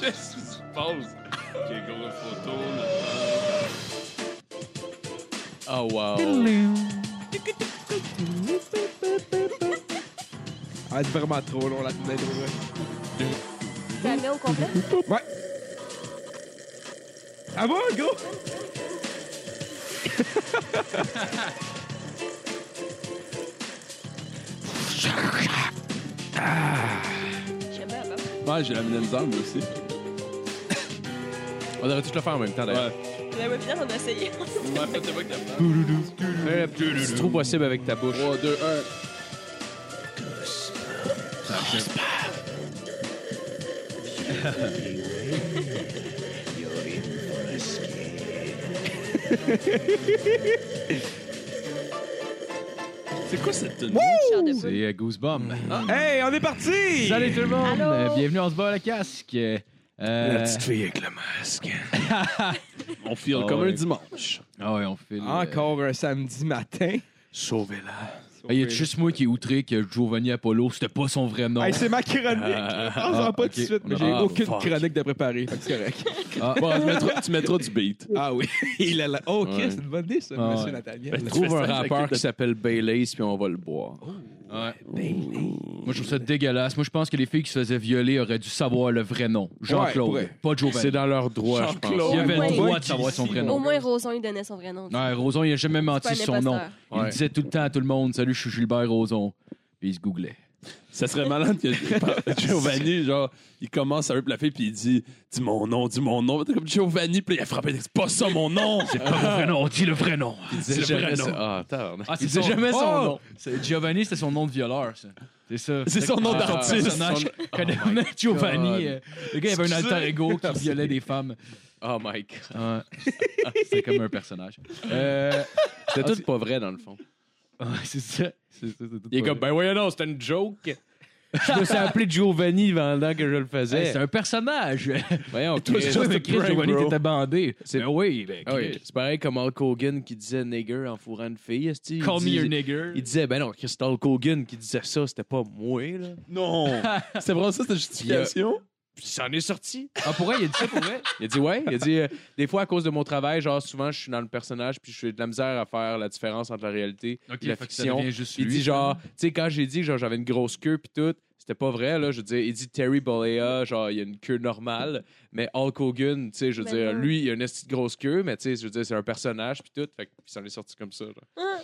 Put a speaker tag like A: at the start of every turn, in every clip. A: Qu'est-ce qui se passe? Ok, gros photo, notre
B: Oh, wow. Ah, c'est vraiment trop long, la petite intro, là.
C: Tu la mets au complet?
B: Ouais. Ah bon, gros?
C: J'aime bien avant.
A: Ouais, j'ai la même misère, moi aussi.
B: On aurait dû le faire en même temps, d'ailleurs.
C: Le webinaire, on a essayé.
A: Ouais, peut-être pas que t'as
B: Ouais. C'est trop possible avec ta bouche.
A: 3, 2, 1. C'est quoi cette tenue?
C: Chair de poule.
D: C'est euh, Goosebump.
B: Hey, on est parti!
D: Salut tout le monde!
C: Allô?
D: Euh, bienvenue, on se bat le casque. Euh, euh,
B: fille avec le masque.
A: On file
D: Ah
A: comme un
D: ouais.
A: dimanche.
D: Ah ouais, on file. euh,
B: Encore un samedi matin.
A: Sauvez-la.
D: Il Ah, y a juste moi qui est outré que Giovanni Apollo, c'était pas son vrai nom.
B: Hey, c'est ma chronique.
D: Ah, ah,
B: Pense-en
D: ah,
B: pas
D: ok.
B: tout de suite, mais
D: Ah,
B: j'ai aucune
A: fuck.
B: chronique de préparer. Fait que c'est correct.
D: Ah,
A: Bon, tu mettras, tu mettras du beat.
B: Ah oui. Il a la... Oh, Chris,
A: Ouais.
B: c'est une bonne idée, ça,
D: Ah,
B: monsieur
D: ouais.
B: Nathaniel.
A: Ben,
D: trouve
A: fais
D: un
A: ça avec
D: rappeur
A: le-
D: qui
A: s'appelle Baylace, puis on va le boire.
D: Oh. ouais. Moi, je trouve ça dégueulasse. Moi, je pense que les filles qui se faisaient violer auraient dû savoir le vrai nom. Jean-Claude,
B: Ouais,
D: pas
A: C'est
D: Giovanni.
A: dans leur droit, je
B: Jean-Claude.
A: pense.
D: Il avait
C: Ouais.
D: le droit de savoir son vrai
C: Au
D: nom.
C: moins, Roson, il donnait son vrai nom.
D: Ouais, Roson, il a jamais menti
C: pas un
D: sur son nom.
C: imposteur.
D: Il
A: Ouais.
D: disait tout le temps à tout le monde Salut, je suis Gilbert Roson. Puis il se googlait.
A: Ça serait malade que Giovanni, genre, il commence à eux la fille, puis il dit Dis mon nom, dis mon nom. T'es comme Giovanni, puis il a frappé. C'est pas ça mon nom
D: C'est pas le vrai nom, dis le vrai nom.
A: C'est le vrai nom.
E: Ah, tabarnak.
D: Ah,
E: Ah,
D: c'est
E: son-
D: jamais son
E: Oh!
D: nom. C'est Giovanni, c'était son nom de violeur, ça. C'est ça.
A: C'est son nom
D: Ah,
A: d'artiste.
D: personnage
A: Son-
D: que devenait Giovanni.
E: Oh God.
D: euh, Le gars, il avait un
A: Excusez.
D: alter ego qui violait des femmes.
E: Oh my god.
D: Ah, c'est comme un personnage. Euh,
E: C'était
D: Ah,
E: tout pas vrai dans le fond.
D: ah, c'est ça. C'est ça, c'est tout
E: Il est
D: pas
E: comme,
D: vrai.
E: ben voyons, non, c'était une joke. Je me suis appelé Giovanni pendant que je le
D: Hey,
E: faisais.
D: ben, c'est un personnage.
E: Voyons,
D: Toi,
E: Chris.
D: c'est juste Chris
E: Prank,
D: Giovanni
E: bro.
D: t'étais bandé.
E: C'est-
D: Ben oui, ben,
E: Ah oui, c'est pareil comme Hulk Hogan qui disait nigger en fourrant une fille. esti. Il
D: Call me
E: dis-
D: your nigger.
E: Il disait, ben non, Chris, c'est Hulk Hogan qui disait ça, c'était pas moi, là.
A: Non C'est vraiment ça, cette justification
E: Puis il s'en est sorti.
D: Ah, pour vrai, il a dit ça pour vrai.
E: Il a dit, ouais. Il a dit, euh, des fois, à cause de mon travail, genre, souvent, je suis dans le personnage, puis je fais de la misère à faire la différence entre la réalité
D: Ok,
E: et la
D: fait que ça
E: fiction.
D: devient juste
E: Il
D: lui.
E: dit genre, tu sais, quand j'ai dit genre j'avais une grosse queue puis tout, c'était pas vrai, là. Je veux dire, il dit Terry Bollea, genre, il a une queue normale, mais Hulk Hogan, tu sais, je veux
C: Mais
E: dire,
C: non.
E: lui, il a une petite grosse queue, mais tu sais, je veux dire, c'est un personnage puis tout. Fait que puis ça en est sorti comme ça, genre.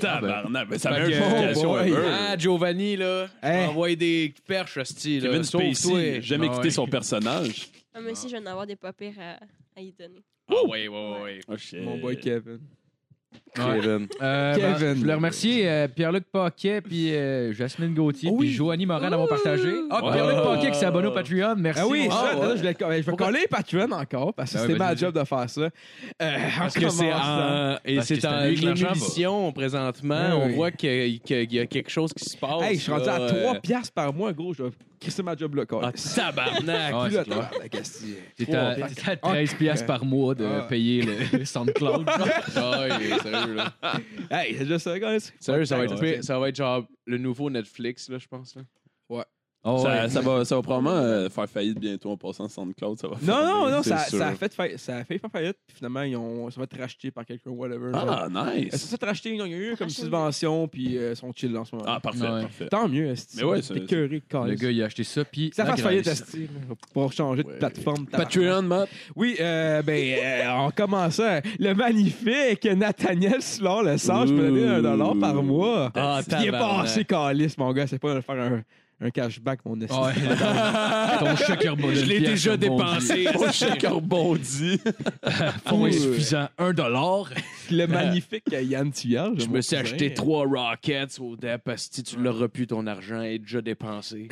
A: Tabarnak, mais ça
E: Fait
A: avait une
E: que,
A: justification
B: bon,
A: ever.
E: Ah, Giovanni, là,
B: Hey.
E: envoie des perches, style.
A: Kevin Spacey,
E: sauve-toi.
A: jamais
D: Ah
A: quitté
D: ouais.
A: son personnage.
C: Ah, Moi aussi, je vais en avoir des pas pires à, à y donner.
E: Ah, ouais, ouais, ouais, ouais.
A: Oh shit.
B: Mon boy Kevin.
D: Ouais.
E: Kevin.
D: Euh,
B: Kevin.
D: ben, je voulais remercier euh, Pierre-Luc Paquet, puis euh, Jasmine Gauthier,
B: Oui.
D: puis Joanie Morin d'avoir partagé. Ah,
A: Ouais.
D: Pierre-Luc Paquet qui s'est abonné au Patreon. Merci.
B: Ah oui,
D: mon
B: ça,
D: frère.
B: là, je, l'ai- ben, je vais
D: Pourquoi-
B: coller Patreon encore parce que
D: Ben oui,
B: c'était
D: vas-y,
B: ma
D: vas-y.
B: job de faire ça. Euh,
E: Parce
B: en
E: que c'est
B: commençant-
E: en, et
D: Parce que
E: c'est
D: c'est
E: en
D: lui que l'argent
E: émission présentement.
B: Ah
E: on
B: oui.
E: voit qu'il qu'il y a quelque chose qui se passe.
B: Hey, je suis rendu à
E: là,
B: 3
E: euh,
B: piastres par mois, gros. Je vais crisser ma job là,
E: Ah,
B: coller.
E: tabarnak!
D: ouais,
B: Plus
D: c'est clair.
B: le temps, la question.
D: T'es
B: Trois
D: à,
B: piastres.
D: t'es à 13 piastres par mois de
B: Ah.
D: payer le SoundCloud.
E: Ah, il est sérieux, là.
B: Hey, c'est juste ça, guys.
E: Sérieux, ça va être,
B: Ouais.
E: pire. ça va être genre le nouveau Netflix, là, je pense. Là.
D: Oh,
A: ça,
D: ouais.
A: ça va, ça va probablement euh, faire faillite bientôt en passant SoundCloud. Ça va
B: Non, non, non,
A: c'est
B: ça,
A: sûr.
B: ça a fait faillite. Ça a fait faire faillite, puis finalement, ils ont, ça va être racheté par quelqu'un, whatever. genre.
A: Ah,
B: Ça
A: nice.
B: s'est racheté, ils ont eu comme
C: Racheté.
B: subvention, puis euh, ils sont chill en ce moment.
A: Ah, parfait,
D: Ouais.
A: parfait.
B: Tant mieux,
A: Mais ouais, ça-
B: T'es curé,
D: Le gars, il a acheté ça, puis...
B: Ça
D: la
B: fasse faillite,
D: graisse.
B: esti, là, pour changer de
A: Ouais.
B: plateforme. tabarnak.
A: Patreon, Matt.
B: Oui, euh, ben, euh, en commençant, le magnifique Nathaniel Slor, le sage, me donnait un dollar par mois. Il
E: Ah,
B: est
E: tabarnak.
B: passé calice, mon gars. C'est pas de faire un, un cashback, mon esti.
D: Ouais, là, ton chèque
E: Je l'ai déjà dépensé.
A: Mon chèque a rebondi.
D: Fonds
B: Oui.
D: insuffisant, 1 dollar.
B: Le magnifique Yann Tuyard.
E: Je me suis acheté
B: euh,
E: trois Rockets au Dapasti. Tu l'auras pu, ton argent est déjà dépensé.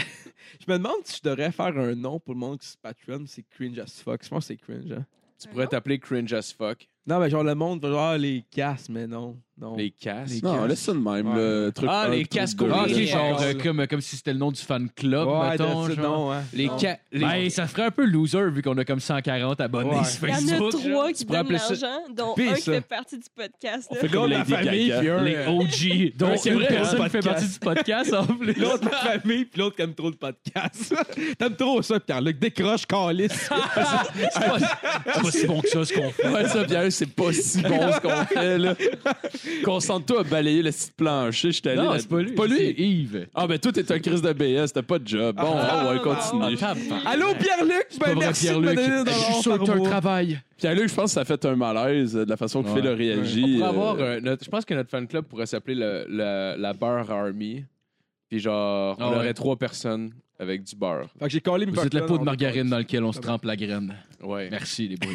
B: Je me demande si je devrais faire un nom pour le monde qui se patronne. C'est cringe as fuck. Je pense que c'est cringe, hein.
E: tu pourrais t'appeler Cringe as fuck.
B: Non, mais genre, le monde va genre, ah, les casses, mais non. Non.
E: Les casques.
A: Non,
B: casques.
A: laisse ça de même.
B: Ouais.
A: Le truc
E: Ah,
A: un,
E: les
A: truc
E: casques
A: deux.
E: au
D: Ah, ok,
E: Oui,
D: genre
E: ouais.
D: euh, comme, comme si c'était le nom du fan club,
B: Ouais,
D: mettons.
B: that's it,
D: genre.
B: non, hein.
E: Les
B: Non.
E: ca- les-
D: Ben, ça ferait un peu loser vu qu'on a comme 140 abonnés
B: Ouais.
D: sur
C: Il y en a
D: Facebook.
C: trois qui
E: pourrais
C: donnent
E: appeler ça-
C: l'argent, dont
B: Pis
C: un qui
B: ça.
C: fait partie du podcast. là.
A: fait comme
B: L'autre, la
A: Lady
B: famille,
A: Gaga.
B: puis un,
D: Les
B: euh,
D: OG.
B: Ouais,
D: Donc,
B: c'est
D: une
B: vrai,
D: personne
B: hein,
D: qui fait partie du podcast en plus.
B: L'autre, la famille, puis l'autre qui aime trop le podcast. T'aimes trop ça, Pierre-Luc. Décroche, calice.
D: Ah, c'est pas, c'est pas si bon que ça ce qu'on fait.
A: Ouais, ça, Pierre, c'est pas si bon ce qu'on fait, là. Concentre-toi à balayer le petit plancher. Je allé. là- Pas
D: c'est
A: lui.
D: Yves.
A: Ah, ben, toi, t'es un Chris de BS. T'as pas de job. Bon,
C: Ah,
A: on va
C: non.
A: continue.
B: Allô, Pierre-Luc?
D: Pas vrai,
B: Ben, merci de me
D: Pierre-Luc.
B: donner le
D: Je suis sûr que t'as un travail.
A: Pierre-Luc, je pense que ça a fait un malaise euh, de la façon que
D: Ouais.
A: Phil a
E: On
A: réagi.
E: pourrait avoir
A: euh,
E: un- notre- je pense que notre fan club pourrait s'appeler le- le- la Beurre Army. Puis genre,
D: Ah
E: on
D: ouais.
E: aurait trois personnes avec du beurre.
B: Fait que j'ai collé mes
D: Vous êtes la
B: popcorn
D: peau de
B: dans
D: margarine dans laquelle on se
B: Ça
D: trempe la graine.
E: Ouais.
D: Merci, les boys.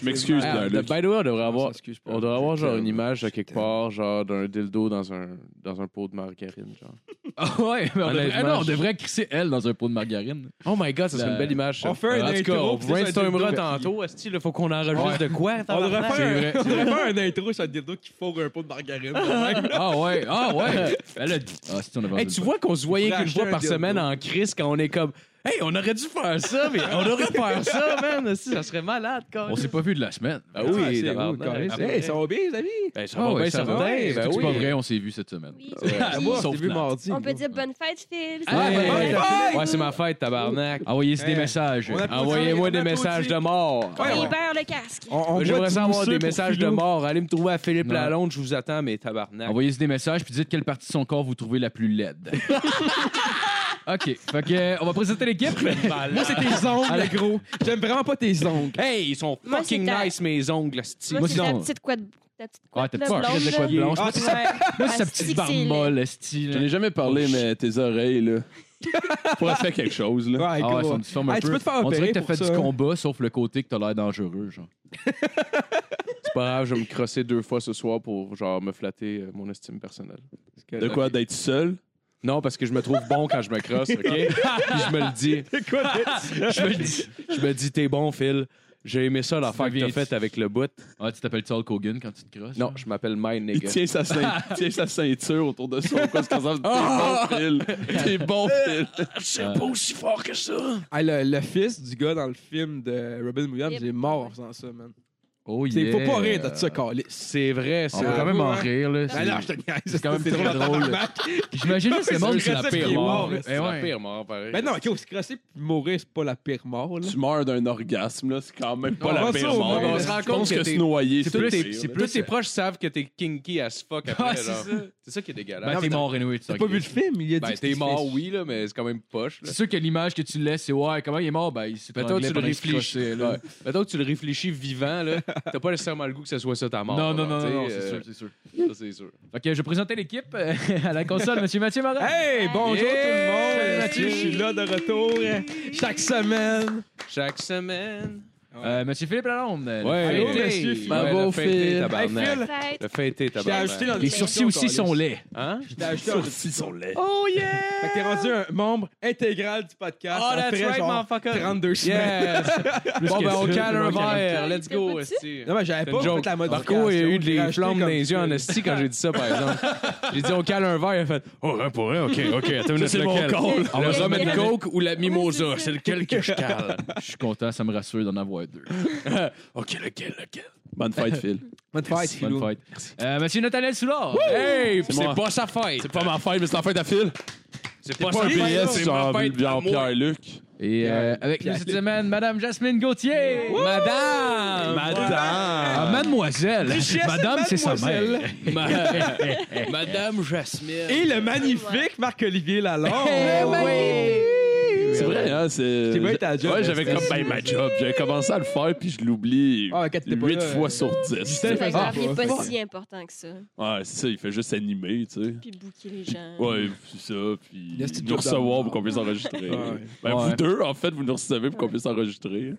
A: Je m'excuse,
E: Ah,
A: Pierre-Luc.
E: by the way, on devrait
D: On
E: avoir,
D: s'excuse pas.
E: on devrait avoir genre une
D: Tellement.
E: image à quelque part, genre d'un dildo dans un, dans un pot de margarine. Genre.
D: Ah ouais, mais on devrait,
E: Honnêtement,
D: ah non, on
E: je-
D: devrait crisser elle dans un pot de margarine.
E: Oh my god, ça serait
D: La-
E: une belle image. ça.
B: On fait un
E: en tout
B: intro,
E: cas, on
B: puis c'est un
E: brainstormera
B: dildo.
E: tantôt. Est-ce qu'il faut qu'on enregistre de quoi?
B: On devrait
E: tabarnak?
B: faire, un- on devrait faire un intro sur un dildo qui fourre un pot de margarine. quand même.
D: Ah ouais, ah ouais. Elle a dit. Ah, c'est on avait
E: Hey, tu vois qu'on se voyait
B: Faudrait
E: qu'une
B: acheter
E: fois
B: un
E: par
B: dildo.
E: semaine en crise quand on est comme Hey, on aurait dû faire ça, mais on aurait faire ça, man. Esti, Ça serait malade, quand
D: On s'est pas vu de la semaine.
E: Ah
B: Ah,
E: oui,
B: c'est
E: tabarnak.
B: cool, Carlis.
E: Ah,
B: Hey, ça va bien, les amis?
E: ben, ça
D: Ah
E: va
D: ouais,
E: bien,
D: ça va.
E: certain.
D: C'est
E: Ben oui.
D: pas vrai, on s'est vu cette semaine.
C: Oui.
E: Ouais.
B: moi,
D: Sauf
B: je t'ai vu
D: Nat.
B: mardi.
C: On peut dire bonne fête, Phil.
D: Ah,
C: C'est
D: ouais.
C: vrai.
D: Bonne
B: fête!
E: Ouais, c'est ma fête, tabarnak. Eh,
D: Envoyez des
B: Hey,
D: messages.
B: on applaudit.
E: Envoyez-moi
B: on
E: des
B: applaudit.
E: messages de mort.
B: Ouais,
C: On
B: ouais.
C: libère le casque.
B: On- on
E: J'aimerais
B: voit
E: ça
B: du
E: avoir
B: mousseux
E: des
B: pour
E: messages de
B: Philo.
E: mort. Allez me trouver à Philippe
D: Non.
E: Lalonde, je vous attends, mais tabarnak.
D: Envoyez des messages puis dites quelle partie de son corps vous trouvez la plus laide. OK. Fait que, euh, on va présenter l'équipe.
B: Moi, c'est tes ongles, gros. J'aime vraiment pas tes ongles.
E: Hey, ils sont
C: Moi,
E: fucking
C: c'est ta-
E: nice, mes ongles, esti.
D: Moi,
C: Moi, c'est la
D: sinon-
C: petite couette la petite
D: Ah,
C: couette
D: t'as
C: là,
D: pas
C: blonde,
D: de
C: là.
D: quoi de blanche.
B: Ah,
D: Moi,
B: c'est-
D: c'est sa petite barbe molle, style.
A: J'en ai jamais parlé, mais tes oreilles, là. pourrait faire quelque chose, là.
B: Ouais,
D: Ah ouais,
B: gros.
D: ça me difforme un
B: Hey, tu
D: peu.
B: peux te faire
D: On dirait
B: opérer
D: que t'as
B: pour
D: fait
B: ça.
D: du combat, sauf le côté que t'as l'air dangereux, genre.
E: C'est pas grave, je vais me crosser deux fois ce soir pour genre me flatter euh, mon estime personnelle.
A: De quoi, d'être seul?
E: Non, parce que je me trouve bon quand je me crosse, OK? Puis je me le dis. je me le dis. Je me dis, t'es bon, Phil. J'ai aimé ça l'affaire que
D: deviens-
E: t'as faite avec le bout.
D: Ah, tu t'appelles Saul Kogan quand tu te crosses?
E: Non, je m'appelle My
A: Il
E: Nigga.
A: tient sa, ceint- il tient sa ceinture autour de son quoi, c'est comme
E: Ah!
A: ça, T'es bon, Phil. T'es bon, Phil.
E: C'est Ah, pas aussi fort que ça.
B: Hey, le, le fils du gars dans le film de Robin Williams,
C: Yep.
B: il est mort en faisant ça, man.
D: Oh,
B: C'est-
D: yeah.
B: Faut pas rire de ça, Calis.
E: C'est vrai,
D: On
E: c'est
D: peut quand
E: vrai.
D: même en
B: Ouais.
D: rire, là.
B: Ah
D: C'est-
B: non, je te niaise.
D: c'est quand même
B: C'est
D: très
B: drôle,
D: drôle.
B: tabarnak.
D: J'imagine que c'est
B: C'est
D: mort,
B: le
D: c'est la
B: reste qui
D: pire
B: est
D: mort.
B: mort, là.
D: Eh
E: C'est
D: ouais.
E: la pire mort, pareil.
B: Ben non, ok, on se crosser puis mourir, c'est pas la pire mort, là.
A: Tu meurs d'un orgasme, là. C'est quand même pas
B: On
A: la
B: va ça
A: pire
B: au
A: mort.
B: moins,
E: on
A: Je
E: se rend compte
A: pense
E: que
A: que
E: t'es-
A: se noyer,
D: c'est
A: c'est
D: plus
A: le
D: tes-
A: pire,
D: c'est
A: là.
D: plus
E: Tous tes proches savent que t'es kinky as fuck après.
D: Ah, c'est
E: genre.
D: ça.
E: c'est ça qui est dégueulasse.
D: Ben, t'es mort anyway, tu
B: T'as
D: t'en
B: pas vu le
D: crées.
B: film? Il a dit
E: Ben,
B: que
E: t'es
B: c'était-
E: mort, oui, là, mais c'est quand même poche. Là.
D: C'est sûr que l'image que tu laisses, c'est ouais, comment il est mort? Ben, il s'est
E: Mettons que
D: étranglé
E: tu le
D: pendant qu'il se
E: réfléchis.
D: crossait, là.
E: Ouais. Mettons que tu le réfléchis vivant, là. T'as pas nécessairement le goût que ce soit ça ta mort.
D: Non, non, non,
E: là,
D: non,
E: tu sais,
D: non, c'est
E: euh,
D: sûr, c'est sûr.
E: Ça, c'est sûr.
D: Fait que je présentais l'équipe euh, à la console, monsieur Mathieu Morin.
B: Hey, bonjour tout le
D: Yeah!
B: monde! Mathieu, je suis là de retour euh, chaque semaine.
E: Chaque semaine.
D: Euh, monsieur Philippe Lalonde. le
E: Ouais,
D: fêté.
B: Allô, monsieur
E: Ouais,
B: Phil.
E: le
A: Bravo,
E: fêté,
A: Phil.
E: tabarnak.
B: Hey, Phil.
C: Fête.
E: Le fêté,
B: Je t'ai ajouté dans
C: acheté
D: Les sourcils aussi sont laids.
E: Hein?
B: Je t'ai ajouté un-
A: Sourcils sont
B: Ah!
A: laids.
E: Oh yeah!
B: Fait que t'es rendu un membre intégral du podcast.
E: Oh, that's
B: après,
E: right,
B: genre,
E: motherfucker.
B: 32 semaines.
E: Yes! bon,
D: que
E: ben, on
D: ça,
E: cale un
D: plus moins
E: verre.
C: 40.
E: Let's go, esti.
B: Non, mais j'avais
E: C'est
B: pas
E: une joke.
B: fait
D: euh,
B: la modification.
E: Marco, il a eu
B: J'ai
E: des
B: acheté
E: flammes dans
B: comme
E: les yeux en
B: ça.
E: esti quand j'ai dit ça, par exemple. J'ai dit, on cale un verre. Il a fait, oh, un pour un, ok, ok. Attends, une
A: c'est mon
E: lequel?
A: call.
E: Le
C: Ouais.
E: rum and coke ou la
C: Oui,
E: mimosa?
C: c'est ça.
E: C'est lequel que je cale?
D: Je suis content, ça me rassure d'en avoir deux.
E: Ok, lequel, lequel?
A: Bonne fête, Phil.
B: Bonne fête,
D: Bonne
B: Philou.
D: fête. Euh, monsieur Nathaniel Soulard.
E: Hey, pis
A: moi.
E: c'est pas sa fête.
A: C'est pas ma fête, mais c'est la fête à Phil.
E: C'est
A: Pas un BS, genre Jean-Pierre-Luc.
D: Et euh, avec nous cette semaine, madame Jasmine Gauthier.
E: Madame!
D: Ah,
A: Madame.
D: mademoiselle.
B: Richesse,
D: Madame, c'est sa mère.
B: mademoiselle.
E: Madame Jasmine.
B: Et le magnifique Marc-Olivier Lalonde.
D: Eh oui.
A: C'est vrai, hein? C'est.
B: T'es bien ta job,
A: Ouais, j'avais
B: c'était-
A: comme ben ma job. J'avais commencé à le faire, puis je l'oublie
B: Ah, ouais, quand t'étais pas
A: 8
B: là,
A: fois
B: euh,
A: sur 10.
B: Justin
C: C'est pas grave, il est
B: Ouais.
C: pas si important que ça.
A: Ouais, c'est ça, il fait juste animer, tu sais.
C: Puis bouquer les gens.
A: Ouais, c'est ça, puis
B: Le style
A: nous
B: de-
A: recevoir pour qu'on puisse enregistrer.
B: Ouais.
A: Ben,
D: Ouais.
A: Vous deux, en fait, vous nous recevez pour qu'on puisse enregistrer.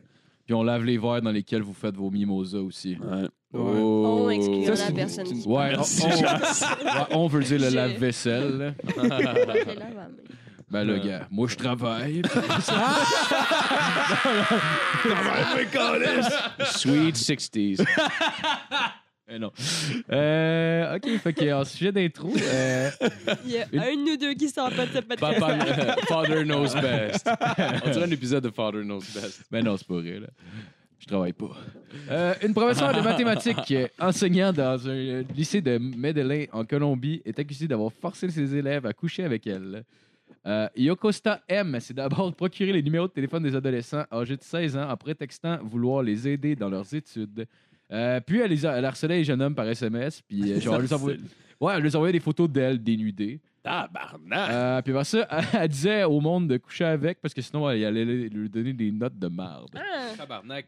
D: Puis on lave les verres dans lesquels vous faites vos mimosas aussi.
A: Ouais.
D: Oh.
B: Ouais.
C: On exclut Oh,
B: Ça,
C: la
B: c'est-
C: personne qui
D: Ouais,
A: Merci,
D: on- on-
A: Jas.
D: Ouais, on veut dire le
C: Je-
D: lave-vaisselle. là.
C: parle. Je lave à main.
D: Ben là, gars, moi je travaille.
E: Sweet 60s.
D: Mais Eh non. Euh, ok, fait que, en sujet d'intro, euh,
C: Il y a un de nous deux qui sort pas de ce podcast.
E: Papa, euh, Father Knows Best. On dirait un épisode de Father Knows Best.
D: ben non, c'est pas vrai, là. Je travaille pas. Euh, une professeure de mathématiques euh, enseignant dans un euh, lycée de Medellin en Colombie est accusée d'avoir forcé ses élèves à coucher avec elle. Euh, Yokosta M s'est d'abord procuré les numéros de téléphone des adolescents âgés de 16 ans en prétextant vouloir les aider dans leurs études. Euh, puis elle, les a- elle harcelait les jeunes hommes par SMS, puis euh, genre, elle, les envoyait- ouais, elle leur envoyait des photos d'elle dénudée.
A: Tabarnak!
D: Euh, puis après ça, elle disait au monde de coucher avec parce que sinon, elle allait lui donner des notes de marde.
C: Ah,
E: Tabarnak.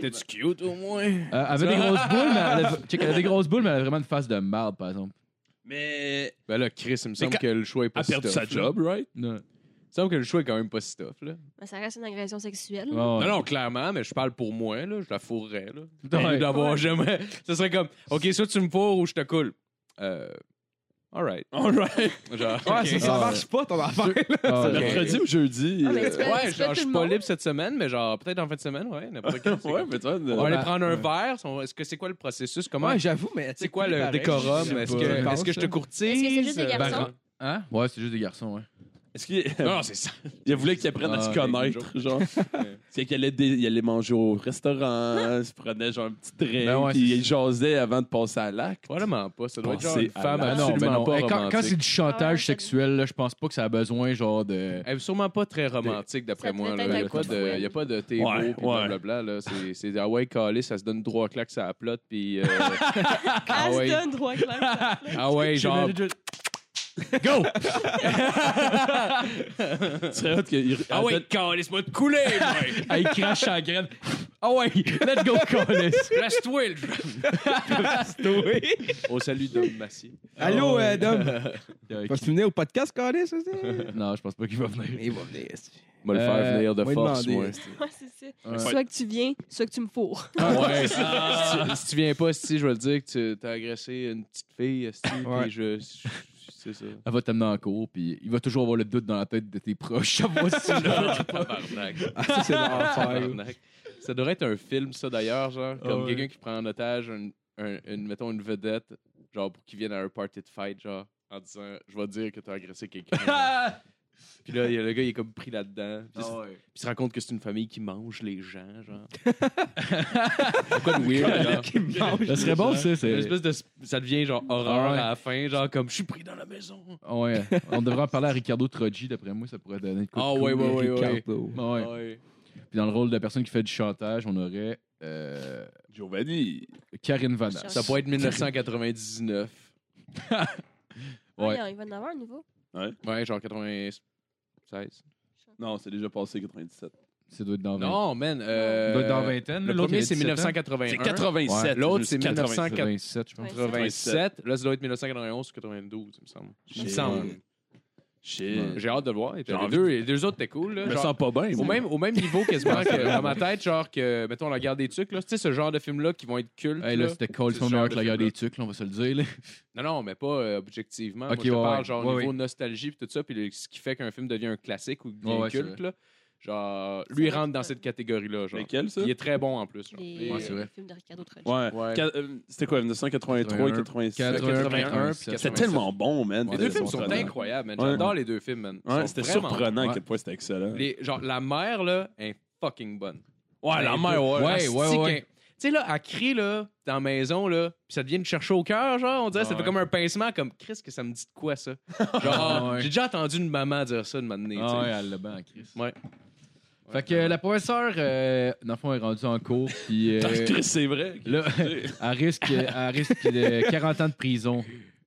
A: T'es-tu-
E: cute au moins?
D: Euh, elle avait des grosses boules, mais elle avait, check, elle avait des grosses boules, mais elle avait vraiment une face de marde, par exemple.
A: Mais.
E: Ben là, Chris, il me semble
A: quand-
E: que le choix est pas
A: Elle a
E: si
A: perdu
E: tough,
A: sa
E: là.
A: job, right?
D: Non,
E: Il me semble que le choix est quand même pas si tough. Là.
C: mais ça reste une agression sexuelle.
E: Non, non, clairement, mais je parle pour moi. Là, je la fourrais. Là.
D: Ouais.
E: Au lieu d'avoir jamais. Ce serait comme, OK, soit tu me fourres ou je te coule. Euh, all right.
A: All right.
E: Genre,
B: Ouais,
E: OK.
B: ça, ça marche pas ton affaire.
D: Ah,
E: Ok.
A: Mercredi ou jeudi?
C: Ah, mais
A: euh,
C: tu fais-
E: Ouais,
C: tu fais tout
E: genre, je suis
C: le
E: pas
C: monde.
E: libre cette semaine, mais genre, peut-être en fin de semaine, ouais, n'importe quel.
A: Ouais, mais toi,
E: On va
A: euh,
E: aller
D: Ouais.
E: prendre un verre. on- Est-ce que c'est quoi le processus? Comment.
B: Ouais, j'avoue, mais
E: c'est quoi
B: pareil,
E: le
B: je
E: décorum?
B: sais
E: Est-ce
B: pas. hein.
E: que,
B: Je pense,
E: est-ce que je te
B: là.
E: courtise?
C: Est-ce que c'est juste des
E: Euh,
C: garçons?
E: ben,
D: Hein? Ouais, c'est juste des garçons, ouais.
A: Est-ce qu'il.
E: non, non, c'est ça.
A: Il voulait qu'il apprenne à se
D: Ah,
A: connaître, genre. C'est qu'il allait, dé- il allait manger au
C: Ah.
A: restaurant, il se prenait genre un petit drink,
D: Ben ouais,
A: puis
D: c'est-
A: il jasait avant de passer à l'acte.
E: Probablement pas. Ça doit être genre
A: Pensez
E: une
A: à
E: femme
A: la-
D: Ben non, ben
E: absolument
D: non.
E: pas
D: Et quand quand c'est
E: romantique.
D: du
C: Ah ouais,
D: chantage
C: c'est-
D: sexuel, là, je pense pas que ça a besoin, genre, de. Ah,
E: Elle est sûrement pas très romantique, d'après
C: Ça
E: moi.
C: devait
E: Il
C: être
E: n'y a,
C: un
E: pas
C: coup de
E: de-
C: fouet.
E: y a pas de t'es
A: Ouais,
E: beau, puis
A: ouais.
E: blablabla. là. C'est- C'est ah ouais, calé, ça se donne trois claques, ça aplote, puis... euh, ah ouais,
C: Aston, droit clair.
E: ah ouais genre...
D: Go!
A: Tu serais hot qu'il.
E: Ah ouais, calé, moi de couler, ouais.
D: Elle crache sa graine. Ah ouais, let's go, Collis!
E: Reste-toi, le
C: Oh,
E: Au salut de Massy.
B: Allô, euh, Dom.
D: Ok.
B: Vas-tu venir au podcast, Carlis? ça, c'est?
D: Non, je pense pas qu'il va venir.
B: Il va venir. c'est-
E: On va le
D: Euh,
E: faire venir de
B: on va
E: force,
B: demander,
E: moi.
B: est-ce
C: Ouais, c'est ça.
D: Ouais.
C: Soit que tu viens, soit que tu me fourres.
E: Ah Ouais, si, si- si tu viens pas, si je vais le dire que tu as agressé une petite fille, si,
B: Ouais.
E: puis je... je- C'est ça.
D: Elle va t'amener en cours, puis il va toujours avoir le doute dans la tête de tes proches. à voir si-
E: Tabarnak.
B: Ah, ça, c'est l'enfer.
E: Tabarnak. Ça devrait être un film, ça d'ailleurs, genre, comme
D: Ah ouais.
E: quelqu'un qui prend en otage un- un- une, mettons, une vedette, genre, pour qu'il vienne à un party de fight, genre, en disant, je vais dire que t'as agressé quelqu'un. puis là, il y a le gars, il est comme pris là-dedans. Puis, il se- puis il se rend compte que c'est une famille qui mange les gens, genre. Pourquoi de weird, genre?
D: Ça serait bon, ça.
E: Une
D: c'est-
E: espèce de, ça devient genre horreur
D: Ah ouais.
E: à la fin, genre comme je suis pris dans la maison.
D: Ah Ouais. On devrait en parler à Ricardo Troggi, d'après moi, ça pourrait donner de quoi de
E: Ah
D: cool.
E: ouais, ouais, ouais, ouais.
B: Ricardo.
D: Ah ouais.
E: Ouais.
D: Puis dans le rôle de la personne qui fait du chantage, on aurait euh,
A: Giovanni.
D: Karine Vanas.
E: Ça pourrait être 1999.
D: Ouais.
C: Ah, il va en avoir un nouveau.
E: Ouais, genre 96.
A: Non, c'est déjà passé 97.
D: Ça doit être dans vingt-
E: Non, man. euh,
D: Ça doit être dans vingtaine.
E: Le
D: L'autre, il y
E: premier,
D: a
E: c'est
D: 17 ans.
E: 1981.
A: C'est 87.
E: Ouais. L'autre,
A: Je
E: c'est
A: me suis dit
E: 1900.
D: 87, je pense.
C: Ouais.
E: 87. Là, ça doit être 1991 ou 92, il me semble. Il me semble.
A: Shit.
D: Ouais.
E: J'ai hâte de le voir. Et puis,
A: J'ai
E: les,
A: envie.
E: deux, les deux autres, t'es cool.
A: Je
E: Là,
A: me
E: Genre,
A: sens pas bien.
E: au,
A: moi.
E: même, au même niveau quasiment que dans ma tête, genre que, mettons, la guerre des tucs, là, tu sais, ce genre de films-là qui vont être cultes.
D: Hey,
E: là.
D: là, c'était Cole
E: C'est
D: son
E: ce
D: meilleur
E: genre
D: que
E: de
D: la guerre
E: film-là.
D: des tucs, là, on va se le dire. là.
E: Non, non, mais pas euh, objectivement.
D: Ok,
E: Moi, je te
D: ouais,
E: parle
D: ouais.
E: genre
D: Ouais,
E: niveau
D: ouais.
E: nostalgie puis tout ça, puis le- ce qui fait qu'un film devient un classique ou devient
D: Ouais, ouais, c'est
E: culte. Là. Genre, lui
C: C'est vrai
E: rentre dans
C: que-
E: cette catégorie-là. Genre.
A: Lesquels, ça?
E: Il est très bon en plus. genre.
C: Les,
D: Ouais, c'est vrai.
C: les films de Ricardo Trogi.
A: Ouais.
E: Ouais.
A: Qua- euh, C'était quoi, 1983 et 87?
E: 80.
D: 81
E: 87.
A: C'était tellement bon, man.
E: Les
A: C'était
E: deux films sont
A: surprenant.
E: incroyables, man.
A: Ouais.
E: J'adore les deux films, man. Ils
A: Ouais,
E: sont
A: c'était
E: vraiment
A: surprenant à
D: ouais.
A: quel point c'était excellent.
E: Les- genre, la mère, là, est fucking bonne.
A: Ouais, la mère, ouais.
D: Ouais, ouais,
E: Asti
D: ouais.
E: qu'elle- Tu sais, là, elle crie, là, dans la maison, là, puis ça devient une cherche au cœur, genre, on dirait, ça
D: Ah
E: fait
D: ouais.
E: comme un pincement, comme, Chris, que ça me dit de quoi, ça? Genre,
D: Ah ouais.
E: j'ai déjà entendu une maman dire ça de m'amener,
D: Ah ouais, elle l'a bien en crise.
E: Ouais.
D: Fait que euh, la professeure, euh, dans le fond, est rendue en cours, puis euh,
A: Chris, c'est vrai.
D: là, elle risque, elle risque de 40 ans de prison.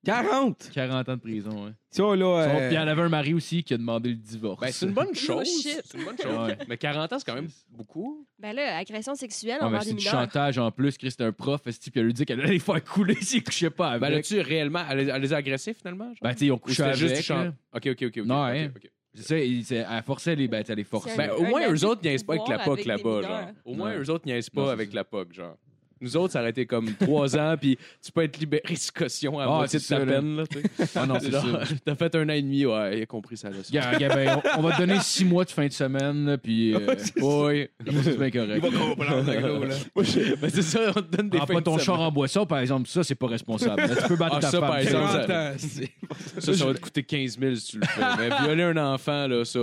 B: 40!
D: 40 ans de prison, ouais.
B: Tu vois, là.
D: Son-
B: euh,
D: Puis elle avait un mari aussi qui a demandé le divorce.
E: Ben, c'est une bonne chose.
C: shit.
E: c'est une bonne chose.
D: Ouais.
E: Mais 40 ans, c'est quand même beaucoup.
C: Ben là, agression sexuelle
D: Ouais, mais
C: envers des
D: c'est du
C: mineurs.
D: chantage en plus. Chris, c'était un prof, esti, puis elle lui dit qu'elle allait les faire couler s'il couchait pas
E: Ben,
D: avec.
E: là-tu réellement, elle, les- elle les a agressés, finalement? Genre?
D: Ben, tu sais, ils ont
E: Ou
D: couché
E: c'était
D: avec.
E: juste du
D: là.
E: chant? Ok, ok, ok. ok,
D: Non,
E: ok,
D: hein.
E: ok.
D: C'est ça, il- c'est- elle forçait les bêtes, elle les
C: C'est
D: forçait.
C: un-
E: Ben, au moins,
C: abus
E: eux
C: de
E: autres niaisent pas avec la
C: pouvoir
E: POC
C: avec des
E: là-bas,
C: mineurs.
E: genre. Au moins,
D: Ouais.
E: eux autres niaisent
D: Non,
E: pas
D: c'est
E: avec
D: ça.
E: la POC, genre. Nous autres, ça aurait été comme trois ans, puis tu peux être libéré sous caution à
D: Ah,
E: moitié de
D: c'est
E: ta
D: ça, là.
E: peine. Là, tu sais.
D: Ah non, c'est
E: Genre,
D: ça.
E: T'as fait un an et demi, ouais, il a compris ça. Là,
D: Gars, gars, ben, on, on va te donner six mois de fin de semaine, là, puis. Euh, oui, c'est bien correct.
E: Moi, je- ben, c'est ça, on te donne des
D: Prends
E: fins
D: pas
E: de
D: ton
E: semaine.
D: char en boisson, par exemple, ça, c'est pas responsable. Là, tu peux battre
E: Ah,
D: ta
E: ça,
D: femme.
E: par
D: tu sais.
E: exemple,
B: 30 ans, c'est-
E: Ça, ça va te coûter 15 000 si tu le fais. Mais violer un enfant, là, ça,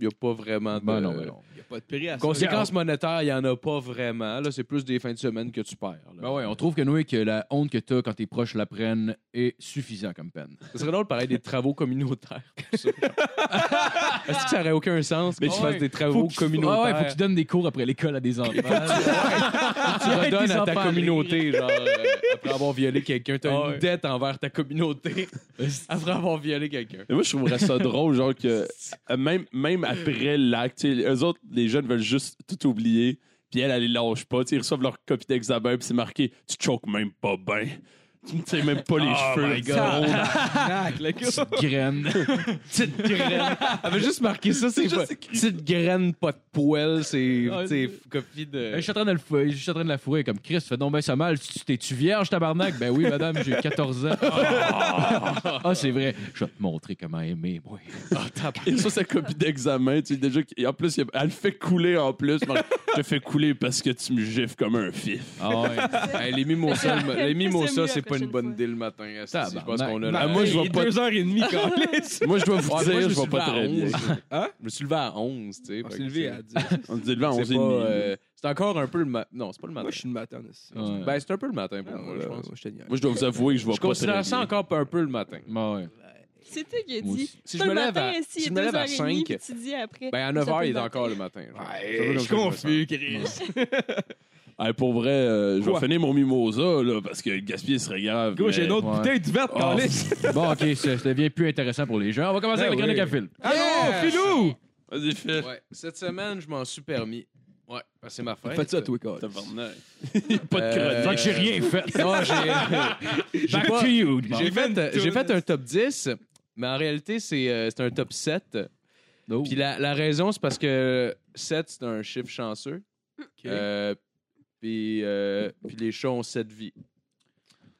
E: il n'y a pas vraiment de.
D: Ben non, ben non.
E: Euh,
B: y a pas de prix à ça.
E: Conséquences monétaires, il n'y en a pas vraiment. Là, c'est plus des fins de semaine que tu perds. là.
D: Ben ouais, on trouve que Noé, que la honte que t'as quand tes proches la prennent est suffisant comme peine.
E: Ça serait drôle de parler des travaux communautaires. tout ça. Est-ce que ça aurait aucun sens que
D: Ah
E: tu
D: ouais.
E: fasses des
D: Faut
E: travaux
D: que tu-
E: communautaires?
D: Ah ouais, faut que tu donnes des cours après l'école à des enfants.
E: tu redonnes à ta
D: enfants.
E: communauté, genre, euh, après avoir violé quelqu'un. T'as une dette envers ta communauté après avoir violé quelqu'un.
A: Mais moi, je trouverais ça drôle, genre que euh, même, même après l'acte, tu sais, eux autres, les jeunes veulent juste tout oublier, puis elle, elle les lâche pas. tu sais, Ils reçoivent leur copie d'examen, puis c'est marqué Tu choques même pas bien. Tu ne sais même pas les
E: Ah,
A: cheveux.
D: my
A: là,
D: God.
A: tu sais,
B: Tabarnak, le gars.
D: Petite graine.
E: Petite graine. Elle avait juste marqué ça, c'est pas. Petite graine, pas de poêle, c'est
D: Ah,
E: tu sais, copie
D: Euh, Je
E: de.
D: suis en train de le fou- je suis en train de la fourrer comme Chris, fais donc bien ça mal. Tu- T'es-tu vierge, tabarnak? Ben oui, madame, j'ai 14 ans. Ah, c'est vrai. Je vais te montrer comment aimer, moi.
A: Et ça, sa copie d'examen, tu sais, déjà. qu'il- En plus, il y a- elle fait couler en plus. Marc, Je te fais couler parce que tu me gifles comme un fif.
D: Ah ouais.
E: Hey, les mimosas, le- les
C: C'est mieux
E: mimosas,
C: la
E: c'est pas
C: prochaine
E: une bonne
C: fois.
E: idée le matin. esti. Je pense
D: Tabarnak.
E: qu'on a.
B: Ah,
A: moi, je
B: il
A: vois
B: est
A: pas-
B: deux heures et demie, câlisse.
A: Moi, je dois vous
E: Ouais,
A: dire,
E: moi,
A: je,
E: me
A: vois
E: suis
A: pas
E: levé à
A: très bien.
E: 11.
B: Hein?
E: Je me suis levé à 11, tu sais.
B: On
E: fait
B: s'est
E: que
B: levé
E: Ah, c'est-
B: à 10.
A: On s'est levé à 11
E: C'est pas, euh, c'est encore un peu le matin. Non, c'est pas le matin.
B: Moi, je suis une matinée aussi.
D: Ouais.
E: Ben, c'est un peu le matin pour
B: Ah,
E: moi, je
B: ouais,
E: pense.
B: ouais, je te niaise.
A: Moi, je dois vous avouer que je vois
E: Je
A: pas très bien.
E: considère ça encore un peu le matin.
D: Ben ouais.
C: C'est toi qui as
D: Moi
C: dit.
D: aussi.
E: Si
C: Toi,
E: je me
C: le
E: lève à-
C: matin, ici,
E: si
C: il
E: je
C: est
E: me lève à
C: 2h30,
E: 5,
C: puis tu dis après.
E: Ben, à
C: ça
E: 9 h,
C: peut
E: il est
C: être
E: encore
C: matin.
E: le matin. genre. C'est un peu
B: Ouais,
E: comme
B: Je suis
E: ça que me sens.
B: confus, Chris.
A: Hey, pour vrai, euh, je vais
B: Quoi?
A: finir mon mimosa, là, parce que le gaspiller serait grave.
B: Gros, j'ai
A: mais-
B: une autre
D: Ouais.
B: bouteille du verre,
A: Oh.
B: câlisse.
D: Bon, ok, ça, ça devient plus intéressant pour les gens. On va commencer
B: Ben
D: avec
B: oui.
D: René Cafil.
B: Ah non, Filou!
A: Vas-y, fais.
E: Ouais, cette semaine, je m'en suis permis. Ouais, parce que c'est ma fête.
B: Faites ça, toi, câlisse.
A: Tabarnak. pas de
E: Euh,
A: chronique.
D: Fait que j'ai rien fait.
E: Non, j'ai. j'ai
D: Back
E: pas-
D: to you.
E: J'ai fait, euh,
B: Une
E: j'ai fait
B: toune.
E: un top 10, mais en réalité, c'est euh, c'est un top 7.
D: Oh.
E: Puis la, la raison, c'est parce que 7, c'est un chiffre chanceux. Euh, puis, euh, puis les chats ont 7 vies.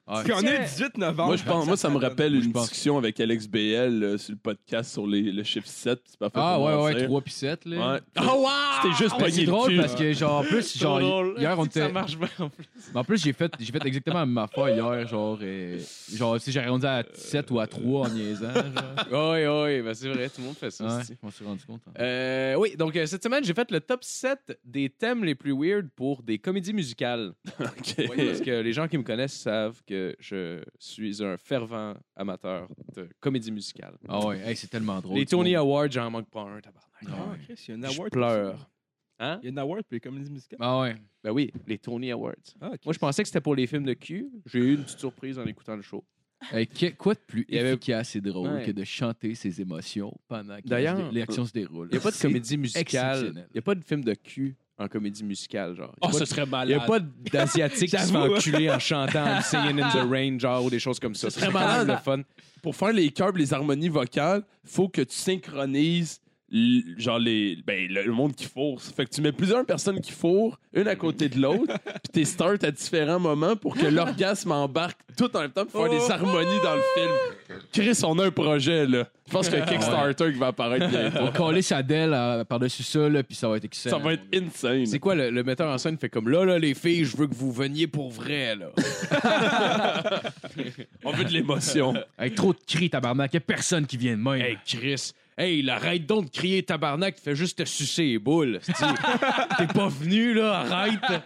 E: Ah,
B: Puis on est le 18 novembre.
A: Moi, je pense, moi, ça me rappelle
D: Moi, je
A: une
D: pense.
A: discussion avec Alex BL euh, sur le podcast sur les, le chiffre 7. C'est parfait.
D: Ah
A: pour
D: ouais, ouais,
A: mentir.
D: 3 puis 7. Là.
A: Ouais.
E: Oh, wow!
A: C'était juste
D: Ah, Mais
A: pogné
D: C'est
A: le
D: drôle
A: cul.
D: parce que, genre, en plus, genre, hier, on était.
E: marche bien en plus.
D: Mais En plus, j'ai fait, j'ai fait exactement la même affaire hier, genre, euh, genre si j'aurais rendu à 7 ou à 3 en niaisant. Genre.
E: Oui, oui, ben c'est vrai, tout le monde fait ça.
D: Ouais,
E: c'est-tu.
D: je m'en suis rendu compte. hein.
E: Euh, oui, donc euh, cette semaine, j'ai fait le top 7 des thèmes les plus weird pour des comédies musicales.
A: Ok.
E: Oui, parce que les gens qui me connaissent savent que je suis un fervent amateur de comédie musicale.
D: Ah ouais, hey, c'est tellement drôle.
E: les
D: tout le
E: Tony
D: monde.
E: Awards, j'en manque pas un, tabarnak.
D: Ah ouais.
B: Chris, il y a une
E: Je
B: award.
E: pleure. Hein?
B: Il y a une award pour les comédies musicales.
D: Ah ouais.
E: Ben oui, les Tony Awards.
B: Ah, ok.
E: Moi, je pensais que c'était pour les films de cul. J'ai eu une petite surprise en écoutant le show.
D: Hey, que- quoi de plus
E: Il y avait-
D: efficace et drôle
E: Ouais.
D: que de chanter ses émotions pendant que
E: D'ailleurs,
D: les- l'action se déroule?
E: Il n'y a pas de
D: C'est-
E: comédie musicale.
D: exceptionnel. Ah,
E: Il n'y a pas de film de cul en comédie musicale, genre.
A: Oh, ce serait
E: Il
A: malade.
E: n'y a pas d'asiatique qui se fait
B: J'avoue, hein.
E: enculer en chantant I'm Singing in the Rain, genre, ou des choses comme
A: Ce
E: ça. C'est
A: serait
E: très malade, le
A: malade.
E: fun.
A: Pour faire les chœurs pis les harmonies vocales, faut que tu synchronises l- genre les ben, le, le monde qui fourre fait que tu mets plusieurs personnes qui fourrent une à côté de l'autre puis t'es start à différents moments pour que l'orgasme embarque tout en même temps pour faire des harmonies dans le film Chris on a un projet là je pense qu'il y a un Kickstarter qui va apparaître bientôt
D: On va coller sa delle à- par-dessus ça, là, puis ça va être excellent.
A: ça va être insane
E: C'est quoi, le, le metteur en scène fait comme là, là, les filles, je veux que vous veniez pour vrai, là.
A: on veut de l'émotion
D: Avec trop de cris, tabarnak. Il a personne qui vient de même.
E: Hey, Chris. Hey, il arrête donc de crier tabarnak, fais juste te sucer les boules. c'est-tu. T'es pas venu, là, arrête.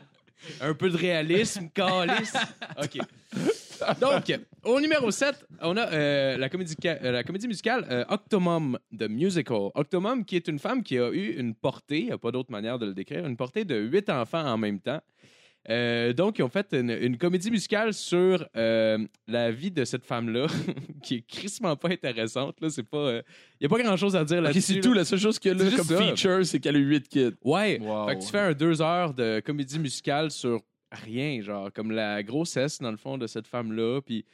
E: Un peu de réalisme, calice. OK. Donc, au numéro 7, on a euh, la, comédie ca- euh, la comédie musicale euh, Octomom de Musical. Octomom, qui est une femme qui a eu une portée, il n'y a pas d'autre manière de le décrire, une portée de huit enfants en même temps. Euh, donc, ils ont fait une, une comédie musicale sur euh, la vie de cette femme-là, qui est crissement pas intéressante. Il n'y a pas grand-chose à dire
A: Ok,
E: là-dessus.
A: c'est
E: là.
A: tout la seule chose que
E: C'est
A: là
E: juste
A: comme
E: ça.
A: feature c'est qu'elle a 8 kids
E: Ouais.
D: Wow.
E: Fait que tu fais un deux heures de comédie musicale sur rien, genre comme la grossesse dans le fond de cette femme là, puis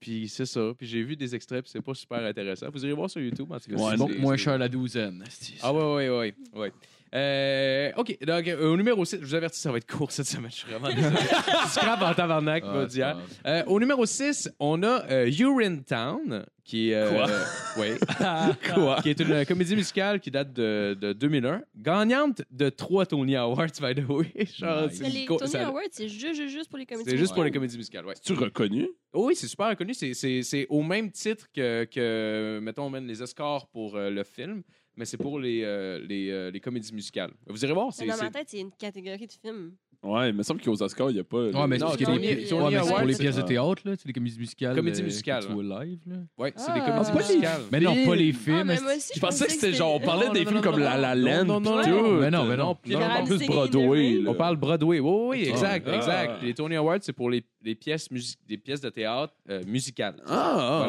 E: puis c'est ça. Puis j'ai vu des extraits, puis c'est pas super intéressant. Vous irez voir sur YouTube en tout cas.
A: Ouais,
E: c'est-
D: donc
E: c'est-
D: moins
E: c'est-
D: cher la douzaine.
E: Ah ouais ouais ouais ouais. Euh, OK, donc euh, au numéro 6, je vous avertis, ça va être court cette semaine. Je suis vraiment désolé. Je scrape en tabarnak,
D: Ah,
E: va
D: c'est
E: dire.
D: pas
E: Euh, au numéro 6, on a euh, Urine Town, qui est. euh, ouais. Qui est une euh, comédie musicale qui date de, de 2001. Gagnante de trois Tony Awards, by the way. Genre,
D: Nice.
E: c'est
C: Mais les
E: co-
C: Tony
E: ça-
C: Awards, c'est juste, juste, juste pour les comédies.
E: c'est juste pour les
C: musicales.
E: comédies musicales, ouais.
A: tu reconnu?
E: Oh oui, c'est super reconnu. C'est- C'est c'est au même titre que, que, mettons, on mène les Oscars pour euh, le film, mais c'est pour les, euh, les, euh, les comédies musicales. Vous irez voir, c'est.
C: Mais Dans ma
E: c'est-
C: tête, c'est une catégorie de films.
A: Ouais, il me semble qu'aux Oscars, il n'y a pas.
D: Ouais, mais c'est
E: Non,
D: parce que
E: Tony-
D: les-
E: Tony
D: ouais, mais c'est pour
E: Awards,
D: les
E: c'est-
D: pièces de théâtre, là, tu sais, les comédies musicales.
E: Comédies
D: euh, que
E: musicales,
D: Tu vois live, là.
E: Ouais, c'est
C: Ah.
E: des comédies
C: Ah, pas les-
E: musicales.
D: Mais non, pas les
C: Ah,
D: films.
C: mais moi aussi,
A: Je pensais que c'était genre, on parlait
E: Non,
A: des
E: non,
A: films
E: non,
A: comme
E: non,
A: La La Land.
E: non, non,
A: pis
E: non,
A: tout.
D: mais non, mais non.
A: Puis
C: Général
A: en plus
C: Singing
A: Broadway.
C: in the
A: là.
E: On parle Broadway. Oui, oui, oui,
D: Ah.
E: exact,
A: Ah.
E: exact. Les Tony Awards, c'est pour les, les pièces, musi- des pièces de théâtre euh, musicales.
A: Ah, ah, ah,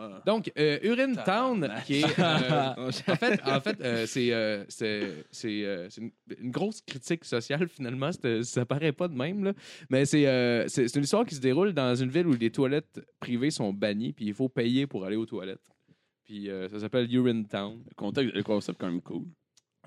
A: ah, ah.
E: Donc, euh, Urine Town, qui est.
B: Ah,
E: euh, en fait, en fait euh, c'est euh, c'est- c'est, euh, c'est une, une grosse critique sociale, finalement. C'est- Ça paraît pas de même, là. Mais c'est euh, c'est- c'est une histoire qui se déroule dans une ville où les toilettes privées sont bannies, puis il faut payer pour aller aux toilettes. Puis euh, ça s'appelle Urine Town.
A: Le contexte, le concept, quand même cool.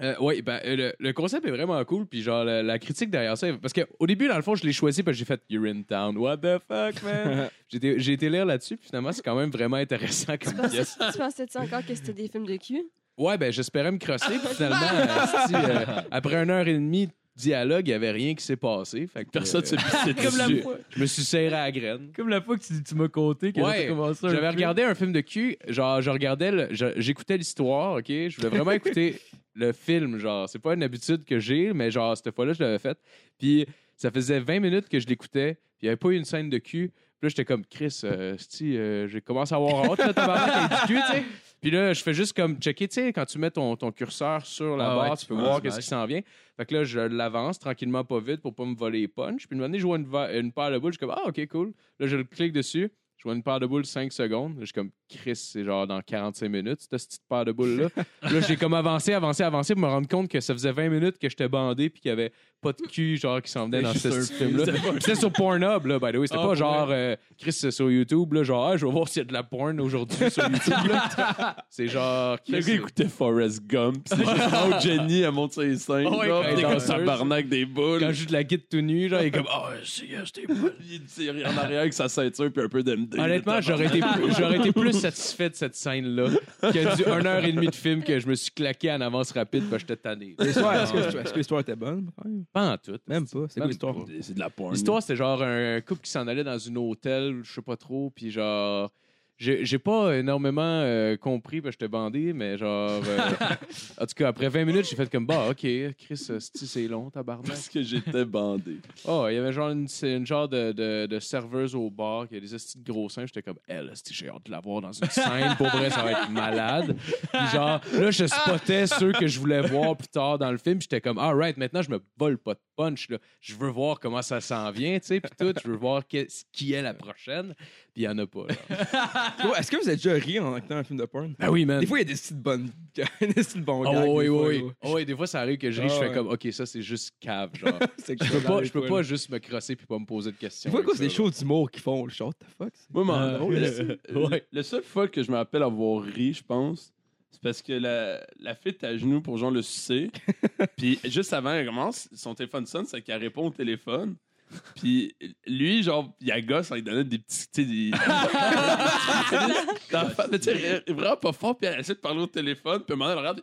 E: Euh, oui, ben, euh, le, le concept est vraiment cool, puis genre la, la critique derrière ça, parce qu'au début, dans le fond, je l'ai choisi parce que j'ai fait Urine Town. What the fuck, man? j'ai été- j'ai été lire là-dessus, puis finalement, c'est quand même vraiment intéressant
C: Tu
E: comme pièce.
C: pensais- tu pensais-tu encore que c'était des films de cul?
E: Ouais, ben j'espérais me crosser, puis finalement, asti, euh, après une heure et demie de dialogue, il n'y avait rien qui s'est passé. Fait que,
A: Personne
E: euh,
A: ne s'est pissé dessus.
E: je me suis- Je me suis serré à la graine.
D: Comme la fois que tu, tu m'as conté que là,
E: Ouais,
D: t'as commencé un
E: J'avais
D: film.
E: regardé un film de cul, genre je regardais, le- je- j'écoutais l'histoire, ok. Je voulais vraiment écouter le film, genre c'est pas une habitude que j'ai, mais genre cette fois-là je l'avais faite. Puis ça faisait 20 minutes que je l'écoutais, puis il n'y avait pas eu une scène de cul. Puis là j'étais comme Chris, euh, si j'ai commencé à avoir honte là, tabarnak, avec du cul, tu sais. Puis là je fais juste comme checker, tu sais, quand tu mets ton, ton curseur sur la
D: Ah
E: barre,
D: ouais,
E: tu
D: tu
E: peux
D: vois,
E: voir
D: tu
E: qu'est-ce
D: matches.
E: qui s'en vient. Fait que là je l'avance tranquillement pas vite pour pas me voler les punches. Puis une année je vois une, va- une paire de boules, je suis comme ah ok cool. Là je le clique dessus. Je vois une paire de boules 5 secondes. Je suis comme, Chris, c'est genre dans 45 minutes, cette petite paire de boules-là. là, j'ai comme avancé, avancé, avancé pour me rendre compte que ça faisait 20 minutes que j'étais bandé puis qu'il y avait pas de cul, genre, qui s'en venait dans
D: C'était
E: ce
D: juste un
E: film-là.
D: film.
E: Puis C'était sur Pornhub, là, by the way. C'était
A: Ah,
E: pas
A: pour
E: genre, euh, Chris, c'est sur YouTube, là, genre, Ah, je vais voir s'il y a de la porn aujourd'hui sur YouTube, là. C'est genre,
A: Le
E: Chris.
A: gars écoutait Forrest Gump. C'est juste, oh, Jenny, elle monte ses seins.
E: Ah ouais,
A: genre,
E: quand
A: pis
E: elle
A: t'es comme
E: danseuse.
A: tabarnak des boules.
E: Quand juste la guide tout nu, genre, il est comme,
A: oh,
E: ah, c'est c'était pas.
A: Il tire en arrière avec sa ceinture puis un peu d'MD.
E: Honnêtement, j'aurais été, j'aurais été plus satisfait de cette scène-là que du 1h30 de film que je me suis claqué en avance rapide parce que j'étais tanné.
B: L'histoire, est-ce que, est-ce que l'histoire était bonne?
E: Pas en tout.
B: Même pas. C'est quoi
E: Même
B: l'histoire?
E: pas.
A: C'est de la porn.
E: L'histoire, c'était genre un couple qui s'en allait dans une hôtel, je sais pas trop, puis genre. J'ai j'ai pas énormément euh, compris parce que j'étais bandé, mais genre. euh, en tout cas, après 20 minutes, j'ai fait comme bah, ok, Chris, euh, c'ti, c'est long, tabarnak.
A: Parce que j'étais bandé.
E: Oh, il y avait genre une, c'est une genre de, de, de serveuse au bar qui a des estis de gros seins. J'étais comme, elle, esti, j'ai hâte de la voir dans une scène. Pour vrai, ça va être malade. Puis genre, là, je spottais ceux que je voulais voir plus tard dans le film. J'étais comme, alright, maintenant, je me vole pas de punch. Là. Je veux voir comment ça s'en vient, tu sais, puis tout. Je veux voir qu'est- qui est la prochaine. Puis il y en a pas. là.
B: Ouais, Est-ce que vous avez déjà ri en écoutant un film de porn?
E: Ben oui, man.
B: Des fois, il y a des petites bonnes. des petites bons
E: Oh,
B: gags,
E: oui,
B: des fois,
E: oui,
B: là.
E: oui. Oh, oui, des fois, ça arrive que je ris,
B: Ah,
E: je fais
B: ouais.
E: comme, OK, ça, c'est juste cave. Genre.
B: C'est
E: Je peux pas, je peux pas juste me crosser puis pas me poser de questions.
B: Des fois, à
E: avec
B: cause
E: ça,
B: des
E: là.
B: shows d'humour qu'ils font, le show, what the fuck? c'est-
A: Moi, mais en
D: Euh,
A: gros, le, seul-
E: ouais.
A: le seul fois que je me rappelle avoir ri, je pense, c'est parce que la, la fille était à genoux pour Jean le sucer. puis juste avant, elle commence, son téléphone sonne, c'est qu'elle répond au téléphone. Puis lui, genre, il a gosse, il donnait des petits. Tu sais, des. Dans la fa- mais tu sais, il est vraiment pas fort, puis elle essaie de parler au téléphone, puis à un moment, elle regarde.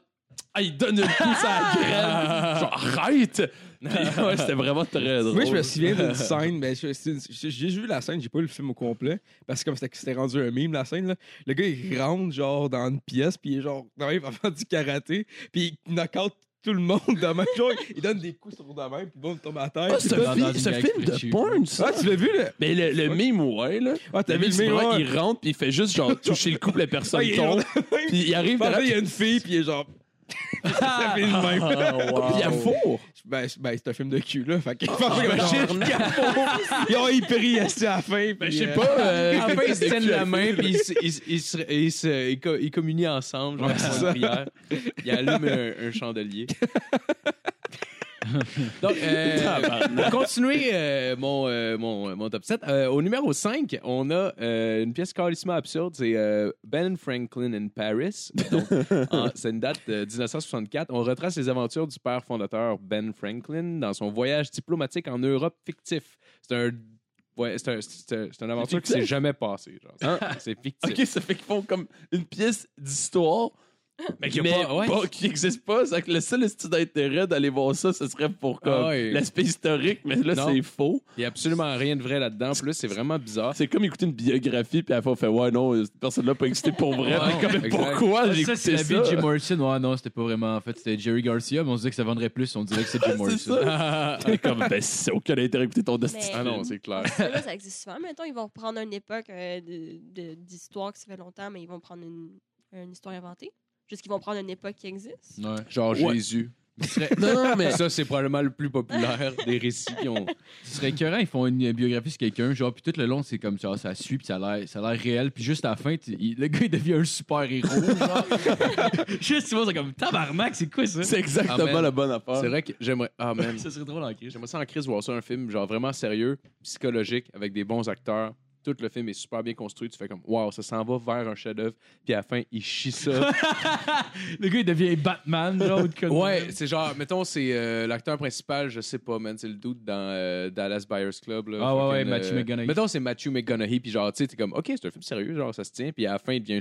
A: Ah, il donne une pouce à la graine! Genre, arrête! Puis, ouais, c'était vraiment très drôle.
B: Moi, je me souviens d'une scène, mais je- c'est une- j'ai j'ai vu la scène, j'ai pas eu le film au complet, parce que comme c'était- c'était rendu un mime, la scène, là, le gars, il rentre, genre, dans une pièce, puis il est genre, dans il va faire du karaté, puis il knock-out tout le monde de même, genre, il donne des coups sur la main, puis le monde tombe à terre.
A: Ah,
B: puis
A: ce,
B: tout.
D: dans
A: fi-
D: une
A: ce
D: gag
A: film de
D: Fritchie.
A: porn, ça!
B: ah, tu l'as vu, là?
A: Mais le, le mime, ouais, là.
B: Ah,
A: T'as vu le mime,
B: ouais.
A: il rentre, puis il fait juste genre toucher le couple, la personne
B: Ah, il est genre
A: tombe.
B: de même.
A: Puis il arrive derrière, Ah,
B: Parfait, il y a
A: puis
B: une fille, puis il est genre. ça fait le même.
A: puis il y a four.
B: Ben, c'est- ben, c'est un film de cul, là. Fait que.
A: Ah,
B: Fait que-
A: J'imagine.
B: Ils ont hyperi assis à la fin.
A: Ben,
B: puis,
A: je sais
B: euh,
A: pas. euh,
E: À la fin, ils se
A: qu'est-ce
E: tiennent
A: que
E: la
A: tu
E: main,
A: as
E: puis ils, se- ils, se- ils, se- ils, se- ils co- ils communient ensemble, genre, ils font une prière. Ils allument un, un chandelier. Donc, euh,
A: Tabarnak.
E: pour continuer euh, mon, euh, mon, mon top 7, euh, au numéro 5, on a euh, une pièce carrément absurde, c'est euh, Ben Franklin in Paris. Donc, en- Ah, c'est une date de 1964. On retrace les aventures du père fondateur Ben Franklin dans son voyage diplomatique en Europe fictif. C'est un... ouais, c'est un- c'est un- c'est une aventure qui s'est
A: fictif? Ah.
E: jamais passée. genre. C'est- C'est fictif.
A: Ok, ça fait qu'ils font comme une pièce d'histoire. Mais,
E: qui a pas- ouais.
A: pas- qui n'existe pas. C'est que le seul style d'intérêt d'aller voir ça, ce serait pour comme
E: Ah ouais.
A: l'aspect historique, mais là,
E: Non.
A: c'est faux.
E: Il n'y a absolument rien de vrai là-dedans. En plus, c'est vraiment bizarre.
A: C'est comme écouter une biographie, puis à la fois, on fait Ouais, non, cette personne-là n'a pas existé pour vrai.
E: Ouais,
A: mais comme, mais
E: exact.
A: pourquoi j'ai
D: Ah, ça,
A: écouté
D: c'est
A: ça?
D: la vie de Jim Morrison. Ouais, non, c'était pas vraiment. En fait, c'était Jerry Garcia, mais on se disait que ça vendrait plus. On dirait que Ah, c'est Jim
A: c'est
D: Morrison.
A: ça. T'es comme, ben, c'est aucun intérêt d'écouter ton destin.
E: Ah non, c'est clair.
C: Là, ça existe souvent. Mettons, ils vont prendre une époque euh, de- de- d'histoire qui ça fait longtemps, mais ils vont prendre une, une histoire inventée. Juste qu'ils vont prendre une époque qui existe.
D: Ouais.
E: Genre
A: Ouais.
E: Jésus.
A: Non, non, mais.
E: Ça, c'est probablement le plus populaire des récits qui ont.
D: Ce serait écœurant, ils font une biographie sur quelqu'un, genre, puis tout le long, c'est comme ça, ça suit, puis ça a l'air ça a l'air réel, puis juste à la fin, tu- il- le gars, il devient un super-héros, genre. juste, tu vois, c'est comme, tabarnak, c'est quoi ça?
A: C'est exactement
E: Ah, man.
A: la bonne affaire.
E: C'est vrai que j'aimerais. Ah, man.
D: Ça serait drôle en crise.
E: J'aimerais ça en crise voir ça, un film genre vraiment sérieux, psychologique, avec des bons acteurs. Tout le film est super bien construit. Tu fais comme, waouh, ça s'en va vers un chef-d'œuvre. Puis à la fin, il chie ça.
D: Le gars, il devient Batman, genre, ou de conneries.
E: ouais, c'est genre, mettons, c'est euh, l'acteur principal, je sais pas, man, c'est le dude dans euh, Dallas Buyers Club. Là,
D: Ah ouais, ouais,
E: Fucking, euh,
D: Matthew McConaughey.
E: Mettons, c'est Matthew McConaughey. Puis genre, tu sais, t'es comme, ok, c'est un film sérieux, genre, ça se tient. Puis à la fin, il devient un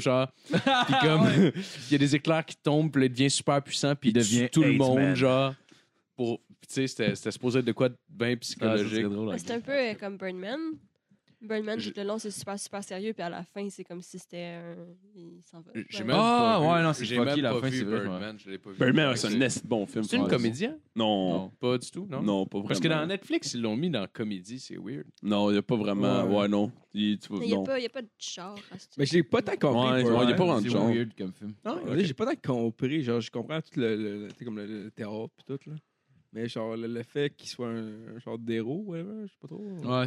E: genre. Puis comme, il y a des éclairs qui tombent, puis là, il devient super puissant, puis il
D: Il devient
E: devient tout le
D: Ace
E: monde,
D: Man.
E: genre. Pour, tu sais, c'était c'était supposé être de quoi de bien
D: Ah, ça serait
E: psychologique.
D: drôle en
C: C'est un peu euh, comme Birdman. Birdman, tout le long, c'est super, super sérieux, puis à la fin, c'est comme si c'était un. Il s'en va.
E: J'ai
C: Ouais.
E: même
D: Ah,
E: pas vu-
D: ouais, non, c'est
E: j'ai
D: fucké,
E: même
D: la
E: pas
D: fin,
E: vu
D: c'est vrai,
E: Birdman, je l'ai pas vu.
A: Birdman, Ben, c'est un est bon film.
E: C'est une
A: Ouais.
E: comédienne?
A: Non.
E: Pas du tout, non?
A: Non, pas vraiment.
E: Parce que dans Netflix, ils l'ont mis dans comédie, c'est weird.
A: Non, il n'y a pas vraiment.
B: Ouais.
A: Ouais, non. Il, tu vois,
C: Mais il n'y a,
A: non.
C: pas- il y a pas de char. à ce-
B: Mais je l'ai ben, pas tant
A: Ouais,
B: compris.
A: ouais,
B: Birdman.
A: y a pas vraiment de
D: C'est
A: genre.
D: weird comme film.
B: Ah, là, J'ai pas tant compris. Genre, je comprends tout le, le- le- tu sais, comme le, le théâtre pis tout, là. Mais genre, le, le fait qu'il soit un, un genre d'héros, whatever, je sais pas trop.
D: Ouais,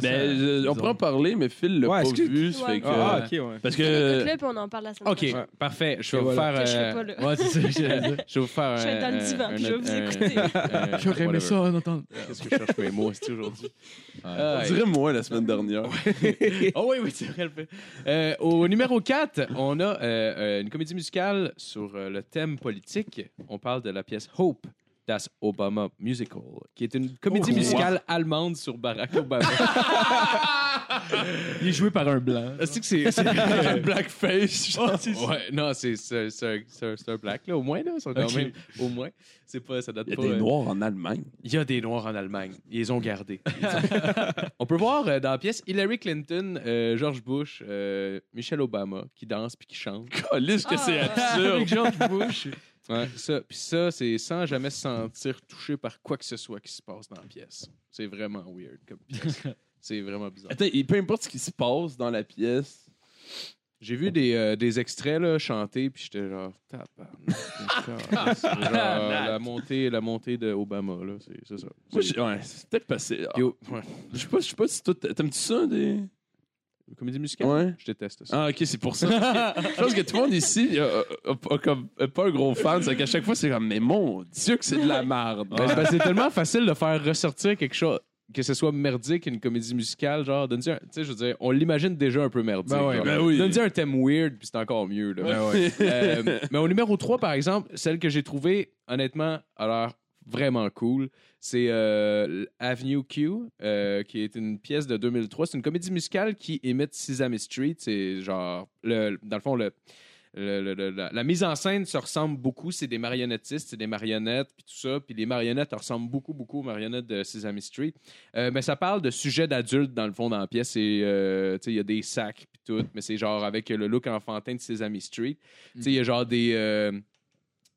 A: Ben,
D: ça-
A: je- on
D: bizarre.
A: pourrait en parler, mais Phil l'a
B: Ouais,
A: pas
B: est-ce que-
A: vu. ça
C: Ouais.
A: fait que-
B: Ah, ah, ok, ouais.
A: Parce
C: On
A: que.
C: écoute-le, puis on en parle la semaine
E: Ok,
C: prochaine.
E: parfait. Je vais
B: Et
E: vous
B: voilà.
E: faire.
C: Que je serai
E: euh,
C: pas là.
D: Ouais, c'est ça, je-
E: Je vais vous faire.
C: Je vais être dans le
E: un- euh,
C: divan,
E: un-
C: je vais vous
E: un-
C: écouter.
E: un-
D: J'aurais aimé
E: whatever.
D: Euh, ça, en entendre.
E: Qu'est-ce que je cherche mes mots c'est aujourd'hui?
A: On dirait moi la semaine dernière.
E: oh oui, oui, c'est vrai. le fait. Euh, au numéro 4, on a euh, euh, une comédie musicale sur euh, le thème politique. On parle de la pièce Hope. Das Obama Musical, qui est une comédie
A: Oh, wow.
E: musicale allemande sur Barack Obama.
D: Il est joué par un blanc.
E: Est-ce que Ah, c'est c'est-
A: Blackface. genre.
E: ouais, non, c'est c'est- c'est un, c'est un- c'est un black là, au moins là, ils sont quand
A: Ok.
E: même au moins. C'est pas ça date
A: Il y a
E: pas.
A: des
E: euh,
A: noirs en Allemagne.
E: Il y a des Noirs en Allemagne. Ils les ont gardés. On peut voir euh, dans la pièce Hillary Clinton, euh, George Bush, euh, Michelle Obama qui danse puis qui chante.
A: Calisse que c'est
C: Ah,
A: absurde.
D: George Bush.
E: Ouais, ça, puis ça, c'est sans jamais se sentir touché par quoi que ce soit qui se passe dans la pièce. C'est vraiment weird comme pièce. C'est vraiment bizarre.
A: Attends, et peu importe ce qui se passe dans la pièce.
E: J'ai vu des, euh, des extraits là, chanter, puis j'étais genre, tabarnak. C'est genre, la montée, la montée de Obama, là, c'est c'est ça.
A: Moi, j'ai- ouais, c'est peut-être passé. Ah,
E: Puis, oh, ouais.
A: Je sais pas, je sais pas si toi. t'a- T'aimes-tu ça des.
E: Comédie musicale?
A: Ouais.
E: Je déteste ça.
A: Ah, ok, c'est pour ça. je pense que tout le monde ici a, euh, a- a- a comme- a pas un gros fan. C'est qu'à chaque fois, c'est comme, mais mon Dieu, que c'est de la merde.
E: Ben, c'est parce que c'est tellement facile de faire ressortir quelque chose, que ce soit merdique, une comédie musicale, genre, donne un, tu sais, je veux dire, on l'imagine déjà un peu merdique.
D: Ben ouais,
E: genre.
A: ben oui. Ben
E: Donne-y un thème weird, puis c'est encore mieux, là. Euh, mais au numéro 3, par exemple, celle que j'ai trouvée, honnêtement, a l'air vraiment cool. C'est euh, Avenue Q, euh, qui est une pièce de 2003. C'est une comédie musicale qui imite Sesame Street. C'est genre, le, dans le fond, le, le- le- le- la, la mise en scène se ressemble beaucoup. C'est des marionnettistes, c'est des marionnettes, puis tout ça. Puis les marionnettes ressemblent beaucoup, beaucoup aux marionnettes de Sesame Street. Euh, mais ça parle de sujets d'adultes, dans le fond, dans la pièce. Et, euh, tu sais, Il y a des sacs, puis tout. Mais c'est genre avec le look enfantin de Sesame Street. Tu sais, il y a genre des. euh,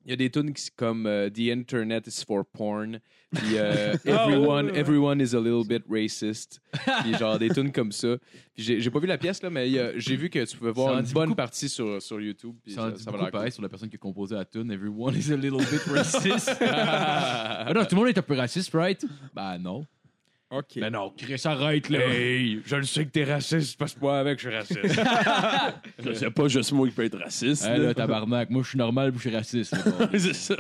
E: il y a des tunes qui- comme euh, The Internet is for porn, puis euh,
D: Ah,
E: everyone, everyone is a little bit racist, puis genre des tunes comme ça. Puis j'ai j'ai pas vu la pièce là, mais il y a- j'ai vu que tu pouvais
D: Ça
E: voir
D: en
E: une
D: dit
E: bonne
D: beaucoup.
E: partie sur, sur YouTube, puis
D: Ça en
E: ça,
D: dit
E: ça va
D: beaucoup
E: l'air
D: pareil sur la personne qui a composé la tune. Everyone is a little bit racist. Ah non, tout le monde est un peu raciste, right? Ben non.
B: Ok.
D: Ben non, Chris, arrête là.
E: je le sais que t'es raciste, passe-moi avec, je suis raciste.
A: Je sais pas juste moi qui peut être raciste.
D: Hey,
A: là.
D: là, tabarnak, moi je suis normal, puis je suis raciste. là, bon.
A: c'est ça.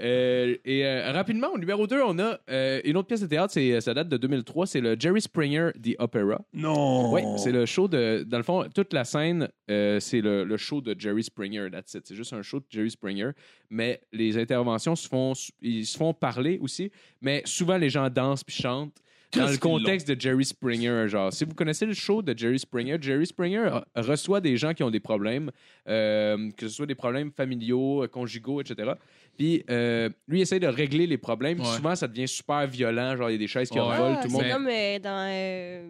E: Euh, et euh, rapidement, au numéro 2, on a euh, une autre pièce de théâtre, c'est, ça date de 2003, c'est le Jerry Springer The Opera.
A: Non!
E: Oui, c'est le show de. Dans le fond, toute la scène, euh, c'est le, le show de Jerry Springer. That's it. C'est juste un show de Jerry Springer. Mais les interventions se font, ils se font parler aussi. Mais souvent, les gens dansent puis chantent. Dans
A: Qu'est-ce
E: le
A: qu'ils
E: contexte de Jerry Springer, genre, si vous connaissez le show de Jerry Springer, Jerry Springer euh, reçoit des gens qui ont des problèmes, euh, que ce soit des problèmes familiaux, euh, conjugaux, etc. Puis euh, lui essaie de régler les problèmes. Puis
D: Ouais.
E: Souvent, ça devient super violent, genre il y a des chaises qui
D: Ouais.
E: envolent, tout le monde.
C: C'est comme euh, dans. euh,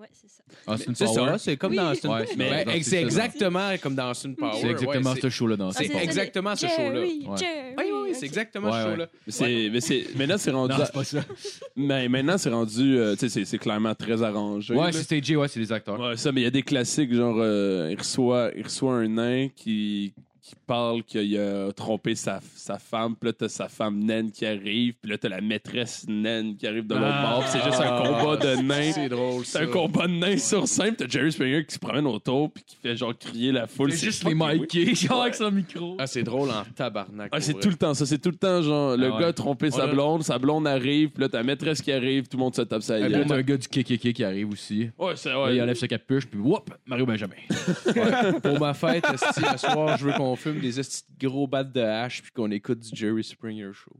C: Ouais, c'est ça.
D: Austin
E: C'est
D: Power.
E: ça, c'est comme dans Austin
D: Ouais,
E: Mais
D: dans Austin
E: c'est
D: Power.
E: exactement comme dans Austin Power.
D: C'est exactement
E: ouais,
D: ce show-là dans
E: C'est
C: Ah, ça,
E: exactement ce show-là.
C: Jerry,
D: Ouais.
C: Jerry,
E: Oui, oui,
C: ok.
E: c'est exactement
D: Ouais,
E: ce
D: ouais.
E: show-là.
A: Mais c'est- mais c'est- mais là, c'est rendu.
D: Non, c'est pas ça.
A: Mais maintenant, c'est rendu. euh, tu sais, c'est- c'est clairement très arrangé. là.
D: Ouais, c'est stagé, ouais, c'est les acteurs.
A: Ouais, ça, mais il y a des classiques, genre, euh, il, reçoit, il reçoit un nain qui, qui parle qu'il a trompé sa, sa femme, puis là, t'as sa femme naine qui arrive, puis là, t'as la maîtresse naine qui arrive de l'autre
D: Ah.
A: bord, puis c'est juste un
E: Ah.
A: combat de nains.
E: C'est drôle.
A: C'est un combat de nains sur scène, puis t'as Jerry Springer qui se promène autour, puis qui fait genre crier la foule.
D: C'est juste les
A: fucking weird.
D: Mikey, genre avec son micro.
E: Ah, c'est drôle en tabarnak.
A: Ah,
E: pour
A: c'est
E: vrai.
A: tout le temps, ça, c'est tout le temps, genre, le
D: Ah ouais.
A: gars a trompé sa
E: Voilà.
A: blonde, sa blonde arrive, puis là, ta maîtresse qui arrive, tout le monde se tape sa
D: Et puis là,
A: gueule.
D: Ah, t'as un gars du KKK qui arrive aussi.
A: Ouais, c'est
D: Là,
A: ouais.
D: il enlève sa capuche, puis whoop, Mario Benjamin.
E: Pour ma fête, esti, ce soir, je veux qu'on fume des esti de gros battes de hache puis qu'on écoute du Jerry Springer Show.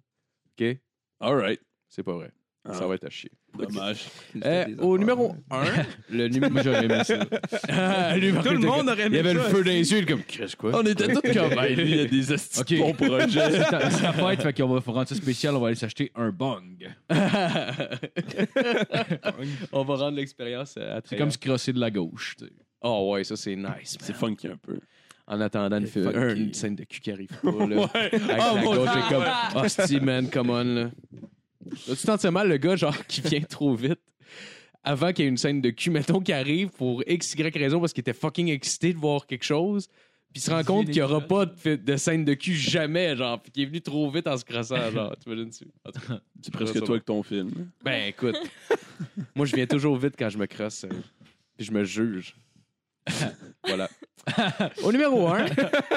E: OK?
A: All right.
E: C'est pas vrai.
A: Ah.
E: Ça va être à chier.
A: Dommage.
E: Euh, au numéro 1, le numéro.
D: Moi, j'aurais aimé ça.
B: Tout le monde aurait
E: Il
B: aimé
E: y avait le
B: ça.
E: feu dans les yeux, il est comme, qu'est-ce quoi?
A: On était tous comme, Ben, lui, il y a des astuces
D: Ok.
A: bons projets.
D: C'est ta c'est ta fête, fait qu'on va faire rendre ça spécial, on va aller s'acheter un bong.
E: On va rendre l'expérience euh,
D: C'est
E: attrayante.
D: comme se crosser de la gauche. tu sais.
E: Oh ouais, ça c'est nice. man.
A: C'est funky un peu.
E: En attendant une, fi-
D: fuck
E: un-
D: you.
E: une scène de cul qui arrive pas, là.
A: Ouais.
E: Avec
A: Ah,
E: la
A: mon
E: gauche,
A: Dieu.
E: j'ai comme, Ah, hostie, man, come on, là. Là, tu t'en sens mal, le gars, genre, qui vient trop vite. Avant qu'il y ait une scène de cul, mettons, qui arrive pour X, Y raison, parce qu'il était fucking excité de voir quelque chose. Puis il se rend compte qu'il n'y aura pas de, fi- de scène de cul jamais, genre. Puis qu'il est venu trop vite en se crossant, genre. Tu imagines-tu? En tout cas,
A: C'est presque toi avec ton film.
E: Ben, écoute. moi, je viens toujours vite quand je me crosse. euh, puis je me juge. voilà. Au numéro 1,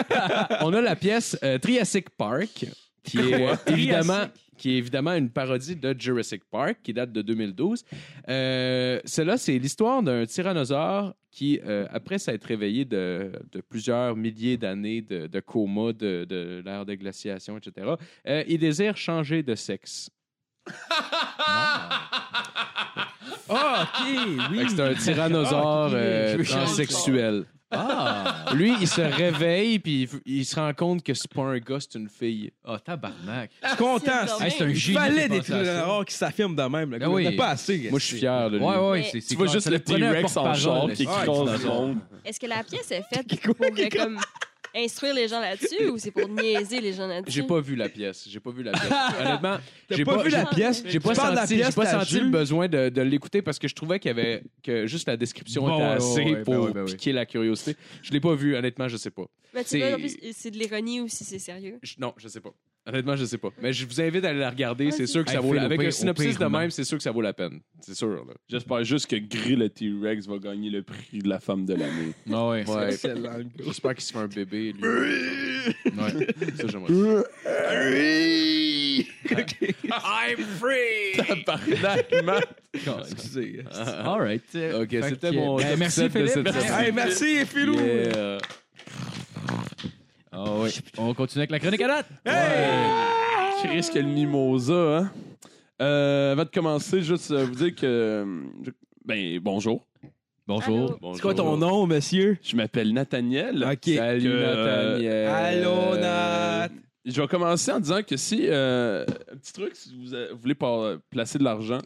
E: on a la pièce euh, Triassic Park, qui est, euh, évidemment, qui est évidemment une parodie de Jurassic Park, qui date de 2012. Euh, Celle-là, c'est l'histoire d'un tyrannosaure qui, euh, après s'être réveillé de, de plusieurs milliers d'années de, de coma, de, de l'ère de glaciation, etc., euh, il désire changer de sexe.
B: Ah, ok,
E: Fait
B: oui.
E: que C'est un tyrannosaure
B: Ah, ok.
E: euh,
B: Je veux changer de
E: transsexuel.
D: Ah!
E: Lui, il se réveille puis il f- il se rend compte que c'est pas un gars, c'est une fille.
D: Ah, tabarnak.
B: Je suis content.
C: Ah,
B: Il
D: Hey, c'est un génie.
B: fallait
D: de
B: des
D: penser à ça.
B: trilogues qui s'affirment de même. le gars.
D: Ben oui.
B: Il y en a pas assez.
E: Moi, je suis fier de lui.
D: Ouais, ouais,
C: Mais-
D: c'est- c'est
A: Tu vois
D: quand-
A: juste
D: ça le
A: le T-Rex en char qui
B: Ouais,
A: écrase
B: c'est
A: le
B: ça.
A: monde.
C: Est-ce que la pièce est faite pour euh, comme, instruire les gens là-dessus ou c'est pour niaiser les gens là-dessus?
E: J'ai pas vu la pièce. J'ai pas vu la pièce. Honnêtement,
B: T'as
E: j'ai
B: pas
E: pas,
B: vu la
E: j'ai-
B: pièce?
E: j'ai pas
B: Tu parles de la
E: senti, j'ai
B: pièce,
E: pas
B: t'as
E: senti
B: vu?
E: le besoin de, de l'écouter parce que je trouvais qu'il y avait que juste la description
D: Bon,
E: était
D: ouais, ouais,
E: assez
D: ouais, ben
E: pour
D: ouais, ben ouais.
E: piquer la curiosité. Je l'ai pas vu, honnêtement, je sais pas.
C: Mais tu vois, en plus,
E: C'est-
C: c'est de l'ironie ou si c'est sérieux.
E: Je- non, je sais pas. Honnêtement, je sais pas. Mais je vous invite à aller la regarder.
C: Vas-y.
E: C'est sûr que ça
D: Hey,
E: vaut.
D: Phil, au
E: Avec
D: pire-
E: un
D: au
E: synopsis
D: pire,
E: de
D: Roman.
E: même, c'est sûr que ça vaut la peine. C'est sûr. là.
A: J'espère juste que Gris le T-Rex va gagner le prix de la femme de l'année.
D: Ah ouais.
E: Ouais.
B: Excellent, le gars.
E: J'espère qu'il se fait un bébé. Lui.
D: Ouais.
E: Ça, j'aimerais.
A: I'm free! Tabarnak, man.
B: Excusez.
D: All right.
E: Ok,
D: Fait
E: c'était
D: que-
E: mon
D: Ben,
E: top
D: merci,
E: sept de
D: Philippe.
E: cette semaine.
B: Hey, merci, Philou.
E: Yeah.
D: Ah ouais. On continue avec la chronique à date.
A: Qui risque le mimosa, hein? Euh, avant de commencer, juste euh, vous dire que. euh, je- Ben, bonjour.
D: Bonjour.
C: Allô?
E: Bonjour.
B: C'est quoi ton nom, monsieur?
A: Je m'appelle Nathaniel.
B: Ok.
E: Salut,
A: Que, euh,
E: Nathaniel.
B: Allô, Nat.
A: Je vais commencer en disant que si. euh, un petit truc, si vous, euh, voulez par- placer de l'argent,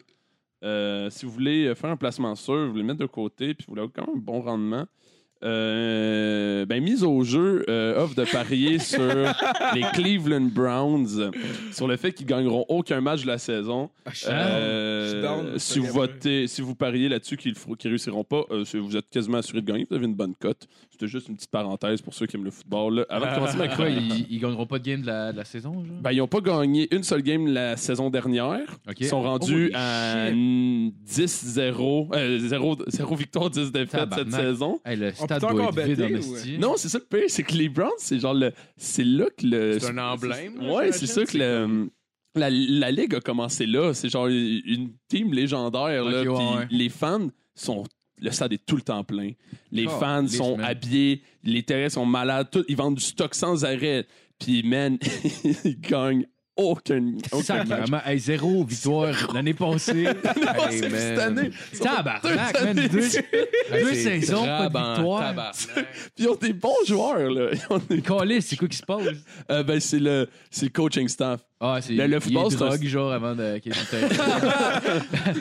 A: euh, si vous voulez euh, faire un placement sûr, vous voulez mettre de côté, puis vous voulez avoir quand même un bon rendement, euh, ben, mise au jeu euh, offre de parier sur les Cleveland Browns, sur le fait qu'ils gagneront aucun match de la saison.
D: Ah.
A: Euh,
B: Ah, Je suis down,
A: si,
B: ça,
A: vous
B: gars.
A: votez, si vous pariez là-dessus qu'ils ne réussiront pas, euh, c'est- vous êtes quasiment assuré de gagner. Vous avez une bonne cote. C'était juste une petite parenthèse pour ceux qui aiment le football. là. Avant de commencer ma
D: Mais quoi,
A: chronique,
D: ils, ils gagneront pas de game de la, de la saison, genre?
A: ben, ils n'ont pas gagné une seule game la saison dernière.
D: Ok. Oh,
A: Ils sont rendus
D: Holy
A: à
D: shit.
A: 10-0, euh, 0, 0 victoire, 10 défaites cette
D: Tabarnak.
A: saison.
D: Hey, le
B: On peut
D: stade
B: encore
D: doit être vide
B: bêter,
D: en
B: ou-
D: esti.
A: Non, c'est ça le pire, c'est que les Browns, c'est genre le. C'est là que le.
E: C'est un emblème. là,
A: Ouais, c'est
E: j'imagine,
A: ça que le- la, la ligue a commencé là. C'est genre une team légendaire. là,
D: Ok, ouais,
A: puis
D: ouais.
A: Les fans sont. Le stade est tout le temps plein. Les
D: Oh,
A: fans
D: les
A: sont
D: semaines.
A: habillés, les terrains sont malades, tout- ils vendent du stock sans arrêt. Puis, man, ils gagnent aucune. aucun match.
D: Sacrément. Hey, zéro victoire l'année passée.
A: C'est
E: man.
A: cette année.
D: Tabarnak, man.
A: années.
D: Deux,
E: Hey,
D: deux
E: c'est
D: saisons, pas de
E: drabant,
D: victoire.
E: tabarnak.
A: Puis ils ont des bons joueurs, là. Ils ont des-
D: Calais, c'est quoi qui se passe?
A: Euh, ben, c'est le, c'est le coaching staff.
D: Ah, c'est.
A: Le- le
D: il
A: football, c'est un-
D: drogue, genre, avant de. qu'il y ait du terrain.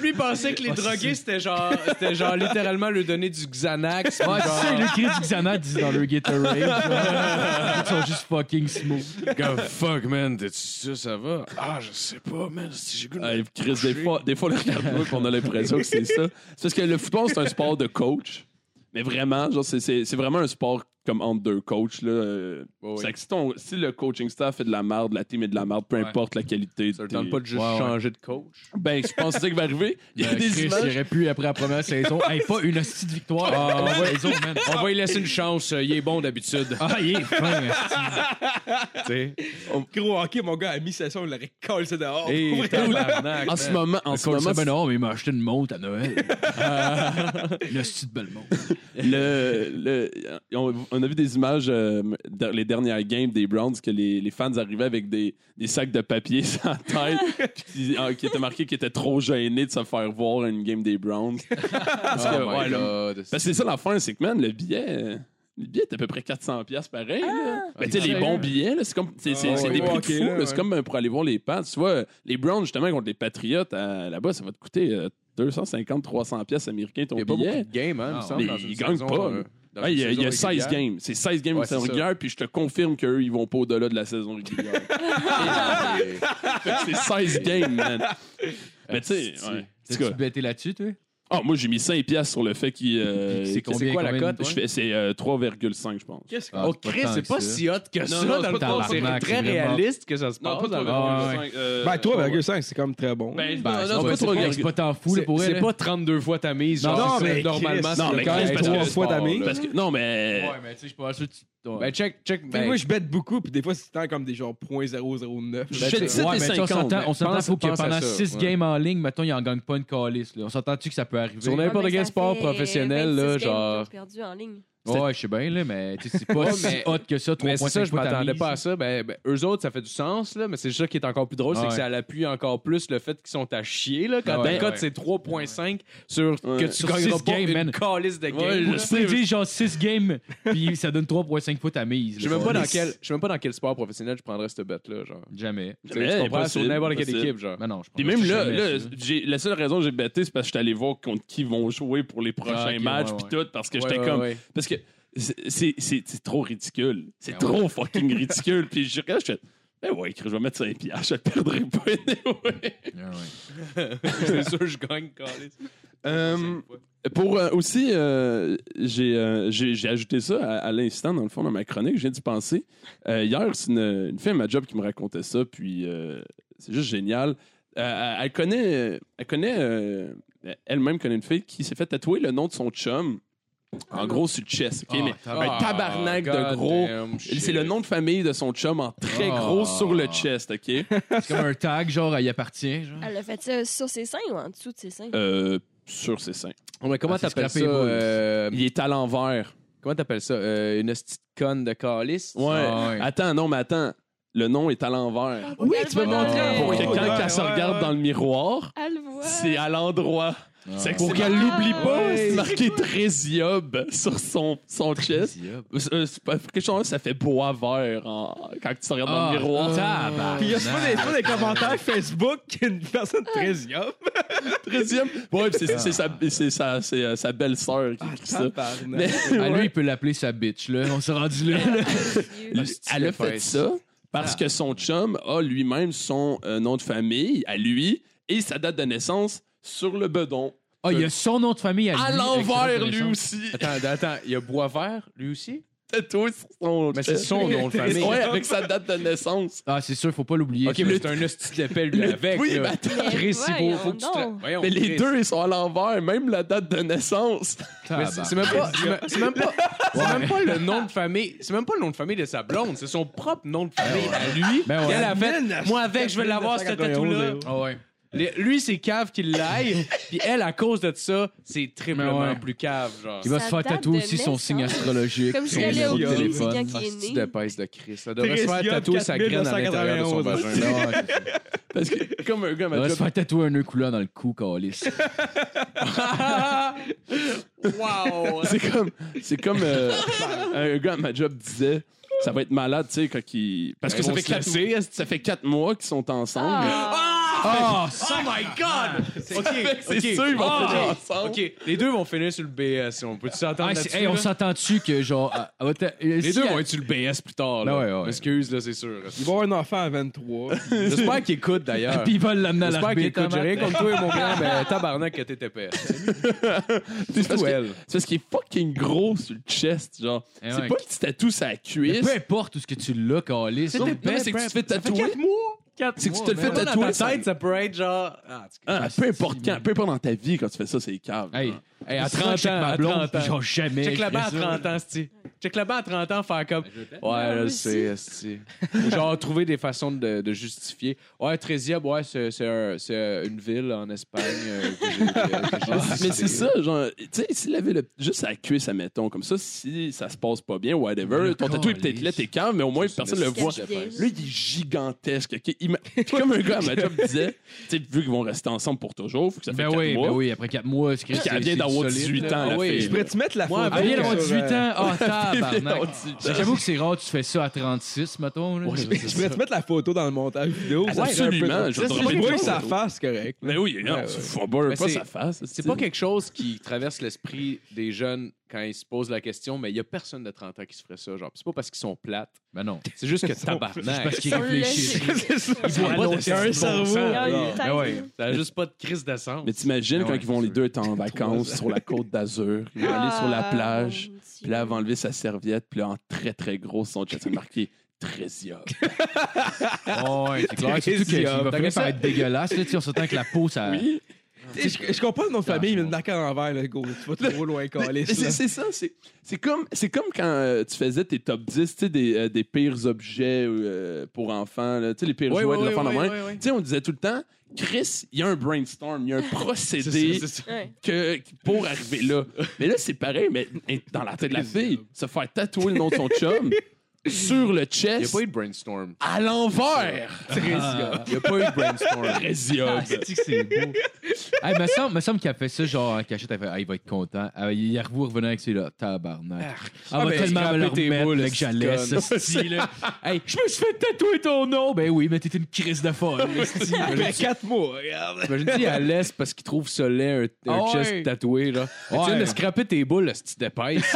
E: Lui pensait que les
D: Ouais, Oh, c'est
E: drogués, c'était genre, c'était genre littéralement lui donner du Xanax. puis
D: Ouais, tu sais,
E: genre,
D: le cri du Xanax dans leur Gatorade. genre. Ils sont juste fucking smooth.
E: Comme, fuck, man, t'es-tu sûr, ça va? Ah, je sais pas, man, si j'ai goût de-
A: Euh, Chris, des fois, des fois, le regarde on a l'impression que c'est ça. C'est parce que le football, c'est un sport de coach. Mais vraiment, genre, c'est, c'est- c'est vraiment un sport comme entre deux coachs. Là. Euh,
E: Ouais, ouais.
A: c'est que si, ton- si le coaching staff est de la merde, la team est de la merde, peu
D: Ouais.
A: importe la qualité.
E: Ça le
A: t'es-
E: tente pas de juste
D: Ouais, ouais.
E: changer de coach.
A: Ben, je pense que c'est ça qui va arriver. Il y a
D: Ben,
A: des
D: Chris, il
A: images.
D: aurait pu, après la première saison, hey, pas une hostie de victoire. Ah, on va- les autres, man.
E: On va lui laisser une chance, euh, il est bon d'habitude.
D: Ah, il est fin, mais-
B: Gros hockey, mon gars, à mi-session, il l'aurait collé ça dehors.
E: Et tabarnak.
A: En ce moment, en
D: Le
A: ce
D: coach
A: moment,
D: disait, ben non, mais il m'a acheté une montre à Noël. le style de belle montre.
A: le, le- on, on a vu des images euh, dans les dernières games des Browns que les, les fans arrivaient avec des, des sacs de papier sans tête puis qui, ah, qui étaient marqués qu'ils étaient trop gênés de se faire voir à une game des Browns. Parce
E: oh
A: que, ouais, là, parce que c'est ça l'affaire, c'est que man, le billet. euh, Le billet est à peu près 400$ piastres pareil. là. Ben, tu sais, les
D: sérieux?
A: bons billets, là, c'est comme c'est, c'est-
B: Ah,
A: c'est
B: ouais,
A: des prix de
B: ok,
A: fou.
B: là,
A: là. C'est
B: ouais.
A: comme euh, pour aller voir les Pats. Tu vois, les Browns, justement, contre les Patriots, à- là-bas, ça va te coûter euh, 250-300$ piastres américains ton
E: Il y a pas beaucoup
A: billet.
E: de games, hein, il me
D: Ah,
E: semble,
A: mais
E: dans une
A: ils gagnent
E: saison,
A: pas,
E: euh,
A: là.
E: dans
A: Ouais,
E: une
A: il y a, il y a
E: saison
A: 16
E: régulière.
A: games. C'est 16 games
E: Ouais,
A: de saison
E: c'est ça.
A: régulière, puis je te confirme qu'eux, ils vont pas au-delà de la saison régulière. c'est 16 games, man. Mais tu sais,
E: Asti.
A: ouais. En tout
D: T'as-tu
A: cas,
D: bêté là-dessus, toi?
A: ah, moi, j'ai mis 5 piastres sur le fait qu'il. euh,
D: C'est
A: qu'il-
D: combien,
E: quoi la
D: combien
E: cote?
D: de
A: je fais- C'est euh, 3,5, je pense.
B: Qu'est-ce que.
D: Ah,
E: Oh,
D: c'est pas
E: Chris,
D: tant
E: c'est
D: que
E: pas
D: ça.
E: si hot que ça.
A: non,
E: dans
A: c'est
E: le
A: pas
E: fond, c'est
D: tabarnak,
E: très
D: vraiment.
E: réaliste que ça se
A: Non, pas
D: Ah,
E: passe. dans le-
A: 3,5. euh,
B: Ben, 3,5, c'est comme très bon.
A: Ben,
D: Ben,
A: non,
D: c'est
A: non,
D: pas-
A: c'est
D: c'est
A: pas
D: pas-
A: 3,5.
D: c'est pas tant fou, là,
E: C'est
D: pour elle.
E: c'est pas 32 fois ta mise.
D: Non,
E: genre,
B: mais
E: c'est-
B: Chris,
E: normalement,
A: non,
E: c'est
A: mais
E: quand
A: Chris,
E: même
A: parce que-
E: trois fois ta mise.
A: Parce que- non, mais.
D: Ouais, mais tu sais, je suis pas sûr que tu.
E: Ben, check, check.
B: Puis
E: ben,
B: moi, je bête beaucoup, puis des fois, c'est tant comme des genre 0.009.
A: Je fais
D: Ouais,
A: 17 et
D: mais Ben, tu sais, on
A: 50,
D: s'entend-
A: mais
D: on s'entend
E: pense-
D: faut que
E: pense à
D: pendant
E: ça,
D: 6
E: ouais.
D: games en ligne, mettons, il en gagne pas une calice. là. On s'entend-tu que ça peut arriver?
E: Sur n'importe
C: Ah, ben,
E: quel
C: ça
E: sport
C: fait
E: professionnel, là,
C: 26 games qu'ils
E: genre-
C: ont perdu en ligne.
D: Ouais, je sais bien, là, mais tu sais, c'est pas
E: Ouais,
D: si
E: mais-
D: hot que ça, 3.5
E: Mais c'est ça, je
D: fois ta
E: m'attendais
D: mise.
E: pas à ça. Ben, ben, eux autres, ça fait du sens, là, mais c'est ça qui est encore plus drôle, c'est
D: Ah Ouais. Ah
E: que ça l'appuie encore plus le fait qu'ils sont à chier. Là, quand
D: Ouais,
E: ta cote,
D: ouais.
E: c'est 3.5 sur que
A: Ouais.
E: tu
D: Sur
E: gagneras
D: six
E: pas
D: games, man.
E: une calice de game.
A: Ouais, je
D: Ou tu peux dire genre 6 games, puis ça donne 3.5 fois ta mise.
E: Je sais
D: là.
E: même pas dans
D: Mais
E: quel, je sais même pas dans quel sport professionnel je prendrais cette bête-là, genre.
D: Jamais.
E: Tu sais, tu comprends, sur
A: impossible,
E: n'importe quelle
A: impossible.
E: équipe, genre.
D: Ben non, je pense
A: Puis même
D: que
A: là,
D: jamais,
A: là,
D: ça.
A: j'ai- la seule raison que j'ai bêté, c'est parce que je suis allé voir contre qui vont jouer pour les prochains
D: Ah, ok,
A: matchs,
D: ouais,
A: puis
D: ouais.
A: tout, parce que
E: Ouais,
A: j'étais
E: ouais,
A: comme.
E: ouais.
A: Parce que c'est- c'est c'est- c'est trop ridicule. C'est
D: Ben
A: trop fucking ridicule. puis je regarde, je fais. Ben ouais, Chris, je vais mettre 5 piastres, je perdrai pas anyway.
D: Ah ouais.
E: C'est sûr, je gagne, calice.
A: Euh, pour euh, aussi, euh, j'ai euh, j'ai- j'ai ajouté ça à, à l'instant, dans le fond, dans ma chronique. Je viens d'y penser. Euh, hier, c'est une, une fille à ma job qui me racontait ça, puis euh, c'est juste génial. Euh, elle- elle connaît, euh, elle connaît euh, elle-même connaît une fille qui s'est fait tatouer le nom de son chum. En gros, sur le chest. ok?
D: Ah,
A: mais
D: tabarnak.
A: un tabarnak de gros. C'est le nom de famille de son chum en très
D: Ah.
A: gros sur le chest, OK?
D: C'est comme un tag, genre, il appartient. Genre.
C: Elle a fait ça sur ses seins ou en dessous de ses seins?
A: Euh, sur ses seins.
E: Oh, Mais comment
D: Ah, c'est
E: t'appelles ça?
D: scrappé, boys.
E: euh,
A: Il est à l'envers.
E: Comment t'appelles ça? Euh, une petite conne de calice?
A: Ouais.
D: Ah, ouais.
A: Attends, non, mais attends. Le nom est à l'envers.
C: Oui, tu peux
D: montrer.
A: Pour que
D: Ouais,
A: quand
B: ouais,
A: elle se
B: ouais,
A: regarde
B: ouais.
A: dans le miroir,
C: Elle voit. Oh,
A: c'est à l'endroit. C'est que
D: Pour
A: c'est
D: qu'elle
A: marqué-
C: l'oublie pas,
A: Ouais,
C: c'est
A: C'est marqué Trésiob sur son, son chest. Euh, c'est pas- Quelque chose, ça fait bois vert en- quand tu te regardes dans le miroir.
D: Ah, euh, tabarnak.
B: Puis il y a souvent des, souvent des commentaires Facebook qu'une personne très yum.
A: Trésiob. Ouais, puis c'est c'est sa, c'est sa, c'est, euh, sa belle-sœur qui écrit ça. Mais-
D: Ah, lui, il peut l'appeler sa bitch, là. On s'est rendu là.
C: Dieu.
A: elle a
E: Hostie,
A: fait ça parce que son chum a lui-même son euh, nom de famille à lui et sa date de naissance sur le bedon.
D: Ah, il y a son nom de famille à,
A: À
D: lui, avec sa
A: l'envers,
D: reconnaissance.
A: lui aussi.
E: Attends, attends, il y a Boisvert, lui aussi?
A: tatoué sur son.
E: Mais c'est son nom de famille.
A: Ouais, avec sa date de naissance.
D: Ah, c'est sûr, faut pas l'oublier.
E: Ok,
D: ça.
E: mais c'est un hostie de pelle, lui,
A: Le-
E: avec.
A: oui,
E: là.
A: mais attends.
C: Mais
E: Chris, il faut, faut que tu
C: voyons
E: te-
C: donc.
E: Voyons,
A: Mais les
E: Chris.
A: deux, ils sont à l'envers, même la date de naissance.
E: Mais
D: Tabarnak.
E: c'est c'est même pas, c'est même- c'est même pas, c'est même pas le nom de famille, c'est même pas le nom de famille de sa blonde, c'est son propre nom de famille à lui.
D: Ben ouais.
E: qu'elle a fait, moi avec, je vais l'avoir cette tatou là.
D: Ah ouais.
E: Lui c'est cave qu'il l'aille, puis elle à cause de ça, c'est triplement
D: Mais ouais.
E: plus cave genre.
D: Il va
C: Sa
D: se faire
C: date
D: tatouer
C: de
D: aussi son
C: naissance.
D: signe astrologique.
C: Comme si
D: son
C: elle est
D: numéro
C: au
D: de
C: Guinée,
D: téléphone.
C: c'est quand il est né.
E: pèse Ah, de Chris. Ça
B: devrait se faire tatouer sa graine à l'intérieur de son vagin.
D: Non, c'est ça.
A: Parce que, comme un gars
D: Elle
A: m'a
D: Ah va se
A: dit.
D: faire tatouer un nœud coulant dans le cou, Calis.
E: wow!
A: C'est comme, c'est comme euh, un gars à ma job disait, ça va être malade, tu sais, quand il. Ben, Parce que
E: Ils
A: ça
E: vont
A: fait,
E: se
A: quatre, ça fait quatre mois qu'ils sont ensemble.
C: Ah.
D: Ah,
E: Oh my god! Ok,
A: C'est
E: ok.
A: sûr, ils vont
E: Ah!
A: finir ensemble.
E: Ok, les deux vont finir sur le BS. si On peut-tu s'entendre
D: Ah,
E: là-dessus?
D: c'est- hey, on
E: là?
D: s'entend-tu que genre. ah, ah, attends, euh,
E: Les
D: si
E: deux
D: elle-
E: vont être sur le BS plus tard.
D: Ah
E: Là.
D: ouais, ouais.
E: Excuse, là, c'est sûr.
B: Il va avoir un enfant à 23.
E: J'espère qu'ils écoutent, d'ailleurs.
D: Puis ils veulent l'amener à
E: J'espère qu'ils
D: l'arbitre.
E: écoutent. J'ai rien
D: hein,
E: contre toi et mon grand, mais tabarnak que t'étais père.
A: C'est parce
E: Ou
A: que-
E: elle.
A: c'est parce qu'il est fucking gros sur le chest, genre.
D: Eh
A: c'est
D: ouais.
A: pas le petit tatou sur la
D: Mais
A: cuisse.
D: Peu importe où ce que tu l'as, Calis.
A: Non,
E: Ben,
A: mais c'est que tu te fais tatouer.
E: mois! Quatre
A: C'est que tu te
E: mois,
A: le fais
E: mais dans
A: tatouer,
E: ta
A: ça-
E: tête, ça peut être genre. Ah, tu-
A: Ah, peu importe quand, peu importe dans ta vie, quand tu fais ça, c'est cave.
D: Hey,
A: genre.
D: hey, à
E: C'est
D: 30 ans,
E: ça, check ma
D: ma blonde,
E: blonde,
D: puis
E: hein.
D: genre jamais.
E: Check
D: je
E: là-bas à
D: ferais ça.
E: 30 ans, Sti. Check là-bas à 30 ans, faire comme. Ouais,
C: moi
E: Ben, je
C: aussi.
E: sais, Sti. Ou genre, trouver des façons de, de justifier. Ouais, Trésiab, ouais, c'est c'est un- c'est une ville en Espagne. euh, que j'ai- que
A: Ah,
E: j'ai
A: Mais
E: visitée.
A: c'est ça, genre, tu sais, s'il avait le- juste à la cuisse, admettons, comme ça, si ça se passe pas bien,
D: Mais le
A: whatever, ton tatou est
D: câlisse.
A: peut-être là, t'es calme, mais au moins
E: C'est
A: personne
E: une
A: le voit.
E: sketch.
A: Là, il est gigantesque. ok? Il m'a- Puis comme un gars à ma job disait, tu sais, vu qu'ils vont rester ensemble pour toujours, faut que ça fait
D: Ben
A: quatre
D: oui,
A: mois.
D: ben oui, après 4 mois, c'est
A: Puis qu'elle vient d'avoir 18 ans, la
E: Ah oui.
A: fille.
B: Je pourrais te mettre la
E: Moi,
B: photo.
D: Elle vient d'avoir
B: sur,
D: 18
B: euh,
D: ans. Ah,
A: Elle vient
D: tabarnak.
A: d'avoir 18 ans.
D: J'avoue que c'est rare, tu fais ça à 36, mettons. là.
A: Ouais,
B: Je pourrais te mettre la photo dans le montage vidéo.
A: Ah, absolument, je
B: Je
A: voudrais pas
B: pourrais
A: une
B: que ça
A: photo.
B: fasse, correct.
A: Mais Ben oui, non,
B: Ouais,
A: tu
B: ouais.
A: faut pas,
E: Mais
A: pas
E: c'est-
A: sa face.
E: C'est pas quelque chose qui traverse l'esprit des jeunes quand ils se posent la question, mais il n'y a personne de 30 ans qui se ferait ça. Genre, c'est pas parce qu'ils sont plates,
D: Ben non.
E: c'est juste que
B: Ils sont-
D: C'est
E: tabarnak.
D: parce qu'ils
C: Ils sont
D: réfléchissent.
C: lâchés.
B: C'est ça.
E: voient pas de
B: Il y a un
E: bon
B: cerveau.
E: sens.
C: Ah,
B: là.
C: une tête,
D: Ah ouais.
C: là.
E: Ça n'a juste pas de crise de sens.
A: Mais t'imagines
D: Ah
A: quand
D: ouais,
A: ils vont les
D: c'est
A: deux être en vacances sur la côte d'Azur, ils vont aller sur la
C: Ah,
A: plage,
C: mon Dieu.
A: puis là, elle va enlever sa serviette, puis là, en très, très gros son chat, c'est marqué Trésia.
D: Oh, ouais, c'est clair.
B: Très
D: Surtout qu'il va
B: diable.
D: finir
B: Ça-
D: par être dégueulasse. Là, tu sais, on s'entend que la peau, ça.
A: Oui,
B: Je je comprends le nom de famille, mais le marquer à l'envers, là, go. Tu vas trop loin,
A: Euh, mais
B: calé.
A: c'est c'est ça, c'est c'est comme, c'est comme quand euh, tu faisais tes top 10, tu sais, des, euh, des pires objets euh, pour enfants, là, tu sais, les pires
E: Oui,
A: jouets
E: oui,
A: de
E: oui,
A: l'enfant de
E: oui,
A: main.
E: oui, oui.
A: Tu sais, on disait tout le temps, Chris, il y a un brainstorm, il y a un procédé.
E: C'est ça.
C: Ouais.
A: que pour arriver là. Mais là, c'est pareil, mais dans la tête de la fille, se faire tatouer le nom de son chum sur le
E: Il n'y a
A: chest
E: pas eu de brainstorm.
A: à l'envers.
E: Il n'y a pas eu de brainstorm.
A: Résiode.
D: Tu sais Ah, que c'est beau. hey, me semble, me semble qu'elle fait ça, genre, en cachette, elle fait, ah, il va être content. Ah, il y a vous revenant avec celui-là. Tabarnak. Elle
E: Ah,
D: va
E: ben,
D: tellement me le
E: scraper tes
D: remettre
E: boules,
D: là, que j'allais,
E: ce petit
D: hey, je me suis fait tatouer ton nom. Ben oui, mais t'es une crise de folle. esti.
B: Après 4 mois, regarde.
E: Imagine si elle laisse parce qu'il trouve ça laid, un, un
D: Ah ouais.
E: chest tatoué. Là. Tu viens de scraper tes boules, le style d'épaisse.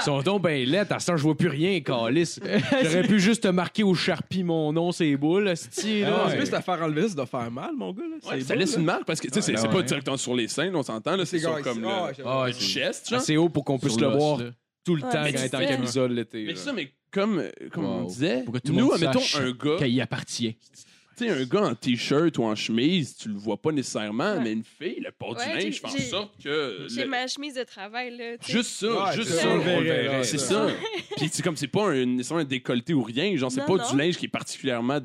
E: Ils sont donc ben laids. À ce temps, je vois plus rien, calice. J'aurais pu juste te marquer au charpie mon nom, ces boules, style.
B: En
E: là.
B: plus, te faire enlever, ça doit faire mal, mon gars. là.
A: Ouais,
B: C'est
A: ça
B: beau,
A: laisse
B: là.
A: une marque parce que tu sais, c'est
D: Ouais,
A: c'est
D: ouais.
A: pas directement sur les scènes, on s'entend. là, C'est sur
B: gars,
A: comme
B: ah,
A: le
B: j'aime
D: Ah, ouais,
A: le
D: c'est-
A: chest, genre.
E: Assez haut pour qu'on puisse
D: Sur
E: le
D: l'os,
E: voir
D: là.
E: tout le
C: Ouais,
E: temps
C: mais
E: quand il est en
C: c'est ça.
E: camisole l'été.
A: Mais
E: là.
A: ça, mais comme, comme on
D: Wow.
A: disait,
D: Pour que tout le
A: nous,
D: monde
A: admettons
D: sache
A: un gars,
D: Qu'elle y appartient.
A: tu sais, un gars en t-shirt ou en chemise, tu le vois pas nécessairement,
C: Ouais.
A: mais une fille, le port du
C: Ouais,
A: linge,
C: j'ai-
A: je fais en
C: j'ai-
A: sorte que.
C: J'ai
A: le-
C: ma chemise de travail, là. tu sais.
A: Juste ça,
B: Ouais,
A: juste
B: c'est
A: ça,
B: ça,
A: on
B: on
A: le
B: le verrait,
E: là.
B: là.
A: C'est ça. Puis c'est comme c'est pas un, nécessairement un décolleté ou rien, genre c'est
C: Non,
A: pas
C: non.
A: du linge qui est particulièrement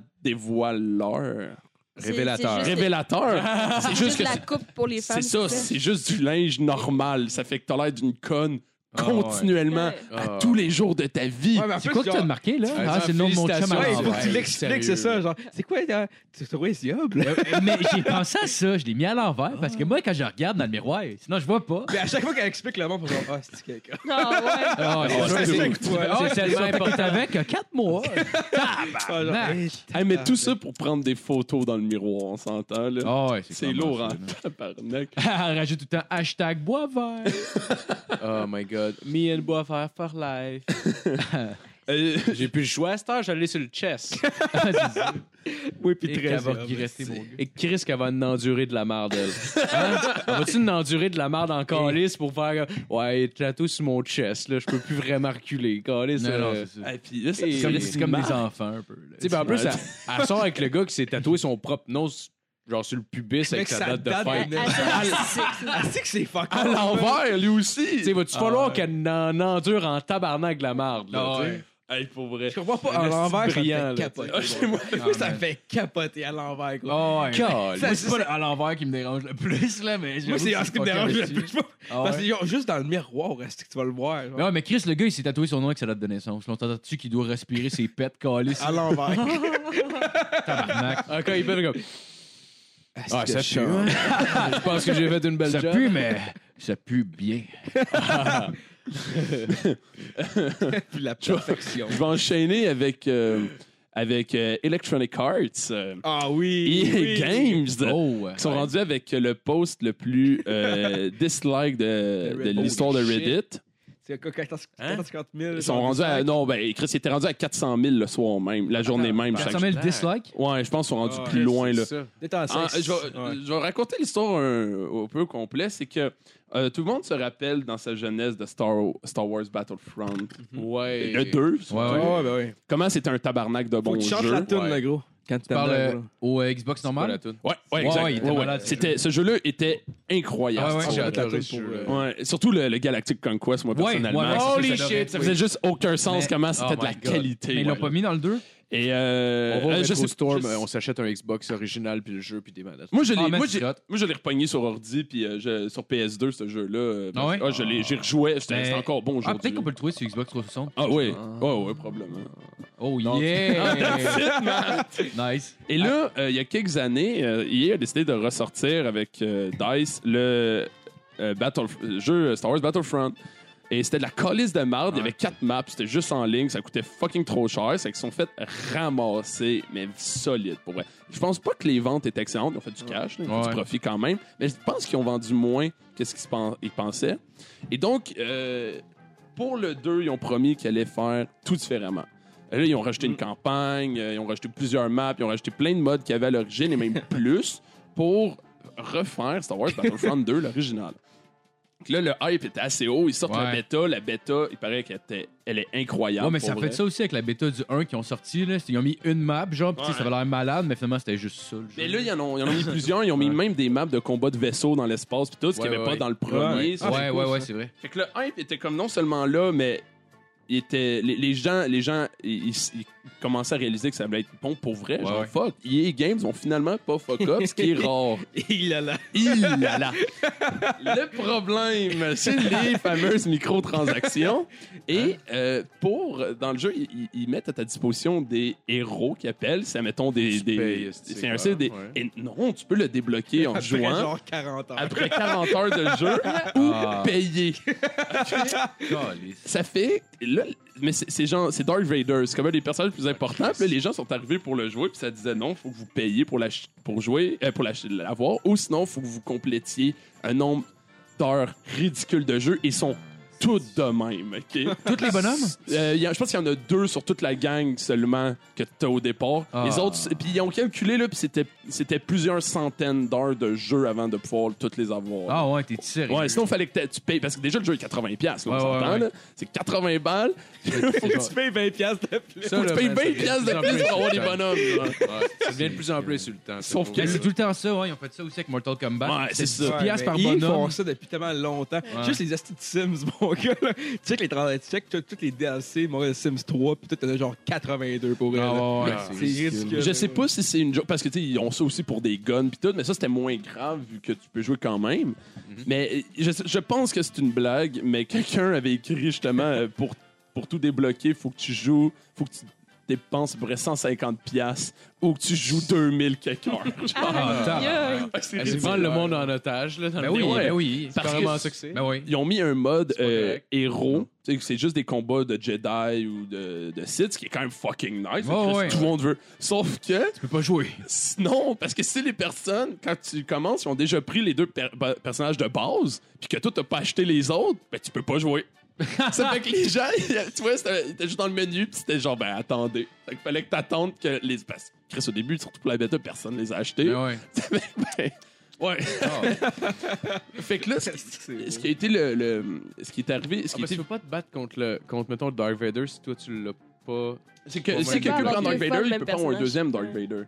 A: dévoileur,
C: C'est-
E: Révélateur.
C: c'est juste-
A: révélateur. c'est
C: C'est
A: juste que
C: la
A: c'est-
C: coupe pour les femmes.
A: c'est ça,
C: tu sais.
A: c'est juste du linge normal. Ça fait que t'as l'air d'une conne
D: Ah,
A: continuellement
C: Ouais.
A: à
E: Ah.
A: tous les jours de ta vie.
B: Ouais, mais en
D: C'est
B: plus,
D: quoi que
B: genre-
D: t'as marqué, là?
E: Ouais,
D: Ah,
E: ça,
D: c'est le nom de mon chum à
E: félicitations.
B: Ouais, il faut
D: l'envers.
B: que tu l'expliques, c'est ça. Genre, c'est quoi, euh, tu trouves les yeux?
D: Euh, mais j'ai pensé à ça, je l'ai mis à l'envers parce que moi, quand je regarde dans le miroir, sinon je vois pas.
B: Mais à chaque fois qu'elle explique le monde, on va ah, c'est quelqu'un.
C: Ah, ouais.
D: Ah,
B: c'est ça, c'est quoi?
D: c'est tellement important. avec 4 mois.
B: Ah, genre,
D: Tabarnak.
B: hey,
A: Hey, mais tout ça pour prendre des photos dans le miroir, on s'entend là.
D: Ah ouais,
A: c'est
D: clairement
A: lourd
D: ça,
A: en
D: là.
A: tabarnak.
B: hein.
D: Elle Ah, rajoute tout le temps hashtag bois vert.
E: Oh my god. Me and Boisvert for life.
A: Euh,
E: J'ai plus le choix à cette heure, j'allais sur le chess.
D: Ah, c'est ça.
B: Oui, puis
E: Et
B: très
E: qu'elle va
B: sobre.
E: regretter,
B: C'est-
E: mon gars. Et Chris, qu'elle va en endurer de la merde, elle. Hein? Elle Va-tu en endurer de la merde en calice pour faire comme, Ouais, tatou sur mon chest, là, je peux plus vraiment reculer. Calice.
D: Non, non,
E: euh,
D: c'est ça.
B: Ah,
A: Et puis là, ça-
E: Et-
D: C'est
A: ça
D: comme,
A: me
D: c'est comme des
A: marque.
D: enfants, un peu. là.
E: Tu sais, ben, en plus,
A: Ouais.
E: elle, elle sort avec le gars qui s'est tatoué son propre nom, s- genre sur le pubis, avec
B: Mec,
E: sa
B: ça
E: date de
B: date
E: fête.
B: de-
C: Elle- elle-
B: Ah, c'est que c'est fuck
A: À l'envers, lui aussi.
E: Tu sais, va-tu
D: Ah,
E: falloir
D: ouais. Ah,
E: qu'elle en endure en tabarnak de la marde, là, tu sais?
A: Hey, pour vrai.
B: Je comprends pas,
E: Le
B: à l'envers, ça me
E: brillant, là,
B: fait capoter.
A: Ah, chez moi.
B: Moi, ça me fait capoter à l'envers, gros.
D: Ah ouais.
E: Calisse.
D: Moi, c'est pas à l'envers qui me dérange le plus, là, mais
B: Moi,
D: j'avoue
B: c'est
D: que
B: ce qui
D: fucké
B: me dérange le
D: là-dessus.
B: plus.
D: Ah
B: Parce
D: ouais.
B: que genre, juste dans le miroir, est-ce que tu vas le voir? genre?
D: Mais ouais, mais Chris, le gars, il s'est tatoué son nom avec sa date de naissance. L'entends-tu qu'il doit respirer ses pets calés
B: À l'envers.
D: tabarnak?
E: Ah, quand il fait comme. Ah,
B: que
E: ça
B: je
E: pue. hein? Je pense que j'ai fait une belle
D: Ça
E: job.
D: pue, mais ça pue bien.
B: Puis la perfection.
A: Je vais enchaîner avec, euh, avec euh, Electronic Arts euh,
B: Ah oui.
A: et
B: oui.
A: Games.
D: Oh!
A: Qui sont
D: ouais.
A: rendus avec euh, le post le plus euh, dislike de,
B: De
A: de
B: Reddit.
A: l'histoire de
E: Holy
A: Reddit.
B: C'est quoi, 14
E: Hein?
B: 40 000?
A: Ils sont rendus à. Non, ben, Chris, ils étaient rendus à 400 000 le soir même, la journée même. chaque
D: 400 000
E: chaque-
D: dislikes?
A: Ouais, je pense qu'ils sont rendus
B: Ah,
A: plus loin, là.
E: C'est ça.
A: Ah, je, vais, je vais raconter l'histoire un, un peu au complet. C'est que euh, tout le monde se rappelle dans sa jeunesse de Star, Star Wars Battlefront.
E: Ouais.
A: Le 2. surtout.
D: Ouais, ouais.
B: Ouais, ben oui.
A: Comment c'était un tabarnak de
B: Faut
A: bon
B: que tu chantes
A: jeu.
B: la toune,
E: ouais.
B: le gros. Quand tu
D: Tu parles euh, au euh, Xbox
E: Pas la
D: normal?
E: toune.
A: Ouais, ouais,
D: Ouais,
A: exact.
D: ouais, il était
A: Ouais, ouais.
D: malade, ce
A: C'était, ce jeu-là était incroyable.
D: Ah ouais,
A: Pour
E: J'ai
A: vrai.
E: adoré
B: la
E: ce
B: toune pour,
E: jeu-là.
B: euh,
A: Ouais, Surtout le, le Galactic Conquest, moi,
D: Ouais,
A: personnellement.
D: ouais, ouais,
A: ça,
D: c'est
E: Holy
D: ça, j'adorais.
E: shit!
A: ça faisait juste aucun sens
D: Mais-
A: comment c'était
D: Oh
A: de la
D: my God.
A: qualité.
D: Mais ils l'ont
A: ouais.
D: pas mis dans le Ah, 2?
A: Et euh,
E: On va
A: euh,
E: au
A: je sais-
E: Retro Storm,
A: je-
E: euh, on s'achète un Xbox original, puis le jeu, puis des manettes.
A: Moi, je l'ai,
D: Ah, mais
A: moi,
D: tu
A: j'ai-
D: rates.
A: moi, je l'ai repogné sur ordi, puis euh, je- sur PS2, ce jeu-là. euh,
D: Ah ouais?
A: je l'ai, j'y rejouais. C'était,
D: Mais-
A: c'était encore bon aujourd'hui.
D: Ah, peut-être qu'on peut le trouver sur Xbox 360.
A: Ah oui, ouais, ouais, probablement.
D: Oh
E: Non.
D: yeah! nice.
A: Et là, euh, il y a quelques années, euh, EA a décidé de ressortir avec euh, DICE le euh, Battle- euh, jeu Star Wars Battlefront. Et c'était de la colisse de merde. Il y avait quatre maps, c'était juste en ligne, ça coûtait fucking trop cher. C'est qu'ils se sont fait ramasser, mais solide pour vrai. Je pense pas que les ventes étaient excellentes, ils ont fait du cash, là, ils ont fait
D: Ouais.
A: du profit quand même, mais je pense qu'ils ont vendu moins que ce qu'ils se pen- ils pensaient. Et donc, euh, pour le 2, ils ont promis qu'ils allaient faire tout différemment. Et là, ils ont rajouté une campagne, euh, ils ont rajouté plusieurs maps, ils ont rajouté plein de modes qu'il y avait à l'origine et même plus pour refaire Star Wars Battlefront 2, l'original. Donc là, le hype était assez haut. Ils sortent la
D: Ouais.
A: bêta. La bêta, il paraît qu'elle était- elle est incroyable.
D: Ouais, mais
A: pour
D: ça a
A: vrai.
D: fait ça aussi avec la bêta du 1 qui ont sorti. Là. Ils ont mis une map, genre, pis tu sais,
A: Ouais.
D: ça avait l'air malade, mais finalement, c'était juste ça. Le jeu. Ah,
A: Mais là, ils en ont, ils en ont mis plusieurs. Ils ont mis même des maps de combat de vaisseaux dans l'espace, puis tout ce qu'il n'y
E: Ouais,
A: avait
E: ouais.
A: pas dans le premier.
B: Ouais.
A: Ça,
B: Ah,
D: ouais,
B: c'est
D: ouais,
B: cool,
D: ouais,
B: ça.
D: c'est vrai.
A: Fait que le hype était comme non seulement là, mais il était, les, les gens, les gens ils, ils- ils commençaient à réaliser que ça allait être bon pour vrai.
D: Ouais,
A: genre,
D: ouais.
A: fuck, EA Games ont finalement pas fuck up, ce qui est rare.
B: Il a la.
A: Il là là. Le problème, c'est les fameuses microtransactions. Et euh, pour, dans le jeu, ils, ils mettent à ta disposition des héros qui appellent. Ça, mettons, des.
E: Tu
A: des-
E: payes,
A: c'est
E: c'est
A: un
E: quoi,
A: c'est des.
E: ouais.
A: et non, tu peux le débloquer en
B: Après,
A: jouant
B: genre 40 heures.
A: après 40 heures de jeu ou
D: Ah.
A: payer.
D: Calice.
A: Ça fait. Là, mais c'est c'est genre, c'est Dark Vader, c'est comme un des personnages les plus importants. Puis là, les gens sont arrivés pour le jouer, puis ça disait non, faut que vous payiez pour, la, pour jouer, euh, pour la- l'avoir, ou sinon, faut que vous complétiez un nombre d'heures ridicule de jeu. Ils sont toutes de même, ok?
D: Tous les bonhommes?
A: Euh, il y a- je pense qu'il y en a deux sur toute la gang seulement que t'as au départ.
D: Ah.
A: Les autres, c'est- puis ils ont calculé, là, puis c'était, c'était plusieurs centaines d'heures de jeu avant de pouvoir toutes les avoir.
D: Ah ouais, t'es sérieux.
A: Ouais, sinon, il fallait que t'a- tu payes. Parce que déjà, le jeu est 80$, piastres, là, on
D: Ouais, ouais,
A: s'entend,
D: ouais.
A: là. C'est 80 balles.
E: C'est genre-
B: Tu payes 20 piastres de plus.
E: Ça,
A: tu
E: là,
A: payes
E: ben,
A: 20$
E: ça
A: piastres
E: devient
A: de
E: de plus en
A: plus
E: plus
A: pour avoir des
E: insultant.
A: bonhommes. genre.
E: Ouais, ça devient de Ah, plus en plus insultant. c'est
A: Sauf
E: pour
A: que-
D: Mais
E: ça.
D: c'est tout le temps ça, ouais. Ils ont fait ça aussi avec Mortal Kombat.
A: Ouais, c'est
D: C'était 10
A: ça.
D: piastres
B: Ouais,
D: par
B: mais Ils
D: bonhomme.
B: font ça depuis tellement longtemps.
D: Ouais.
B: Juste les astuces Sims, mon gars. Là. Tu sais que les trans- tu sais que tous les DLC, mon gars, Sims 3, puis tout, t'en as genre 82 pour elle.
D: Ah
B: là.
D: ouais, ouais,
B: C'est
E: C'est
B: ridicule.
A: Je sais pas si c'est une joke. Parce que, tu sais, ils ont ça aussi pour des guns pis tout. Mais ça, c'était moins grave vu que tu peux jouer quand même. Mais euh, je, je pense que c'est une blague. Mais quelqu'un avait écrit justement euh, pour, pour tout débloquer, faut que tu joues, faut que tu dépenses à peu près 150$ piastres ou que tu joues 2000 quelques heures. Genre,
D: Ah,
C: Aïe, aïe.
D: tabarnak.
A: c'est
E: Ils
A: ridicule.
E: prennent le monde en otage, là. dans
D: Ben
E: le
D: oui,
E: milieu.
D: ben oui.
E: C'est
A: Parce que-
E: vraiment ça que c'est.
D: Ben oui.
A: Ils ont mis un mode
E: C'est pas
A: euh,
E: correct.
A: héros. Tu sais, C'est juste des combats de Jedi ou de, de Sith, ce qui est quand même fucking nice.
D: Ouais,
A: Chris,
D: ouais.
A: Tout le monde veut. Sauf que,
D: Tu peux pas jouer.
A: sinon, parce que si les personnes, quand tu commences, ils ont déjà pris les deux per- per- personnages de base, puis que toi, t'as pas acheté les autres, ben tu peux pas jouer. ça fait que les gens, tu vois, c'était était juste dans le menu, puis c'était genre, ben attendez. Fait qu'il fallait que t'attendes que les. Parce que Chris, au début, surtout pour la bêta, personne les a achetés.
D: Mais ouais.
A: Ben, ouais. fait que là, ce qui- ce qui a été le. le- ce qui est arrivé, ce
E: Ah,
A: qui
E: parce que
A: était-
E: tu peux pas te battre contre, le, contre mettons, Dark Vader si toi, tu l'as pas...
A: c'est que
E: Ouais,
A: si
E: ouais.
A: quelqu'un prend Dark
C: Avec les fois,
A: Vader, il
C: même
A: peut prendre un
C: personnage.
A: deuxième Dark
C: Ouais.
A: Vader.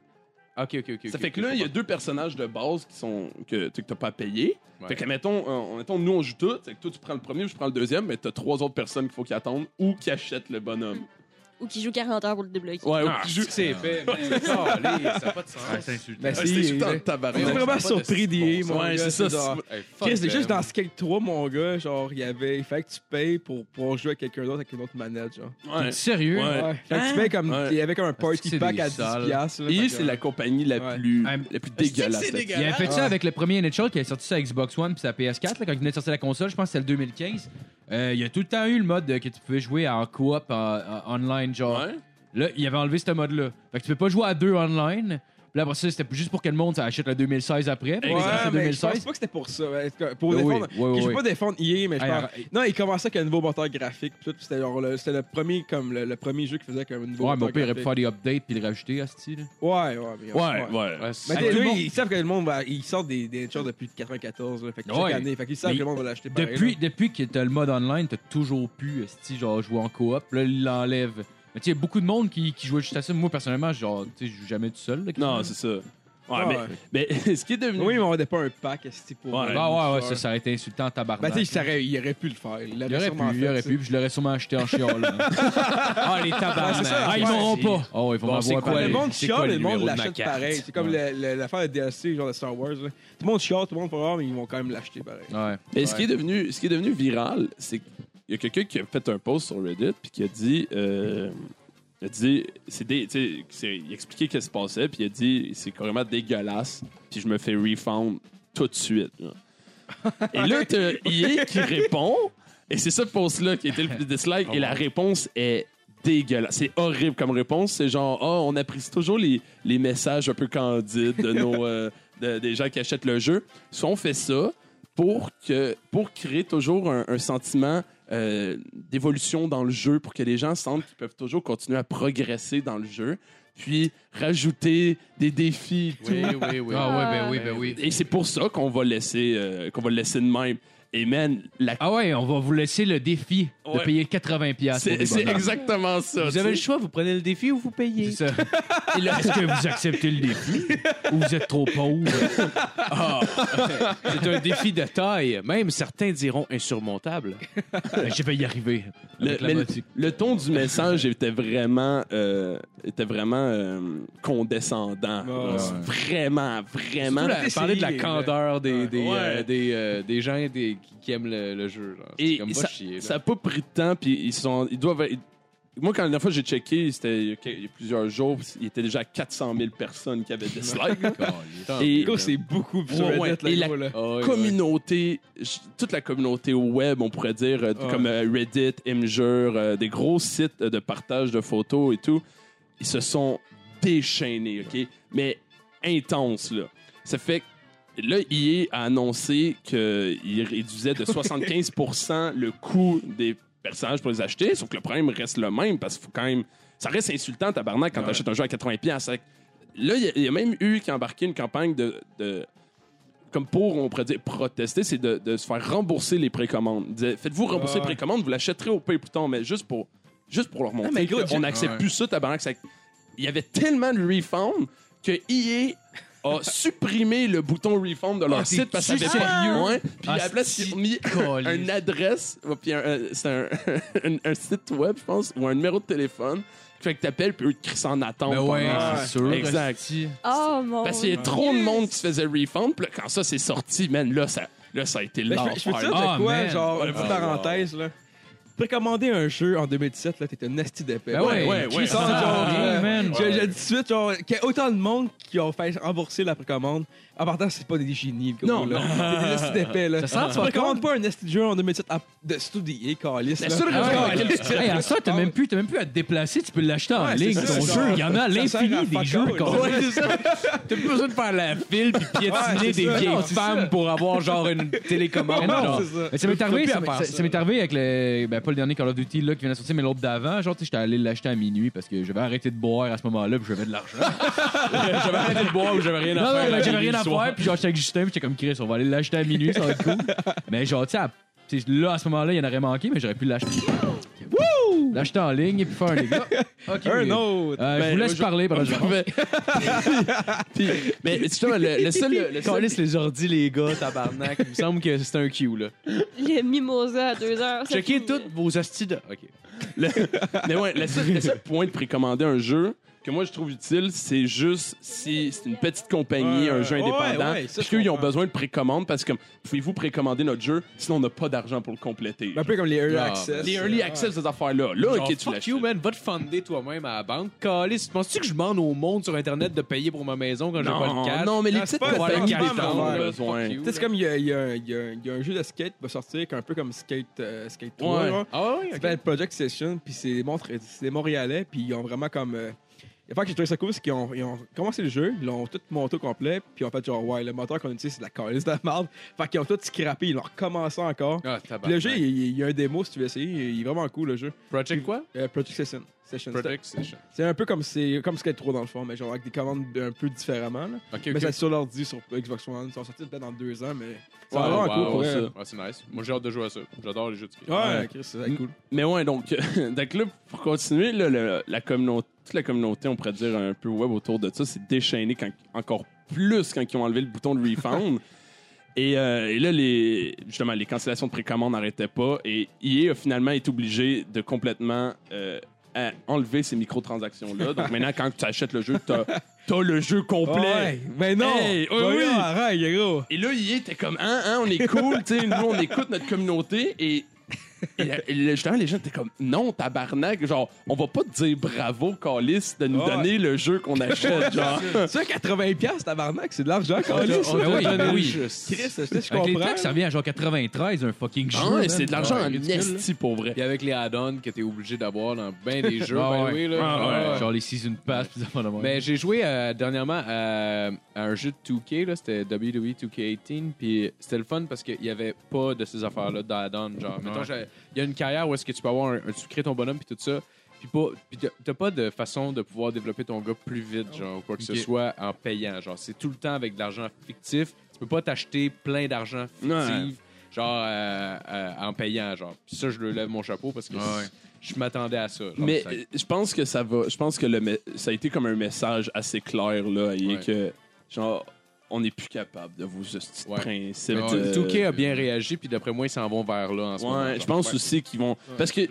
E: Ah, OK, OK, OK.
A: Ça
E: ok,
A: fait
E: ok,
A: que là,
E: je
A: il y a
E: comprends.
A: deux personnages de base qui sont que, tu sais, que t'as pas payé.
E: Ouais.
A: Fait que, mettons, euh, mettons, nous, on joue tout. Fait que toi, tu prends le premier, je prends le deuxième, mais t'as trois autres personnes qu'il faut qu'ils attendent ou qui achètent le bonhomme.
C: Ou qui joue 40 heures pour le débloquer.
A: Ouais, ou
E: Ah,
A: qui jouent.
E: c'est fait, mais calé, ça n'a pas de sens.
B: Ben,
A: Ah,
B: si,
A: C'était tout
B: euh,
A: un
B: Je
A: tabarnak.
B: suis
E: Ouais,
B: vraiment
E: c'est pas de
B: surpris d'IA,
E: bon
B: mon
A: sens. Ouais, c'est
B: gars.
A: ça,
B: genre-
E: Hey, fuck
B: Chris, c'est
E: them.
B: juste dans Skate 3, mon gars, genre, il y avait. Il fallait que tu payes pour pouvoir jouer avec quelqu'un d'autre avec une autre manette, genre.
A: Ouais.
D: Sérieux?
A: Ouais.
B: Ouais. Fait que tu payes comme.
A: Ouais.
B: Il y avait comme un
D: Hein? que c'est
B: party pack
D: des E
B: à 10$.
D: sales.
B: piastres, là,
A: EA,
B: fait que-
A: c'est la compagnie la
B: Ouais.
A: plus,
D: Ah, mais-
A: la plus dégueulasse.
E: C'est
D: Il avait fait
B: Ouais.
D: ça avec le premier NHL qui a sorti sa Xbox One puis sa PS4 là, quand il venait de sortir la console, je pense que c'était le 2015. Euh, il y a tout le temps eu le mode euh, que tu pouvais jouer en coop en- en- online genre.
A: Ouais.
D: Là, il avait enlevé ce mode-là. Fait que tu peux pas jouer à deux online. Puis là, après ça, c'était juste pour que le monde ça achète le 2016 après. Puis
B: Ouais,
D: ils ont acheté
B: mais je pense
D: 2016.
B: pas que c'était pour ça. ouais. En tout cas, Pour
D: Oui,
B: défendre.
D: oui, oui,
B: Je
D: oui.
B: veux pas défendre EA, mais je
D: Hey,
B: pense.
D: arrête.
B: Non, il commençait avec un nouveau moteur graphique. pis tout, pis C'était genre le, c'était le premier comme le, le premier jeu qui faisait comme un nouveau
D: Ouais, mais au
B: moteur
D: pire, il aurait pu
B: graphique.
D: faire des updates puis le rajouter à ce style.
B: Ouais, ouais, mais-
A: Ouais, ouais.
E: Ouais,
B: Mais
E: c'est-
D: Ah,
B: t'sais,
D: tout le
B: là,
D: monde-
B: ils savent que le monde va. Ils sortent des, des choses depuis 94, là, fait que
D: Ouais.
B: chaque année. Fait qu'ils savent
D: Mais
B: que le monde va l'acheter pareil,
D: Depuis,
B: là.
D: depuis que t'as le mode online, t'as toujours pu euh, si, genre jouer en coop. Là, il l'enlève. Mais tu sais, beaucoup de monde qui, qui jouait juste à ça. Moi, personnellement, genre, tu sais, je joue jamais tout seul. là,
A: Non,
D: quasiment.
A: c'est ça. Ouais,
B: Ah,
A: mais,
B: ouais.
A: mais ce qui est devenu.
B: Oui, mais on n'avait pas un pack esti, pour.
A: Ouais.
B: euh,
D: Ah ouais, ouais,
B: faire.
D: ça, ça aurait été insultant en
B: Ben,
D: tabarnak.
B: tu sais, ça aurait- il aurait pu le faire.
D: Ah,
B: Il
D: il
B: l'aurait
D: aurait pu,
B: sûrement
D: il
B: fait,
D: aurait
B: ça.
D: pu, puis je l'aurais sûrement acheté en chialant. ah, les
B: Ouais,
D: tabarnak.
B: c'est ça,
D: ah, ils
B: ouais,
D: m'auront
B: c'est-
D: pas. Ah ouais, ils vont
E: Bon, c'est
D: m'avoir
E: quoi
D: pareil.
B: le monde
E: c'est quoi
B: chiale,
E: le
B: le monde
E: numéro de ma
B: l'achète
E: carte?
B: pareil. C'est comme le- le- l'affaire de DLC, genre de Star Wars. là. Tout le monde chiale, tout le monde peut voir, mais ils vont quand même l'acheter pareil.
D: Ouais.
A: Mais ce qui est devenu, ce qui est devenu viral, c'est qu'il y a quelqu'un qui a fait un post sur Reddit puis qui a dit, euh, il a dit, c'est des, tu sais, c'est- il a expliqué ce qui se passait puis il a dit, c'est carrément dégueulasse puis je me fais refund tout de suite. là. Et là, t'as EA qui répond et c'est ce post là qui était le plus dislike et la réponse est dégueulasse. C'est horrible comme réponse. C'est genre, ah, on apprécie toujours les, les messages un peu candides de nos, euh, de- des gens qui achètent le jeu. Si on fait ça pour, que, pour créer toujours un, un sentiment euh, d'évolution dans le jeu, pour que les gens sentent qu'ils peuvent toujours continuer à progresser dans le jeu, puis rajouter des défis. et tout.
E: Oui, oui, oui.
D: Ah ouais, ben oui, ben oui.
A: Et c'est pour ça qu'on va, laisser, euh, qu'on va le laisser de même. Et man, la...
D: Ah ouais, on va vous laisser le défi de
A: Ouais.
D: payer 80$ piastres pour
A: c'est
D: des
A: c'est
D: bonhommes.
A: exactement ça.
E: Ah,
A: tu sais.
D: choix, vous prenez le défi ou vous payez. C'est ça. Et là, est-ce que vous acceptez le défi ou vous êtes trop pauvre?
E: C'est un défi de taille. Même certains diront insurmontable.
D: Ben, Je vais y arriver.
A: Le,
D: Avec la
A: mais le-
D: motive.
A: le ton du message était vraiment, euh, était vraiment euh, condescendant.
B: Ouais,
A: C'est
D: ouais.
A: Vraiment, vraiment.
E: Surtout la- parler de la
B: Essayez,
E: candeur des,
B: ouais.
E: des, euh,
A: Ah, Ouais.
E: des, euh, des gens des- qui, qui aiment le, le jeu. genre. C'est
A: Et
E: comme
A: ça-
E: pas chier. là.
A: Ça n'a pas pris de temps, puis ils sont. Ils doivent. ils- moi, quand la dernière fois j'ai checké, c'était il y a que- il y a plusieurs jours, puis il était déjà à 400 000 personnes qui avaient des slides.
E: Oh, Tant
A: et-
E: mieux,
B: Gros,
E: man.
B: c'est beaucoup plus sur
A: Ouais, ouais.
B: Reddit, là,
A: Et la-
B: gros, là.
E: Ah ouais, ouais.
A: communauté, j- toute la communauté web, on pourrait dire, euh,
B: Ouais.
A: comme euh, Reddit, Imgur, euh, des gros sites euh, de partage de photos et tout, ils se sont déchaînés, OK? Mais intense, là. Ça fait que là, EA a annoncé qu'il réduisait de 75 le coût des personnages pour les acheter, sauf que le problème reste le même parce qu'il faut quand même. Ça reste insultant, tabarnak, quand t'achètes un jeu à 80$. piastres. Là, il y a- il y, a même eu qui a embarqué une campagne de- de comme pour, on pourrait dire, protester, c'est de, de se faire rembourser les précommandes. Il disait, Faites-vous rembourser
B: Ouais. Ah,
A: les précommandes, vous l'achèterez au Paypluton, mais juste pour, juste pour leur montrer
B: mais gros,
A: on
B: j'ai-
A: n'accepte
D: ouais.
A: plus ça, tabarnak. ça- Il y avait tellement de refunds que EA a supprimé le bouton refund de leur
D: Ah, t'es-tu
A: site parce que ça avait pas de
D: sérieux?
A: point. Puis
D: Ah,
A: à la place, ils ont mis
D: Colisse.
A: une adresse, oh, puis un, euh, c'est un, un- un site web, je pense, ou un numéro de téléphone. Fait que t'appelles, puis eux te crissent en attente.
D: Ben ouais,
A: pendant-
B: Ah,
D: c'est sûr.
A: Exact.
D: hostie.
C: Oh mon
A: parce qu'il y a
C: Dieu.
A: trop de monde qui se faisait refund. Puis là, quand ça c'est sorti, man, là, ça, là, ça a été
B: Mais Ben, je
A: l'enfer.
B: peux- je peux te dire
D: Ah,
B: de quoi,
D: man.
B: genre, une
E: Ah,
B: petite parenthèse, là. précommandais un jeu en 2017, là, t'étais un nasty d'épée.
D: Ben ouais,
A: ouais, ouais.
D: Chris, ça
B: Ah,
D: sent rien,
B: ouais.
D: man.
B: Je, je dis tout de suite, genre, qu'il y a autant de monde qui ont fait rembourser la précommande. En partant, c'est pas des génies, le
A: Non,
B: gros, là. C'est des nasty d'épée,
D: Ça
B: là.
D: sent
B: Tu
D: pas
B: précommandes pas un nasty de jeu en 2017, à- de surtout des EA, calice,
A: La
B: là.
A: seule
D: Ah
A: raison
D: ouais.
A: pour laquelle tu
D: Hey, à ça, t'as même, plus- t'as même plus à te déplacer, tu peux l'acheter en
B: Ouais, c'est
D: ligne,
B: ça,
D: ton
B: ça.
D: jeu. Il y en a à
B: Ça sert à
D: l'infini des
B: fuck
D: jeux
B: all.
D: qu'on
B: Ouais.
A: c'est ça.
E: T'as plus besoin de faire la file puis piétiner
B: Ouais, c'est
E: des
B: ça.
E: vieilles
D: Non, c'est
E: femmes
D: ça.
E: pour avoir genre une télécommande.
D: Mais non,
E: genre.
B: c'est ça.
D: Mais ça m'est
E: T'as
D: arrivé,
E: plus
D: ça
E: à
D: m'est-
E: faire
D: ça-
E: ça.
D: ça m'est arrivé avec le, ben, pas le dernier Call of Duty là, qui vient de sortir, mais l'autre d'avant. Genre, tu sais, j'étais allé l'acheter à minuit parce que j'avais arrêté de boire à ce moment-là, puis j'avais de l'argent.
E: J'avais arrêté de boire ou j'avais rien à
D: non, non,
E: faire.
D: ben,
E: la
D: j'avais
E: veille
D: rien
E: du
D: à
E: soir.
D: faire, puis genre, j'étais avec Justin, puis j'étais comme Chris, on va aller l'acheter à minuit, ça va être cool. mais genre, tu sais, à- tu sais, là, à ce moment-là, il y en aurait manqué, mais j'aurais pu l'acheter. Wouh! L'acheter en ligne et puis faire un dégât. Ok.
B: Un autre.
D: Euh, je vous
A: Ben,
D: laisse
A: je-
D: parler pendant que je
A: Mais- Puis- mais justement, le, le seul. le seul-
E: Calisse les ordi, les gars, tabarnak. Il me semble que c'est un Q, là.
C: Le mimosa à 2 heures. c'est
E: Checkez
C: fini.
E: toutes vos hosties de... OK.
A: mais ouais, le seul, le seul point de précommander un jeu que moi je trouve utile, c'est juste si c'est une petite compagnie,
B: Ouais,
A: un jeu
B: ouais,
A: indépendant,
B: ouais, ça,
A: puis
B: je
A: qu'ils ont
B: comprends.
A: besoin de précommande parce que comme, pouvez-vous précommander notre jeu, sinon on n'a pas d'argent pour le compléter.
B: Un peu comme les Early
E: Ah,
B: Access.
A: Les early
B: Ah.
A: access, ces affaires-là. Là,
E: Genre,
A: ok, tu
E: fuck
A: l'achètes.
E: you, man. Va te funder toi-même à la banque. Calisse, penses-tu que je demande au monde sur Internet de payer pour ma maison quand j'ai pas le cash?
A: Non, non, mais les
B: Ah, c'est
A: petites
B: pas-
A: compagnies
B: c'est pas
A: des
B: mal,
A: gens ont
B: ouais.
A: besoin.
E: Fuck you.
B: Tu sais, c'est comme il y a, il y a un- il y a un- il y a un jeu de skate qui va sortir, qui est un peu comme Skate, euh, skate 3.
A: Ouais.
B: là.
E: Ah oui,
B: Ça
E: OK.
B: s'appelle Project Session, puis c'est des, montres- euh, c'est des Montréalais, puis ils ont vraiment comme. Euh, la fois que j'ai trouvé ça cool, c'est qu'ils ont, ils ont commencé le jeu, ils l'ont tout monté au complet, puis en fait, genre, ouais, le moteur qu'on utilise, c'est de la calice de la merde. Fait qu'ils ont tout scrappé, ils l'ont recommencé encore.
E: Ah,
B: Puis
E: tabarnak.
B: le jeu, il, il- il y a un démo si tu veux essayer, il est vraiment cool le jeu.
E: Project quoi?
B: Euh, Project Session. Session c'est-
E: Project Session.
B: C'est un peu comme, c'est, comme Skate 3 dans le fond, mais genre avec des commandes un peu différemment. là.
E: OK,
B: Mais
E: OK.
B: c'est sur l'ordi, sur Xbox One. Ils sont sortis peut-être dans deux ans, mais c'est
A: Ouais,
B: vraiment
A: ouais,
B: cool pour
A: ouais,
B: vrai.
A: ça.
E: Ouais, Ah, c'est nice. Moi, j'ai hâte de jouer à ça. J'adore les jeux de skate.
B: Ouais, Chris, ça va être cool.
A: Mais ouais, donc, donc là, pour continuer, là, le- la communauté, toute la communauté, on pourrait dire un peu web autour de ça, c'est déchaîné quand- encore plus quand ils ont enlevé le bouton de refund. et, euh, et là, les, justement, les cancellations de précommande n'arrêtaient pas et EA a finalement été obligé de complètement euh, à- enlever ces microtransactions-là. Donc maintenant, quand tu achètes le jeu, t'as as le jeu complet.
B: Ouais, mais non!
A: Hey, oui,
B: Voyons,
A: oui.
B: arrête, gros!
A: Et là, il était comme, hein, hein, on est cool, tu sais, nous, on écoute notre communauté. Et, et, et là, justement, les gens étaient comme, non, tabarnak, genre, on va pas te dire bravo, Calis, de nous
E: Ah.
B: Ouais.
A: donner le jeu qu'on achète, genre.
B: Ça, 80$, piastres, tabarnak, c'est de
A: Ah,
B: l'argent qu'on
D: On
B: a.
D: te-
A: oh,
E: Ah,
D: on te
B: ça.
D: donne
B: Ben
D: le
B: oui.
D: jeu.
B: Chris, je sais, je
D: Avec les
B: comprends.
D: taxes, ça revient à genre 93, un fucking jeu.
A: Ah,
D: man.
A: ouais, c'est de l'argent
E: Ouais,
A: en
E: ridicule,
A: esti, pour vrai.
E: Puis avec les add-ons que t'es obligé d'avoir dans bien des jeux,
D: Ah
E: ben
D: ouais.
E: oui, là.
A: Ah ouais.
E: Ah ouais.
D: Genre les season pass, pis ça va de même.
E: Mais j'ai joué euh, dernièrement à, à un jeu de 2K, là, c'était E WWE 2K18, puis c'était le fun parce qu'il n'y avait pas de ces affaires-là d'add-on. Genre, mettons, j'ai- il y a une carrière où est-ce que tu peux avoir un, un- tu crées ton bonhomme, puis tout ça, puis pas- puis t'as- t'as pas de façon de pouvoir développer ton gars plus vite, genre, ou quoi que
D: Ok.
E: ce soit, en payant. Genre, c'est tout le temps avec de l'argent fictif. Tu peux pas t'acheter plein d'argent fictif.
A: Ouais.
E: Genre, euh, euh, en payant, genre. Puis ça, je lui lève mon chapeau parce que
D: Ouais.
E: je m'attendais à ça. genre,
A: Mais
E: ça-
A: euh, je pense que ça va, je pense que le me- ça a été comme un message assez clair, là, et
E: Ouais.
A: que, genre, on n'est plus capable de vos hosties de
E: Ouais.
A: principes.
E: Mais
A: de-
E: 2K a bien réagi, puis d'après moi, ils s'en vont vers là en ce moment.
A: Euh, Ouais, je pense aussi qu'ils vont. Parce que I-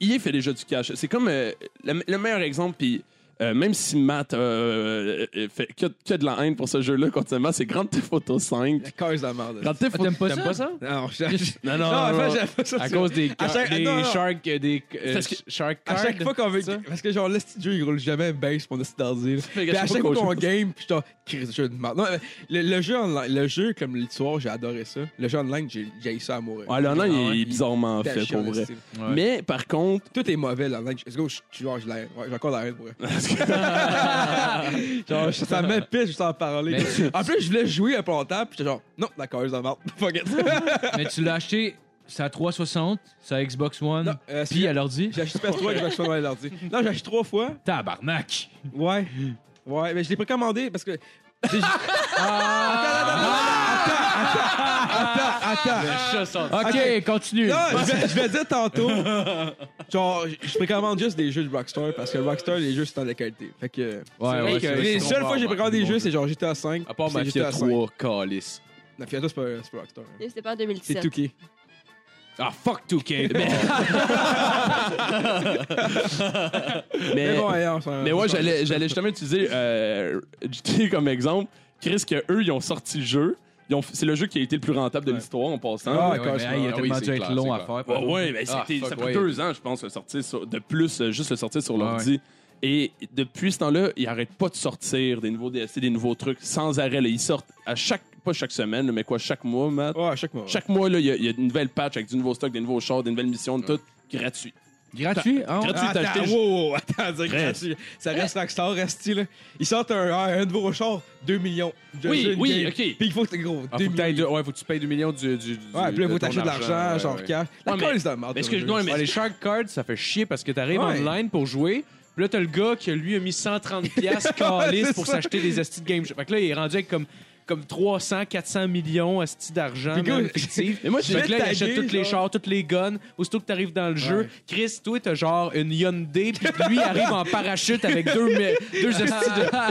A: I- EA fait déjà du cash. C'est comme euh, le, le meilleur exemple, puis. euh, même si Matt euh, euh, fait que, que de la haine pour ce jeu-là, continuellement, c'est Grand Theft Auto 5.
B: La cause de la merde.
A: Grand Theft
D: Ah,
A: Auto
D: t'aimes pas,
E: T'aimes
D: ça?
E: pas ça?
B: Non, je-
A: Non,
B: Non,
A: non,
B: en
A: non,
B: fait,
A: non.
B: j'aime pas ça.
E: À
B: c'est-
E: cause des,
B: À chaque-
E: des
B: non, non.
E: sharks, euh, des euh,
A: Parce que-
E: shark
B: À chaque fois qu'on veut.
E: ça?
B: Parce que genre, le petit jeu, il roule jamais base pour notre d'ordi. là.
A: que
B: Puis
A: je
B: à
A: sais
B: chaque
A: pas qu'on
B: fois qu'on
A: joue.
B: game, puis genre, Chris, jeu de merde. Non, mais le, le jeu online, le jeu comme l'histoire, j'ai adoré ça. Le jeu online, j'ai j'ai haï ça à mourir.
A: Ouais, le online,
D: Ah ouais.
A: il est bizarrement
B: T'as
A: fait,
B: chiant,
A: pour vrai.
B: c'est-
D: Ouais.
A: Mais par contre,
B: Tout est mauvais, l'online. Let's go, je- je- genre, je l'ai- ouais, j'ai encore la haine, pour vrai. Genre, je- ça me pisse juste en parler. En plus, je voulais jouer un peu longtemps, puis j'étais genre, non, la cause de merde. Fuck it.
D: Mais tu l'as acheté, c'est à 360, c'est à Xbox One,
B: Non, euh, c'est-
D: puis à l'ordi.
B: J'ai acheté PS3 et je vais acheter dans l'ordi. Non, j'ai acheté trois fois.
D: Tabarnak!
B: Ouais. Ouais, mais je l'ai précommandé parce que. j'ai- Attends, attends, attends, attends, attends, attends.
D: Ok, continue. Ah,
B: Non, je vais, je vais dire tantôt. Genre, je- je précommande juste des jeux de Rockstar parce que Rockstar, les jeux, c'est dans la qualité. Fait que.
D: Ouais, ouais,
E: que-
D: c'est vrai.
B: Les
E: c'est
B: seules
E: bon,
B: fois que j'ai
E: bon,
B: précommandé des
E: bon
B: jeux,
E: jeu.
B: c'est genre GTA 5.
E: À part Mafia 3, Calis.
B: La Fiat 2, c'est pas c'est pas Rockstar. hein.
C: Et C'était pas en
B: C'est
C: 2017.
B: Tuki.
E: Ah, fuck 2K! Mais-
A: mais,
B: Mais bon, ouais, on
A: mais ouais, j'allais j'allais justement utiliser euh, GTA comme exemple. Chris, que eux, ils ont sorti le jeu. ils ont f- c'est le jeu qui a été le plus rentable de
B: Ouais.
A: l'histoire en passant.
B: Ah,
D: Ouais,
B: d'accord,
D: mais,
B: je
D: hey, il a tellement
E: comprends. Ah oui,
D: dû
E: c'est
D: être
E: clair,
D: long
E: c'est
D: à faire.
A: Ouais, ouais, ben,
E: Ah,
A: c'était-
E: fuck,
A: ça fait
E: ouais.
A: deux ans, je pense, le sortir sur- de plus, euh, juste le sortir sur
D: Ouais,
A: l'ordi. Et depuis ce temps-là, ils n'arrêtent pas de sortir des nouveaux DLC, des nouveaux trucs, sans arrêt. là. Ils sortent à chaque, pas chaque semaine, mais quoi, chaque mois, Matt.
B: Ouais, à chaque mois.
A: Chaque mois, là, il y, a- il y a une nouvelle patch avec du nouveau stock, des nouveaux chars, des nouvelles missions, de tout, gratuit.
D: Gratuit, hein?
A: Gratuit.
B: Ah,
A: t'as
B: attends,
A: acheté-
B: wow, wow, attends,
A: Reste.
B: dire gratuit. Ça reste Rockstar, reste là. Ils sortent un, un, un nouveau char, 2 millions. de
A: Oui,
B: jeux de
A: oui,
B: game.
A: ok.
B: Puis il faut que t'es gros,
E: Ah,
B: 2
E: faut, que t'ailles
B: millions.
E: de- ouais, faut que tu payes 2 millions du. du, du-
B: Ouais, puis là, faut
E: ton
B: t'acheter de l'argent,
E: ouais,
B: genre
E: ouais.
B: cash. La
A: Ouais, mais-
B: colle, c'est de la merde,
A: mais ce
B: ton
A: que je-
B: jeu.
A: non, mais-
E: Ouais, les shark cards, ça fait chier parce que t'arrives
B: Ouais.
E: online pour jouer. Puis là, t'as le gars qui, lui, a mis 130$ piastres calice
B: c'est
E: pour
B: ça.
E: s'acheter des astis de game. Fait que là, il est rendu avec comme, comme 300, 400 millions astis d'argent
B: Puis gars,
E: man, fictif.
A: Mais moi,
E: Fait que là, il
B: tagué,
E: achète tous les
B: genre.
E: chars, tous les guns. Aussitôt que t'arrives dans le jeu, Chris, toi, t'as genre une Hyundai, puis lui, il arrive en parachute avec deux, me- deux astis de... Tu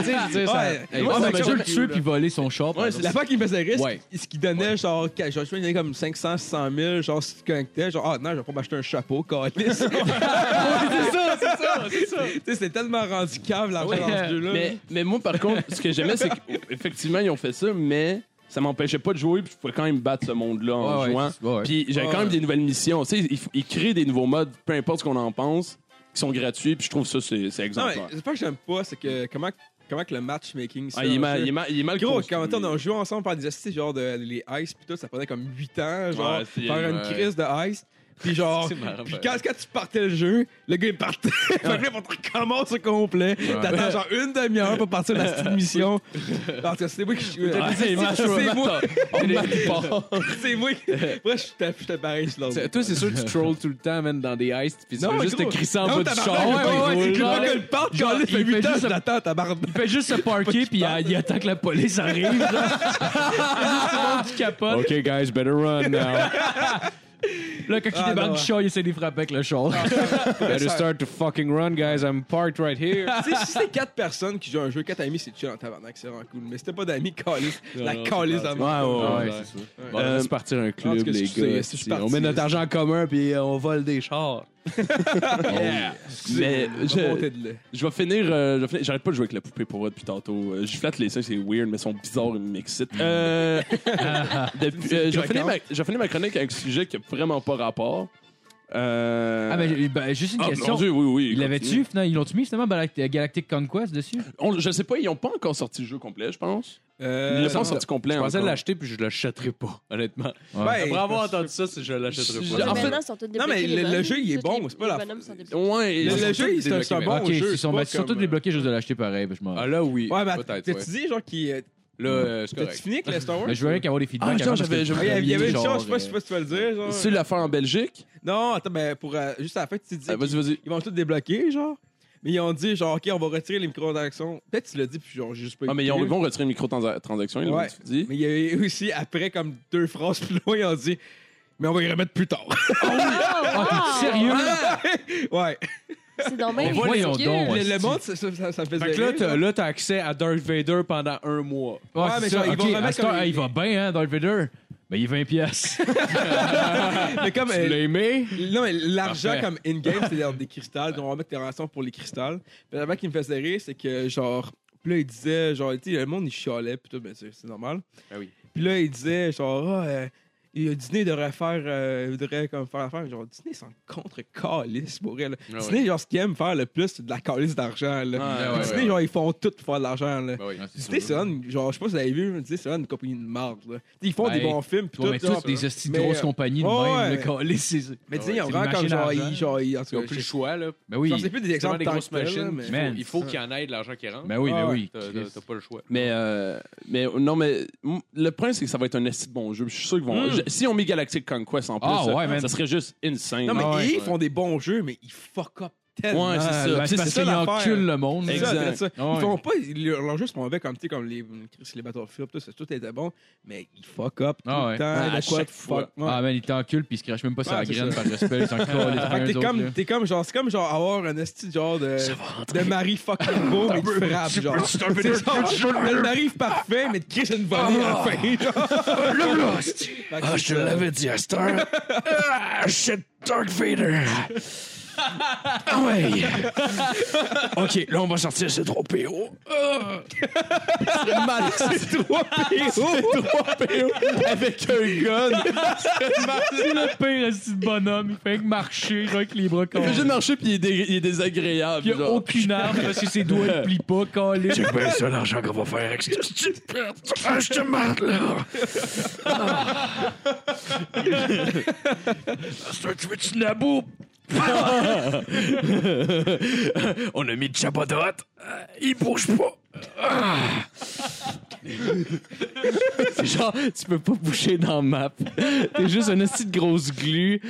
E: sais, je veux dire, ça-
B: Ouais.
E: Hey,
D: Moi,
A: Ouais,
D: ça
A: mais
D: m'a
A: ça,
D: dû le tuer
A: là.
D: puis voler son char. pardon.
A: c'est
B: La fois qui me faisait rire,
D: Ouais.
B: c'est ce qui donnait genre, quand- genre, je me souviens, il y en avait comme 500, 600 000, genre, si tu te connectais, genre, ah non, je vais pas m'acheter un chapeau, calice.
E: c'est ça, c'est ça, c'est ça.
B: Tu sais, c'est tellement rendu cave l'argent
D: Ouais,
B: dans ce jeu-là.
A: Ah hein. Mais, mais moi, par contre, ce que j'aimais, c'est qu'effectivement, ils ont fait ça, mais ça m'empêchait pas de jouer, puis je pouvais quand même battre ce monde-là en
D: Ouais, ouais,
A: jouant.
D: c'est- ouais, ouais.
A: Puis j'avais quand même des nouvelles missions. Tu sais, ils, f- ils créent des nouveaux modes, peu importe ce qu'on en pense, qui sont gratuits, puis je trouve ça, c'est c'est
B: Non, mais
A: exemplaire.
B: c'est pas que j'aime pas, c'est que comment, comment que le matchmaking ça,
A: Ah, il, est mal,
B: ça-
A: il, est mal, il est mal
B: Gros,
A: construit.
B: quand on a joué ensemble par des astuces, genre de, les ice pis tout, ça prenait comme 8 ans, genre,
A: Ouais, c'est-
B: faire une
E: ouais.
B: crise de ice. Puis genre,
E: C'est marrant, ben.
B: puis
E: ouais.
B: quand, quand tu partais le jeu, le gars il partait. fait que là, on te recommence au complet. T'attends genre une demi-heure pour partir de la petite mission. Parce que c'est moi qui suis.
A: Ah, c'est moi,
B: C'est moi.
A: On m'a dit pas.
B: C'est moi qui. Moi, je suis je suis pareil sur l'autre.
E: C'est- Toi, c'est sûr que tu trolls tout le temps, man, dans des heists, puis tu
B: Non,
E: veux
B: mais
E: juste te
B: gros,
E: crisser en
B: Non,
E: bas du char.
B: tabarnak,
E: Ouais, ouais,
B: ouais,
E: ouais,
B: c'est
E: genre,
B: que le part, genre, il fait
D: il fait
B: 8 ans,
D: juste-
B: je l'attends, tabarnak.
E: Il fait juste se parker, puis il, il attend que la police arrive. genre. Tout le monde qui capote.
A: OK, guys, better run now.
D: Là, quand il
B: Ah,
D: débarque
B: non,
D: du
B: ouais.
D: char, il essaie de les frapper avec le char.
E: Better start to fucking run, guys. I'm parked right here.
B: Tu sais, si c'est quatre personnes qui jouent à un jeu, quatre amis, c'est chill en tabarnak, c'est vraiment cool. Mais c'était pas d'amis, calice. La
E: non, c'est
B: calice
E: pas-
B: à
A: Ah Ouais, ouais,
D: Ah
A: ouais.
E: Ouais, c'est Bon, on va se partir un
B: en
E: club,
B: tout cas,
E: les
B: si tu
E: gars.
B: sais, si je
E: si.
B: parti,
E: on met notre
B: là,
E: argent en commun, puis euh, on vole des chars.
A: Yeah. Mais je, je vais finir. euh, je vais finir- J'arrête pas de jouer avec la poupée pour eux depuis tantôt. Euh, Je flatte les seins, c'est weird, mais ils sont bizarres, ils m'excitent. Euh, depuis- euh, je, vais finir ma, je vais finir ma chronique avec un sujet qui a vraiment pas rapport. Euh,
D: Ah, mais ben, juste une
A: ah,
D: question.
A: mon Dieu, oui, oui.
D: Ils l'avaient
A: continue.
D: tu finalement, ils l'ont mis finalement Galact- Galactic Conquest dessus?
A: On- je sais pas, ils ont pas encore sorti le jeu complet, je pense.
B: Euh,
A: Ils l'ont pas
B: non.
A: sorti complet.
E: Je pensais
A: encore.
E: l'acheter, puis je l'achèterai pas, honnêtement.
B: Ouais,
E: Après avoir
B: parce-
E: entendu ça, c'est- je l'achèterai
A: Je-
E: pas.
A: en fait-
C: maintenant, ils sont tous
B: mais
C: débloqués,
B: le-
C: les
B: le
C: bonhommes.
B: jeu, il est
C: Tous
B: bon,
C: les-
B: c'est pas la-
C: les bonhommes sont débloqués.
A: Ouais,
B: Le,
A: ils
B: le
A: sont
B: jeu,
A: tous
B: il- c'est un- c'est un
E: débloqués,
B: bon
D: ok,
B: jeu.
D: ils sont,
B: c'est pas
D: ben, ils sont tous
B: comme,
D: débloqués juste de l'acheter pareil. ben, je m'en-
E: Ah là, oui.
B: euh, Ouais, mais
E: Peut-être,
B: t'as-tu
E: ouais.
B: dit, genre, qui. euh,
E: Là, euh, c'est
B: T'as-tu
E: correct.
B: fini avec le Star Wars?
D: Mais je voulais qu'il y ait des
A: Ah,
D: feedbacks
A: genre,
D: avant. parce
A: j'avais-
D: que
A: j'avais-
B: Ouais, Il y avait une
D: genre,
B: chose, je sais pas si je sais pas si tu vas le dire. genre.
A: C'est l'affaire en Belgique.
B: Non, attends, ben, pour. euh, Juste à la fin, tu dis.
A: Ah, vas-y, vas-y.
B: Ils vont tout débloquer, genre. Mais ils ont dit, genre, OK, on va retirer les microtransactions. Peut-être que tu l'as dit, puis genre, j'ai juste pas
A: Ah, mais ils ont-
B: écouté.
A: ils vont retirer une microtransaction, ils l'ont
B: Ouais.
A: dit.
B: Mais il y avait aussi, après, comme deux phrases plus loin, ils ont dit, mais on va y remettre plus tard.
D: Ah, t'es sérieux?
B: ouais.
C: C'est dans
D: Mais voyons donc, ouais.
B: Le, le monde, ça, ça, ça, ça faisait.
E: Fait que là,
B: rire, genre.
E: t'as- là, t'as accès à Darth Vader pendant un mois.
D: Ouais,
B: Ouais,
D: c'est
B: mais
D: ça.
B: genre, ils
D: Ok,
B: vont remettre
D: à ce temps,
B: comme-
D: hey, il va bien, hein, Darth Vader? Mais il est 20 piastres.
B: Mais comme,
E: Tu
B: euh,
E: l'as aimé?
B: Non, mais l'argent
E: Parfait.
B: comme in-game, c'est dans des cristals. Donc, on va mettre des rançons pour les cristals. Puis la qui me faisait rire, c'est que genre. Puis là, il disait, genre, tu sais, le monde, il chialait, puis tout, mais c'est c'est normal.
E: Ah oui.
B: Puis là, il disait, genre, ah, euh, euh, Disney devrait faire, euh, devrait comme faire affaire. Genre, Disney, c'est un contre-calice pour elle.
E: Ah
B: Disney, genre, ce qu'ils aiment faire le plus, c'est de la calice d'argent, là.
E: Ah, ouais,
B: Disney,
E: ouais,
B: genre, ils font tout pour faire de l'argent, là.
E: Ben oui.
B: Disney, c'est une- genre, je sais pas si vous avez vu, mais Disney, c'est vraiment une compagnie de marde, là. Ils font
D: Ouais.
B: des bons films, puis
D: Ah Ouais, mais
B: tout, genre,
D: toutes des hosties de
B: mais,
D: grosses
B: euh,
D: compagnies de
B: ouais,
D: même,
B: ouais.
D: le câlisse, c'est-
B: Mais Disney,
D: Ouais,
B: ils ont
D: c'est
B: vraiment
D: une
B: comme,
D: machine à
B: genre,
D: argent.
B: ils, genre, ils, en tout
E: Ils
B: cas,
E: ont
B: je-
E: plus le choix, là.
D: Ben oui.
B: Genre, c'est plus des
E: C'est
B: exemples
E: des
B: tant
E: grosses
B: que tels,
E: machines.
B: mais-
E: puis
D: Man,
E: il faut
D: ça.
E: qu'il y en ait de l'argent qui rentre.
D: Ben oui,
B: Ah
D: ben
B: ouais.
D: oui.
E: T'as- T'as t'as pas le choix.
A: Mais, euh, mais non, mais m- le point, c'est que ça va être un esti de bon jeu. Je suis sûr qu'ils
B: Hmm.
A: vont. je- si on met Galactic Conquest en plus,
D: Ah, ouais,
A: euh,
D: man.
A: ça serait juste insane.
B: Non, mais
D: Ah ouais.
B: ils font des bons jeux, mais ils fuck up tellement.
A: Ouais, c'est ça.
D: Ben,
B: c'est
D: C'est parce
B: ça
D: qu'il
B: l'affaire.
D: encule le monde.
B: C'est ça,
A: Exact.
B: c'est ça.
D: Ah ouais.
B: Ils font pas. Leurs leurs jeux sont mauvais comme, tu sais, comme les, Chris, les Battlefield, tout, ça, tout était bon, mais ils fuck up tout
D: Ah ouais.
B: le temps.
A: Ah,
B: de
A: à
B: quoi
A: chaque
B: de
A: fois.
B: fuck- ouais.
D: Ah, man, il t'encule puis il se crache même pas sa
B: Ouais, c'est
D: graine
B: ça.
D: par respect. Il s'en calisse
B: Fait que
D: les
B: t'es
D: uns les autres,
B: comme,
D: là.
B: t'es comme genre, c'est comme genre avoir un esti genre de, de mari fucking beau mais de frappe genre. C'est genre le mari parfait mais de Chris une volée à la
E: Ah.
B: fin genre. Ah je te l'avais dit à Star.
E: Ah ouais! ok, là, on va sortir ces trois PO. Ah! C'est malade, ces trois PO!
A: Avec un gun.
D: C'est le pire petit bonhomme. Il fait que marcher, genre, avec les bras
A: Il fait juste
D: comme.
A: marcher puis il est, dé- il est désagréable.
D: Il n'y a
A: genre.
D: aucune arme, parce que ses doigts ne plient pas, calé.
E: Check bien ça, l'argent qu'on va faire avec cette stupide. Ah, je te mate, là! Ah. C'est un Twitch nabou! Ah. on a mis le Chabadot. Ah, Il bouge pas! Ah.
F: C'est genre, tu peux pas bouger dans la map. T'es juste un esti de grosse glu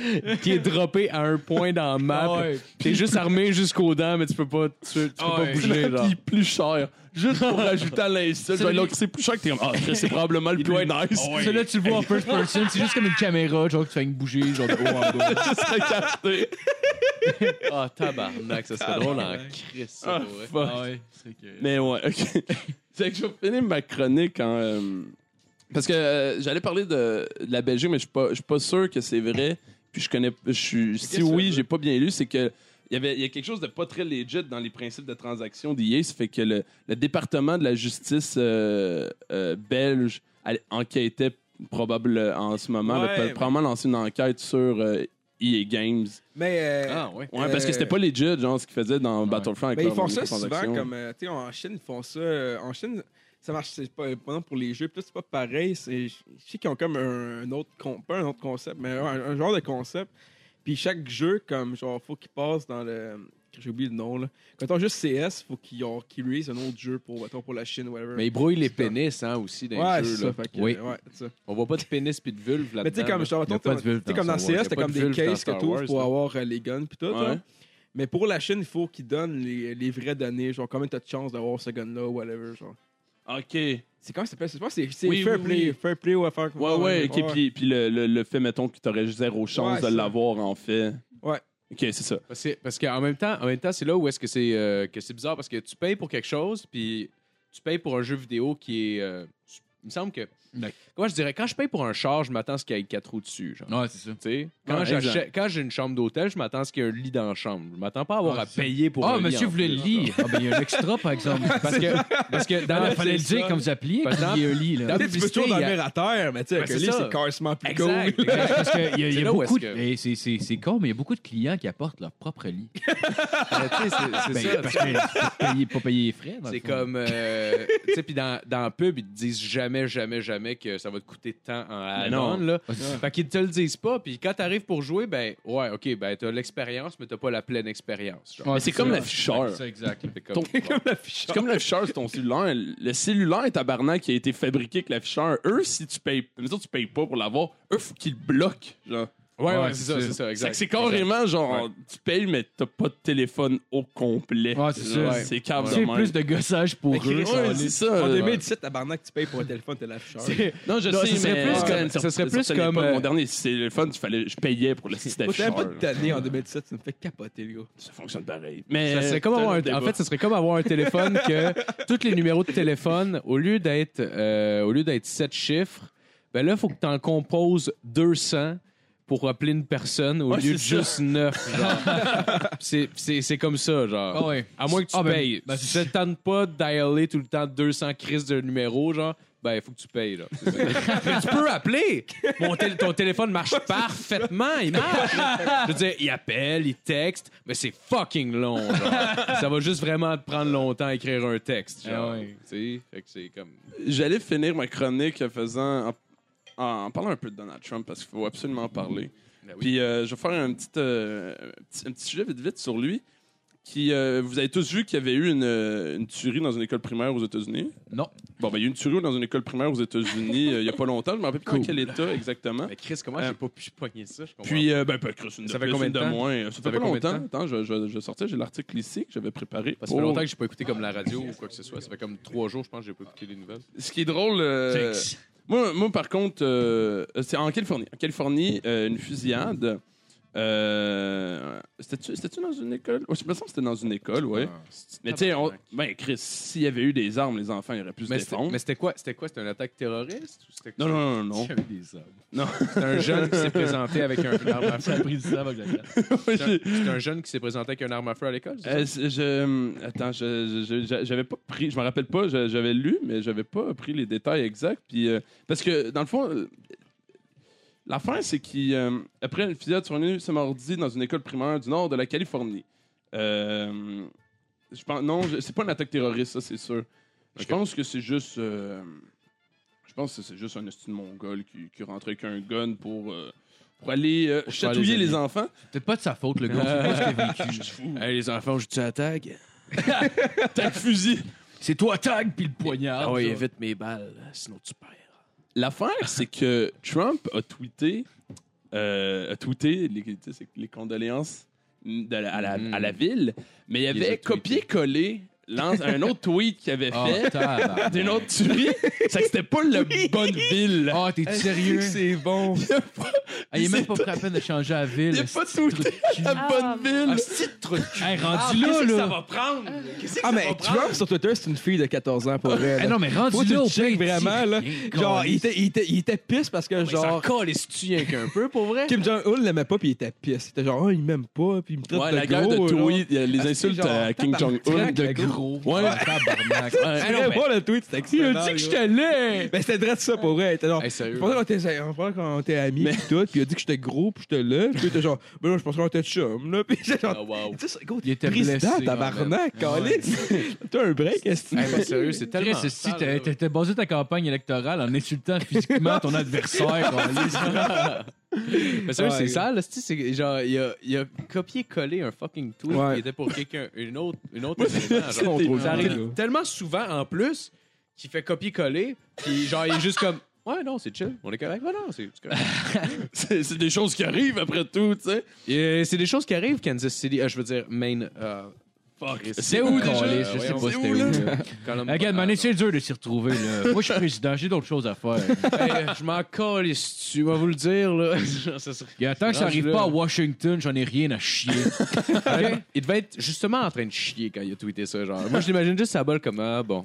F: qui est droppé à un point dans la
E: Ah
F: map.
D: Ouais.
F: T'es juste armé jusqu'aux dents, mais tu peux pas, tu, tu peux pas
D: Ah, Ouais.
F: bouger. Genre.
A: Puis plus cher. Juste pour ajouter à l'insulte. Genre, là, C'est plus cher que t'es comme, ah, Chris, c'est probablement le plus nice.
D: Celui-là, tu le vois en first person, c'est juste comme une caméra, genre, que tu fais une bouger, genre, de haut en bas.
A: serait capté.
E: Ah, tabarnak, ça serait drôle en crise, ça, pour vrai.
A: Fuck.
D: Ah, ouais, c'est que.
A: Mais ouais, ok. C'est que je vais finir ma chronique en. euh, parce que euh, j'allais parler de, de la Belgique, mais je suis pas, je suis pas sûr que c'est vrai. Puis je connais. Je suis, si oui, j'ai pas bien lu, c'est que. Il y, avait, il y a quelque chose de pas très legit dans les principes de transaction d'IA. Ça fait que le, le département de la justice euh, euh, belge elle enquêtait probable euh, en ce moment, là,
B: Ouais,
A: peut-
B: ouais.
A: probablement lancé une enquête sur euh, EA Games.
B: Mais. euh,
E: ouais.
A: Ah, Ouais, parce que c'était pas legit, genre, ce qu'ils faisaient dans Battlefront avec
B: Mais ils
A: leur
B: font ça
A: microtransaction.
B: souvent comme. euh, tu sais, en Chine, ils font ça. euh, en Chine, ça marche. C'est pas, euh, par exemple, pour les jeux. Puis là, c'est pas pareil. c'est- Je sais qu'ils ont comme un, un autre. con- Pas un autre concept, mais un, un genre de concept. Puis chaque jeu, comme, genre, faut qu'il passe dans le. J'ai oublié le nom, là. Quand on juste CS, faut qu'ils ont- qu'ils release un autre jeu pour, mettons, pour la Chine, whatever.
E: Mais ils brouillent les pénis, hein, aussi, dans
B: ouais,
E: les
B: c'est
E: jeux, là.
B: ça. Fait que,
E: Oui.
B: euh, ouais, c'est ça.
E: On voit pas de pénis puis de vulve, là-dedans.
B: Ah, Mais tu sais, comme,
E: là.
B: genre,
D: y a
B: mettons,
D: pas de vulve
B: t'as- t'sais,
D: dans
B: comme dans
D: Star Wars,
B: CS,
E: y a
B: t'as
E: pas
B: comme
E: de
B: des
E: vulve dans
B: cases que
E: Star
B: t'ouvres
E: Wars,
B: pour
E: là.
B: avoir euh, les guns pis tout.
A: Ouais.
B: hein. Mais pour la Chine, il faut qu'ils donnent les, les vraies données, genre combien t'as de chances d'avoir ce gun-là, whatever. Genre.
A: OK.
B: C'est comment ça s'appelle Je pense que c'est- c'est
A: Oui,
B: fair,
A: oui,
B: play,
A: oui.
B: fair play ou affaire.
A: Ouais, ouais, ok.
B: ouais.
A: Puis, puis le, le, le fait, mettons, que t'aurais zéro chance
B: Ouais,
A: de
B: ça.
A: l'avoir, en fait.
B: Ouais.
A: Ok, c'est ça.
E: Parce que- Parce qu'en même temps, en même temps, c'est là où est-ce que c'est euh, que c'est bizarre parce que tu payes pour quelque chose puis tu payes pour un jeu vidéo qui est. euh, tu- il me semble que.
D: Ouais.
E: Comment je dirais quand je paye pour un char, je m'attends à ce qu'il y ait quatre roues dessus. Genre.
D: Ouais, c'est ça.
E: Tu sais, Quand
A: Ouais,
E: j'achète-
A: exact.
E: quand j'ai une chambre d'hôtel, je m'attends à ce qu'il y ait un lit dans la chambre. Je m'attends pas à avoir
D: Ouais,
E: à
D: c'est ça.
E: payer pour un
D: Ah,
E: lit.
D: monsieur
E: en
D: voulait le
E: plus,
D: lit. Ah, ben, il y a un extra, par exemple.
E: Parce que, parce que dans
D: Il
E: la
D: fallait le
E: publicité-
D: dire comme vous appeliez
E: Parce que
D: quand il y a un lit, là.
B: Tu sais, tu
E: dans-
B: peux
E: publicité,
B: toujours
E: il y a-
B: dormir à terre, mais tu sais, avec
E: Ben,
B: un
E: c'est
B: lit,
E: ça.
B: c'est carrément plus
E: Exact,
B: cool.
E: exact.
D: Parce qu'il y a, il y a
E: C'est là où
D: beaucoup de...
E: est-ce que-
D: et c'est- C'est c'est con, mais il y a beaucoup de clients qui apportent leur propre lit.
E: Mais tu sais, c'est-
D: Ben,
E: c'est ça.
D: parce que faut payer- pas payer les frais. dans le
E: C'est
D: fond.
E: comme. euh, tu sais, puis dans, dans la pub, ils te disent jamais, jamais, jamais que ça va te coûter tant en
A: Mais
E: à
A: non.
E: là.
D: Ah, c'est-
E: Fait qu'ils te le disent pas, puis quand t'arrives pour jouer, ben, ouais, ok, ben, t'as l'expérience, mais t'as pas la pleine expérience. genre.
D: Ouais,
A: c'est comme
D: ça.
A: l'afficheur.
D: C'est ça, exact.
E: Fait comme-
A: Ton- C'est comme l'afficheur sur ton cellulaire. Le cellulaire tabarnak qui a été fabriqué avec l'afficheur, eux, si tu payes, mettons, tu payes pas pour l'avoir, eux, faut qu'ils le bloquent. Genre.
E: Ouais, ouais,
D: Ouais,
E: c'est
D: c'est ça.
E: ça, c'est ça,
A: C'est
E: exact.
A: que c'est carrément genre, tu payes, mais t'as pas de téléphone au complet.
D: Ouais, c'est ça.
A: Ouais, C'est câble.
D: C'est plus de gossage pour
B: Mais
D: eux.
B: Chris,
D: ça,
A: Ouais,
D: là.
A: c'est
B: En
A: ça.
B: 2017, tabarnak, tu payes pour un téléphone, t'es l'afficheur.
A: Non, je
E: Non,
A: sais,
E: ce serait
A: mais-
E: plus
A: Ouais,
E: comme-
A: ouais,
E: ce
A: sur-
E: serait
A: sur
E: plus
A: téléphone,
E: comme, euh,
A: Mon dernier téléphone, tu fallais, je payais pour le site
B: Moi,
A: d'afficheur.
B: t'avais pas de
A: là.
B: tanné en 2017, ça me fait capoter, les gars.
A: Ça fonctionne pareil. Mais
E: Ça serait comme avoir un- en fait, ça serait comme avoir un téléphone que tous les numéros de téléphone, au lieu d'être euh, au lieu d'être 7 chiffres, ben là, il faut que t'en composes 200 pour appeler une personne au
A: Ouais,
E: lieu de
A: c'est
E: juste 9. c'est, c'est, c'est comme ça, genre.
D: Ah ouais.
E: À moins que tu
D: Ah, ben,
E: payes.
D: ben,
E: si
D: c'est-
E: tu ne tentes pas de dialer tout le temps 200 crises de numéros, genre, ben, il faut que tu payes, là. C'est ça. Mais tu peux appeler. Mon tél- ton téléphone marche parfaitement. Il marche. Je veux dire, il appelle, il texte, mais c'est fucking long, genre. Ça va juste vraiment te prendre longtemps à écrire un texte, genre.
D: Ah ouais.
E: Tu sais, fait que c'est comme...
A: J'allais finir ma chronique en faisant. En, en parlant un peu de Donald Trump, parce qu'il faut absolument en parler.
E: Ben oui.
A: Puis euh, je vais faire un petit, euh, un petit, un petit sujet vite vite sur lui. Qui, euh, vous avez tous vu qu'il y avait eu une, euh, une tuerie dans une école primaire aux États-Unis?
D: Non.
A: Bon, ben, il y a eu une tuerie dans une école primaire aux États-Unis euh, il y a pas longtemps. Je me rappelle plus dans quel état exactement.
E: Mais Chris, comment
A: Euh,
E: j'ai pas pu pogner ça? Je comprends
A: Puis, euh, ben, ben, Chris, une
E: Ça
A: de
E: fait
A: plus,
E: combien
A: une
E: de
A: de
E: temps?
A: moins. Ça, fait
E: fait
A: pas
E: combien de
A: longtemps.
E: temps?
A: Attends, je, je, je sortais, j'ai l'article ici que j'avais préparé.
E: Parce que ça fait
A: pour-
E: longtemps que j'ai pas écouté comme la radio ou quoi que ce soit. Ça fait comme trois jours, je pense, que j'ai pas écouté les nouvelles.
A: Ce qui est drôle. euh, moi, moi, par contre, euh, c'est en Californie. En Californie, euh, une fusillade. Euh, C'était-tu c'était-tu dans une école? Ouais, je me sens que c'était dans une école, ouais.
E: Ah,
A: Mais tu sais, on- ben, Chris, s'il y avait eu des armes, les enfants ils auraient pu se
E: Mais c'était
A: défendre.
E: mais c'était quoi? C'était quoi? C'était une attaque terroriste? ou c'était-
A: Non, non, non, non.
D: J'avais des hommes.
E: C'était un jeune qui s'est présenté avec un une arme à feu.
D: Ça a pris du temps avec la carte.
A: Ouais,
E: C'était un-
A: j'ai-
E: C'était un jeune qui s'est présenté avec une arme à feu à l'école? c'est ça?
A: Euh, c'est- je, attends, je- je- je- j'avais pas pris, je me rappelle pas, je- j'avais lu, mais j'avais pas pris les détails exacts. Puis, euh, parce que, dans le fond, euh, l'affaire, c'est qu'après une fusillade survenue ce mardi dans une école primaire du nord de la Californie, euh, je pense, non, je- c'est pas une attaque terroriste, ça, c'est sûr. Je
E: Ok.
A: pense que c'est juste. euh, je pense que c'est juste un estime mongol qui, qui rentre avec un gun pour, euh, pour aller euh,
E: faire les
A: chatouiller les,
E: amis.
A: enfants. Euh,
D: Peut-être pas de sa faute, le gars. C'est pas ce qu'il a vécu.
E: Hey, les enfants, je tue à tag.
A: Tac fusil!
D: C'est toi, tag, puis le poignard.
E: Ah
D: ça.
E: oui, évite mes balles, sinon tu perds.
A: L'affaire, c'est que Trump a tweeté, euh, a tweeté les, tu sais, c'est les condoléances de la- à, la,
E: Mm.
A: à la ville, mais il
E: les a
A: avait
E: tweetées.
A: copié-collé l'an- un autre tweet qu'il avait
D: Oh,
A: fait
D: tabarnak.
A: d'une autre tuerie. C'est que c'était pas la bonne ville.
D: Oh, t'es sérieux?
B: C'est bon.
D: Ah, il est même pas pris la peine de changer la ville.
A: Il a pas
D: C'est
A: tweeté la
C: Ah,
A: bonne ville.
D: Hey, rendu là, là.
A: va prendre?
B: Ah, mais Trump sur Twitter, c'est une fille de 14 ans pour vrai.
D: Eh
B: là.
D: non, mais
B: Faut
D: rendu
B: que tu
D: là, au
B: le checkes
D: pire,
B: vraiment, là.
D: dis-
B: Genre, il était, il était, il était pisse parce que, genre,
E: Encore les tu rien qu'un peu, pour vrai?
B: Kim Jong-un l'aimait pas, puis il était pisse. C'était genre, oh, il m'aime pas, puis il me traite
A: Ouais,
B: de
A: la guerre
B: gros.
A: de
B: genre.
A: tweet, euh, les
B: Ah, c'est
A: insultes
B: genre,
A: à King Jong-un.
B: tabarnak.
D: de gros. Ouais, tabarnak.
B: C'est vrai, pas le tweet, c'était excellent.
D: Il a dit que j'étais laid.
B: Ben, c'était vrai de ça pour vrai. C'était genre,
E: Hey, sérieux.
B: Je pensais qu'on était- on pensait qu'on était amis pis tout, puis il a dit que j'étais gros pis j'étais là, puis t'es genre ben là je pense qu'on était chum là, puis j'étais genre
E: Ah, wow.
B: tu sais gros,
D: Il était
B: président
D: blessé,
B: tabarnak, calice. T'as un break est-ce
E: Hey, mais
B: que
E: sérieux, c'est tellement.
D: Chris, si
E: sale,
D: t'as-
E: là.
D: t'as t'as basé ta campagne électorale en insultant physiquement ton adversaire.
E: Mais sérieux,
B: Ouais.
E: c'est sale, là, c'est- c'est genre, il a, il a copié-collé un fucking tweet
B: Ouais.
E: qui était pour quelqu'un, une autre, une autre
A: Moi,
E: événement, genre.
A: c'était-
E: Ça arrive
B: Ouais.
E: tellement souvent en plus qu'il fait copier-coller, puis genre, il est juste comme. Ouais, non, c'est chill. On est correct. Ouais, non, c'est c'est correct.
A: C'est c'est des choses qui arrivent après tout, tu sais.
E: Et euh, C'est des choses qui arrivent, Kansas City. euh, je veux dire, Maine. euh,
A: Fuck.
E: Chris.
A: C'est
D: où,
E: Euh,
D: déjà?
E: ouais,
D: Je sais
E: voyons,
D: pas
E: c'est
D: c'était
E: où,
D: où,
E: là? Colum-
D: Regarde,
E: Ah,
D: mané, c'est dur de s'y retrouver. Là. Moi, je suis président, j'ai d'autres choses à faire.
E: Hey, je m'en colle, si tu vas vous le dire, là. Ça serait-
D: Regarde, tant que ça arrive
E: Range-le.
D: pas à Washington, j'en ai rien à chier.
E: Ok? Euh, Il devait être justement en train de chier quand il a tweeté ça. Genre. Moi, je l'imagine juste sa balle comme ah, bon.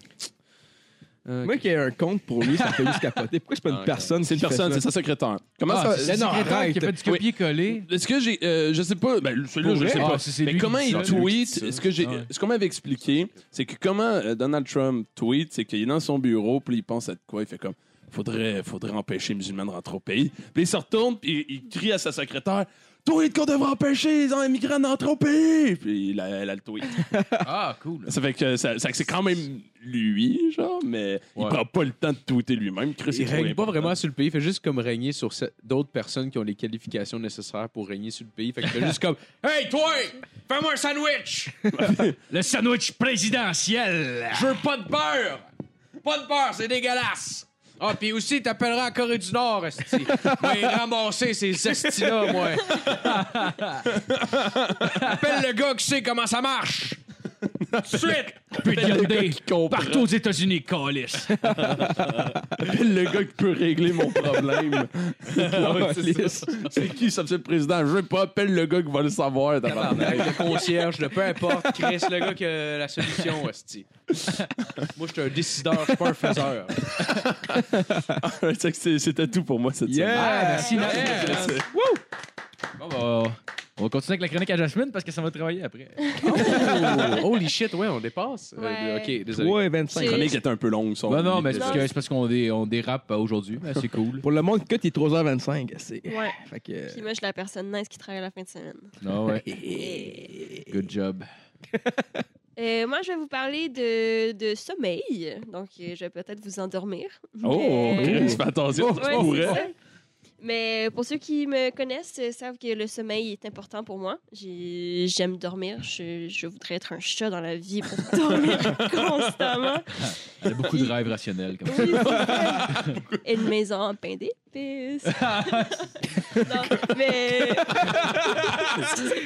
E: Euh,
B: moi qui ai un compte pour lui, ça me fait juste capoter. Pourquoi c'est pas une
E: Ah,
B: personne
A: C'est une
B: qui fait
A: personne,
B: ça?
A: c'est sa secrétaire. Comment
D: Ah,
A: ça.
D: c'est
B: non,
D: non,
B: arrête.
D: qui a fait du
A: Oui.
D: copier-coller.
A: Est-ce que j'ai. euh, je sais pas. Ben, celui-là,
B: Pour
A: je
B: vrai?
A: sais
D: Ah,
A: pas.
D: si c'est
A: Mais
D: lui
A: comment
D: qui dit
A: il
D: ça.
A: tweet Ce que j'ai,
D: Ouais.
A: ce qu'on m'avait expliqué, c'est que comment euh, Donald Trump tweet, c'est qu'il est dans son bureau, puis il pense à de quoi, il fait comme. Faudrait, faudrait empêcher les musulmans de rentrer au pays. Puis il se retourne, puis il, il crie à sa secrétaire Tweet qu'on devrait empêcher les immigrants d'entrer au pays Puis il a, elle a le tweet.
D: Ah, cool.
A: ça fait que, ça- ça fait que c'est quand même lui, genre, mais il
E: Ouais.
A: prend pas le temps de tweeter lui-même. Chris,
E: il
A: est trop
E: règne pas
A: important.
E: vraiment sur le pays, il fait juste comme régner sur ce- d'autres personnes qui ont les qualifications nécessaires pour régner sur le pays. Fait qu'il fait juste comme Hey, toi, fais-moi un sandwich!
D: Le sandwich présidentiel.
E: Je veux pas de beurre! Pas de beurre, c'est dégueulasse! Ah, puis aussi, t'appelleras en Corée du Nord, Esti. Moi, les ramasser ces Esti-là, moi. Appelle le gars qui sait comment ça marche! Tout de suite!
D: Plus de Hyundai. Partout aux États-Unis, calice.
A: le gars qui peut régler mon problème. Calice. c'est qui, ça monsieur le président? Je veux pas, appelle le gars qui va le savoir. tabarnak.
E: Ah, le concierge, le peu importe, Chris, le gars qui a la solution, Esti. Moi, je suis un décideur, je suis pas un faiseur.
A: C'est que c'est- C'était tout pour moi cette
D: Ah, merci, Nat.
E: Yeah.
A: semaine.
D: Bon, bah, on va continuer avec la chronique à Jasmine parce que ça va travailler après.
E: Oh, holy shit, ouais, on dépasse. Euh,
C: Ouais.
E: ok, désolé.
B: 3 et 25.
A: La
C: J'ai-
A: chronique était un peu longue. ça, on
D: Non, non,
A: oublie
D: mais
A: de-
D: c'est parce que- c'est parce qu'on dé- on dérape euh, aujourd'hui. mais C'est cool.
B: Pour le monde cut, il est 3h25. C'est...
C: Ouais.
A: Euh,
B: Fait que...
C: Puis moi, je suis la personne nice qui travaille la fin de semaine.
D: Non, ouais.
C: Et-
D: Good job.
C: Euh, moi, je vais vous parler de, de sommeil. Donc, euh, je vais peut-être vous endormir. Euh,
A: Oh,
C: Mais-
A: Chris, fais attention, tu
C: Ouais, c'est
A: pourrais.
C: ça. Mais pour ceux qui me connaissent euh, savent que le sommeil est important pour moi. J'ai- J'aime dormir. Je, je voudrais être un chat dans la vie pour dormir constamment.
D: Il y a beaucoup de rêves rationnels comme
C: Oui,
D: ça.
C: c'est vrai. Et une maison en pain d'épices. Ah, non, mais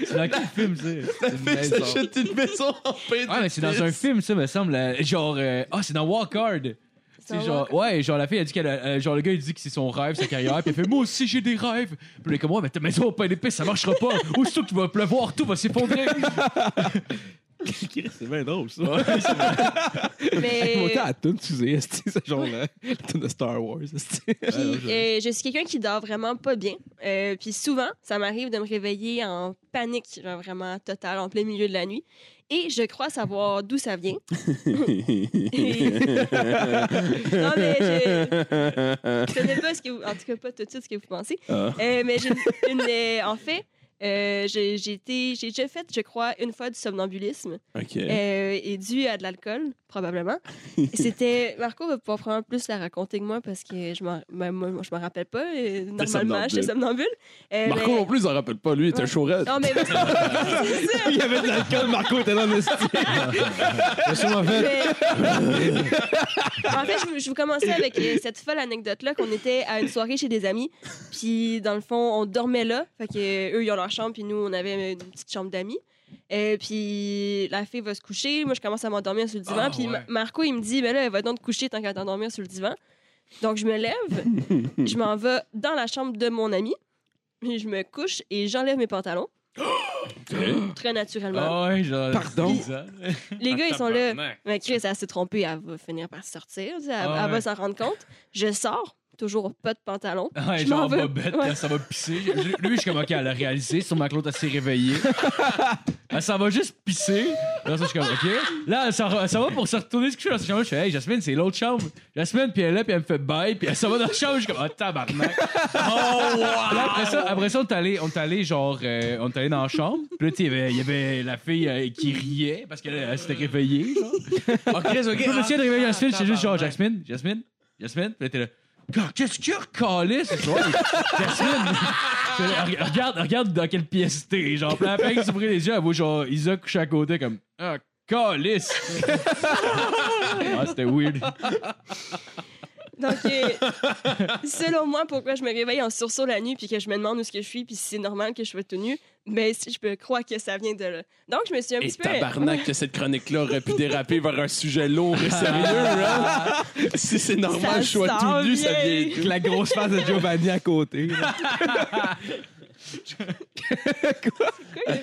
D: C'est dans quel film, ça? C'est une maison.
A: J'achète une maison en paix.
D: Ah, mais c'est dans un film, ça, me semble. euh, Genre, euh, ah, c'est dans Walk Hard. Tu sais, genre, ouais, genre la fille a dit qu'elle a- euh, genre le gars il dit que c'est son rêve, sa carrière, puis elle fait moi aussi j'ai des rêves. Puis elle est comme ouais, mais ta maison au pain d'épais, ça marchera pas. Aussitôt qu'il va pleuvoir, tout va s'effondrer.
B: C'est bien drôle, ça. Hey,
C: Mais euh,
B: monter à la toune, tu sais, esti, ce genre-là. La toune de Star Wars, esti.
C: puis, euh, je suis quelqu'un qui dort vraiment pas bien. Euh, puis souvent, ça m'arrive de me réveiller en panique, genre vraiment totale, en plein milieu de la nuit. Et je crois savoir d'où ça vient. Et- non, mais je... je ne sais pas ce que vous... En tout cas, pas tout de suite ce que vous pensez.
A: Ah.
C: Euh, mais j'ai une- une, euh, en fait, euh, j'ai j'ai été- j'ai déjà fait, je crois, une fois du somnambulisme
A: OK.
C: euh, et dû à de l'alcool, probablement. C'était... Marco va pouvoir probablement plus la raconter que moi parce que je m'en- ben, moi, je m'en rappelle pas. euh, normalement,
A: somnambule.
C: j'étais somnambule. Euh,
A: Marco,
C: mais-
A: en plus, il en rappelle pas. Lui, il était chaurette.
C: Non, mais... C'est ça.
B: Il y avait de l'alcool, Marco était là, en esti.
C: Mais- en fait, je, vous- je vous commençais avec euh, cette folle anecdote-là qu'on était à une soirée chez des amis. Puis, dans le fond, on dormait là. Fait que euh, eux, ils ont leur chambre, puis nous, on avait une petite chambre d'amis. Euh, puis la fille va se coucher. Moi, je commence à m'endormir sur le divan.
D: Ah,
C: puis
D: ouais.
C: Ma- Marco, il me dit Ben là, va donc te coucher tant qu'à t'endormir sur le divan. Donc, je me lève, je m'en vais dans la chambre de mon ami. Puis je me couche et j'enlève mes pantalons.
A: Eh,
C: Très naturellement.
D: Ah ouais, genre.
B: Pardon?
C: Les gars, ils sont là.
E: Tabarnak.
C: Mais Chris, elle s'est trompée, elle va finir par sortir, tu sais, elle,
D: Ah
C: elle
D: ouais.
C: va s'en rendre compte. Je sors, toujours pas de pantalon.
D: Ouais,
C: Je
D: genre
C: m'en veux.
D: bobette,
C: Ouais.
D: quand ça va pisser. Je- Lui, je suis comme, OK, elle a réalisé. Sûrement que l'autre, elle s'est réveillée. Elle s'en va juste pisser. Là, ça, je suis comme, OK. Là, elle s'en re- elle s'en va pour se retourner se coucher dans sa chambre. Je fais, Hey, Jasmine, c'est l'autre chambre. Jasmine, puis elle est là, puis elle me fait bye, puis elle s'en va dans la chambre. Je suis comme, Ah, tabarnak. Oh, Là, après ça, après ça, on est allé, on est allé genre, euh, on est allé dans la chambre. Puis là, tu sais, il y avait- il y avait la fille euh, qui riait parce qu'elle elle s'était réveillée, genre. Je me souviens de réveiller Jasmine, c'est juste genre Jasmine, Jasmine, Jasmine. Puis là, t'es là. Gars, Qu'est-ce qu'il y a recalé ce soir? Jasmine! T'es là, Reg- euh, regarde, regarde dans quelle pièce t'es. Genre, plein peine que tu ouvres les yeux, elle voit genre Isa couché à côté comme Ah, calice! ah, c'était weird.
C: Donc, euh, selon moi, pourquoi je me réveille en sursaut la nuit puis que je me demande où ce que je suis puis si c'est normal que je sois tout nu, mais si je peux croire que ça vient de là. Donc, je me suis un
A: Et
C: petit peu.
A: tabarnak que cette chronique-là aurait pu déraper vers un sujet lourd et sérieux. hein? si c'est normal,
C: Ça
A: je sois
C: s'en
A: tout nu, ça
C: vient.
A: vient.
B: Avec la grosse face de Giovanni à côté. là.
C: Quoi, il a dit?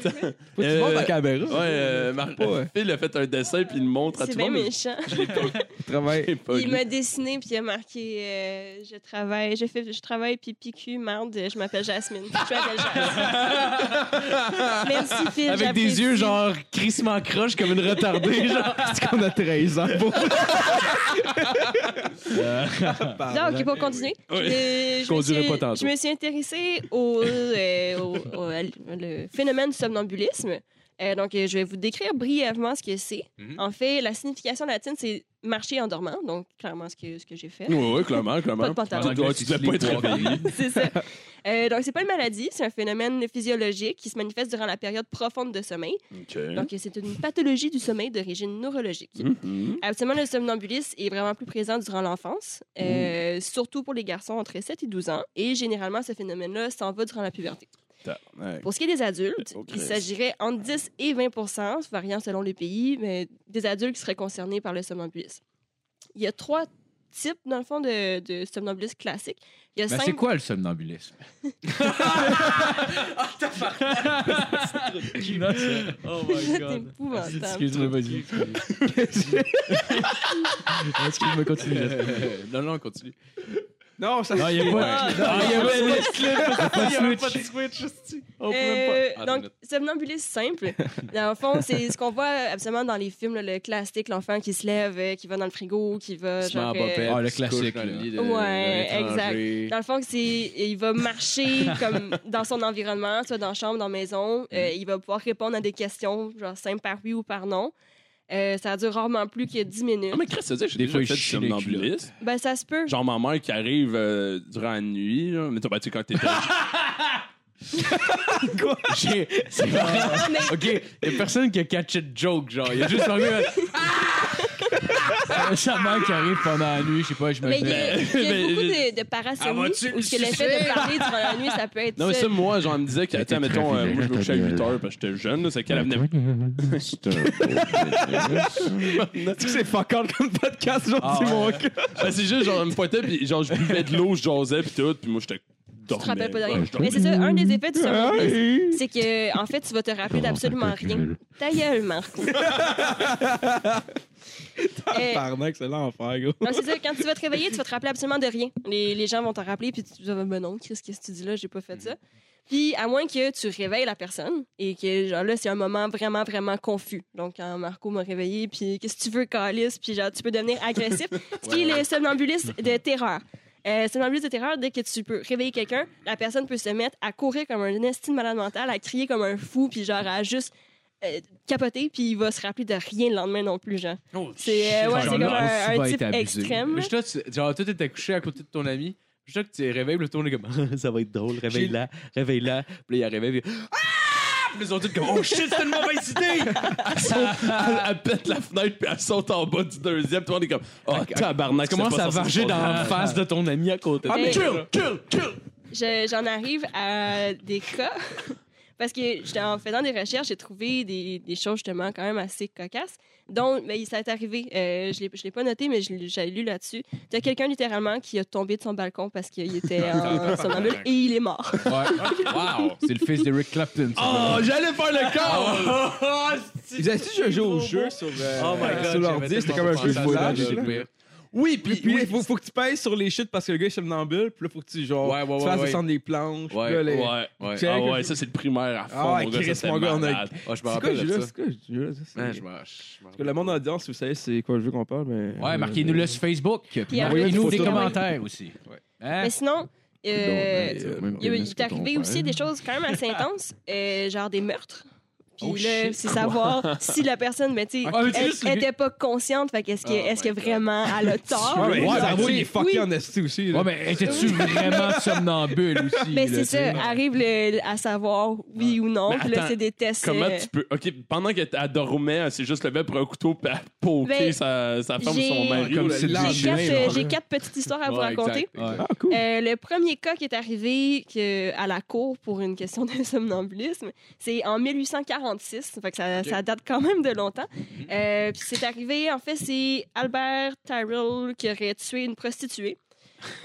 B: Faut que tu
A: Euh,
B: montes la caméra.
A: Ouais, euh, Mar-
B: Pas, ouais.
A: Phil a fait un dessin puis il le montre à tout
C: C'est
A: le
C: bien
A: monde.
C: méchant.
B: Tu travailles.
A: J'ai pas
C: Il
A: lu.
C: m'a dessiné puis il a marqué euh, Je travaille, je, fais, je travaille puis PQ, merde, je m'appelle Jasmine. Je m'appelle Jasmine. Merci, Phil.
F: Avec des
C: j'apprécie.
F: yeux genre crissement croche comme une retardée. genre.
B: C'est qu'on a 13 ans pour Ah,
F: Ah,
C: Non, ok, pour continuer. Euh, je, me
F: conduirai
C: suis-
F: pas tantôt.
C: je me suis intéressée au, euh, au- au- à l- le phénomène du somnambulisme. Euh, donc, euh, je vais vous décrire brièvement ce que c'est.
E: Mhm.
C: En fait, la signification latine, c'est marcher en dormant. Donc, clairement, ce que, ce que j'ai fait.
A: Ouais, ouais, clairement,
C: Pas de
A: clairement.
C: pantalon.
A: Tu dois, tu devais pas être réveillé.
C: c'est ça. Euh, donc, c'est pas une maladie, c'est un phénomène physiologique qui se manifeste durant la période profonde de sommeil.
A: OK.
C: Donc, euh, c'est une pathologie du sommeil d'origine neurologique.
A: Mhm.
C: Habituellement, le somnambulisme est vraiment plus présent durant l'enfance,
D: Mmh.
C: euh, surtout pour les garçons entre 7 et 12 ans. Et généralement, ce phénomène-là s'en va durant la puberté.
A: Tabarnak.
C: Pour ce qui est des adultes,
A: Oh, Christ.
C: il s'agirait entre 10 et 20 variant selon les pays, mais des adultes qui seraient concernés par le somnambulisme. Il y a trois types, dans le fond, de, de somnambulisme classique. Il y a
D: Mais
C: cinq-
D: Ben, c'est quoi le somnambulisme?
F: Oh
C: C'est épouvantable.
D: Excuse-moi, vas-y. Excuse-moi, continue. Jasmine.
E: Euh, Non, non, on continue.
B: Non, ça
D: Non, il y a pas.
F: Ah, il y avait le
D: pas de
F: Il y avait pas de
D: switch.
F: switch. hostie.
C: Euh,
E: On pouvait pas. Ah, deux
C: donc,
E: minutes.
C: somnambulisme simple. dans le fond, c'est ce qu'on voit absolument dans les films, là, le classique, l'enfant qui se lève, euh, qui va dans le frigo, qui va.
E: Il se met en
C: genre, euh,
E: bobette,
D: Ah, le
E: il se couche
D: classique,
E: dans le
D: là.
E: lit de-
C: Ouais,
E: de l'étranger.
C: Dans le fond, c'est il va marcher comme dans son environnement, soit dans chambre, dans maison. Euh, il va pouvoir répondre à des questions, genre simple par oui ou par non. Euh, ça dure rarement plus que 10 minutes.
A: Non, mais Chris, ça veut dire que j'ai
D: Des
A: déjà
D: fois, il
A: fait du
D: chie les culottes.
A: somnambulisme.
C: Ben, ça se peut.
A: Ah, Genre ma mère qui arrive euh, durant la nuit, là. mais t'as battu quand t'étais.
F: J'ai- c'est pas- OK, il y a personne qui a catché de joke, genre. Il y a juste un gars.
D: sa mère qui arrive pendant la nuit, je sais pas, je me
C: Mais il y a, il y a
A: Mais-
C: beaucoup
A: mais-
C: de, de
A: Ah,
C: parasomnies
A: vas-tu
C: où ce que le fait
A: sucer?
C: de parler durant la nuit, ça peut être
A: Non, mais
C: ça.
A: ça, moi, genre, elle me disait que, attends, mettons, euh, moi, je me couchais à 8 heures parce que j'étais jeune, là, c'est qu'elle elle venait.
B: C'est fuck all comme podcast, genre,
D: Ah
B: c'est
D: ouais.
B: mon cas.
A: Ben, c'est juste, genre, elle me pointait, puis genre, je buvais de l'eau, je jasais, puis tout, puis moi, j'étais.
C: tu te rappelles pas
A: dormais.
C: de rien.
A: Ouais, je dormais.
C: Mais c'est ça, un des effets du sommeil, c'est que, en fait, tu vas te rappeler d'absolument rien. Ta gueule, Marco. Euh,
B: Tabarnak, c'est l'enfer, gros.
C: Non, c'est ça. Quand tu vas te réveiller, tu vas te rappeler absolument de rien. Les, les gens vont t'en rappeler, puis tu vas dire, ben non, Chris, qu'est-ce que tu dis là? J'ai pas fait ça. Puis, à moins que tu réveilles la personne et que, genre, là, c'est un moment vraiment, vraiment confus. Donc, quand Marco m'a réveillé, puis qu'est-ce que tu veux, Calis? Puis, genre, tu peux devenir agressif. Ce qui est le somnambuliste de terreur. Euh, somnambuliste de terreur, dès que tu peux réveiller quelqu'un, la personne peut se mettre à courir comme un estime malade mental, à crier comme un fou, puis genre, à juste euh, capoter, puis il va se rappeler de rien le lendemain non plus, genre.
D: oh,
C: C'est euh, ouais,
D: Genre,
C: c'est comme
D: là, aussi
C: un,
D: va
C: un
D: être
C: type
D: abusé.
C: extrême.
F: Juste là, tu- genre, toi, t'étais couché à côté de ton ami. Juste là que tu te réveilles, le tourne comme ça va être drôle, réveille-la, réveille-la. Puis là, il réveille, puis Ah! Puis Ils ont dit comme Oh shit, c'est une mauvaise idée!
A: Elle, elle pète la fenêtre, puis elle saute en bas du deuxième, puis on est comme, oh, tabarnak,
F: Tu commences
A: c'est pas
F: à
A: censé se
F: varger dans
A: passer.
F: la face de ton ami à côté.
C: Ah, mais
F: de toi.
A: Kill, kill, kill!
C: Je- J'en arrive à des cas. Parce que j'étais- en faisant des recherches, j'ai trouvé des, des choses justement quand même assez cocasses. Donc, ben, ça est arrivé. Euh, je ne l'ai pas noté, mais je l'ai- j'ai lu là-dessus. Tu as quelqu'un littéralement qui a tombé de son balcon parce qu'il était en somnambule et il est mort.
D: Wow! C'est le fils d'Eric Clapton. ça.
A: Oh, j'allais faire
C: Ah
A: le corps!
B: Ils avaient déjà joué au jeu sur, euh,
F: Oh my God,
B: sur
F: j'avais
B: l'ordi, c'était
F: tellement
B: comme un
F: pas
B: peu
F: pensé à
B: fou,
F: ça,
B: là.
F: j'ai le pire.
A: Oui, puis.
B: Puis il faut, faut que tu pèses sur les chutes parce que le gars est somnambule, puis là, faut que tu, genre,
F: Ouais, ouais,
B: tu
F: ouais,
B: fasses
F: ouais.
B: descendre les planches. puis
F: Ouais,
B: là, les-
A: Ouais.
F: Ouais.
B: Check.
A: Ah ouais, ça c'est le primaire à fond.
B: Ah ouais,
A: mon gars,
B: Chris,
A: ça,
B: mon
A: c'était
B: gars, on a-
A: malade.
F: Ah, je me
B: C'est quoi le
F: rappelle de
B: jeu, là?
F: ça.
B: C'est quoi le jeu, là? ça, c'est-
F: Ouais, je me- je me
B: Parce que le monde en audience, vous savez c'est quoi le jeu qu'on parle, mais...
D: Ouais, marquez-nous le sur Facebook. Puis
C: envoyez
D: envoyez-nous
C: une
D: des
C: photo.
D: commentaires aussi. Hein?
C: Mais sinon, euh, il il est arrivé aussi des choses quand même assez intenses, euh, genre des meurtres. Puis
D: Oh
C: là,
D: shit,
C: c'est savoir si la personne, ben, tu sais,
D: Ah, mais tu
C: elle-
D: sais,
C: elle était pas consciente. Fait qu'est-ce que,
E: Oh
C: est-ce que
E: my God.
C: vraiment elle a tort?
B: Ouais, mais
D: Ouais,
B: le cerveau,
D: oui.
B: il est fucké
C: Oui.
B: en esti aussi. là.
D: Ouais, mais étais-tu vraiment somnambule aussi?
C: Mais
D: là,
C: c'est
D: tu
C: ça,
D: sais?
C: arrive le- à savoir oui ou non.
A: Mais
C: Puis là,
A: attends,
C: c'est des tests.
A: Comment
C: euh,
A: tu peux. Ok, pendant qu'elle elle dormait, elle s'est hein, juste levée pour un couteau pour poker
C: Ben,
A: sa, sa femme ou son
C: j'ai-
A: mari.
D: Comme
A: là.
D: c'est de
B: Ah,
C: J'ai
D: l'enjeu.
B: l'enchaînement.
C: quatre,
B: genre.
C: euh, j'ai quatre petites histoires à vous
E: Ouais, exact.
C: raconter.
D: Ouais.
B: Ah, cool.
C: Euh, le premier cas qui est arrivé que, à la cour pour une question de somnambulisme, c'est en 1846. Fait que ça, ça date quand même de longtemps.
D: Mhm.
C: Euh, puis c'est arrivé, en fait, c'est Albert Tyrrell qui aurait tué une prostituée.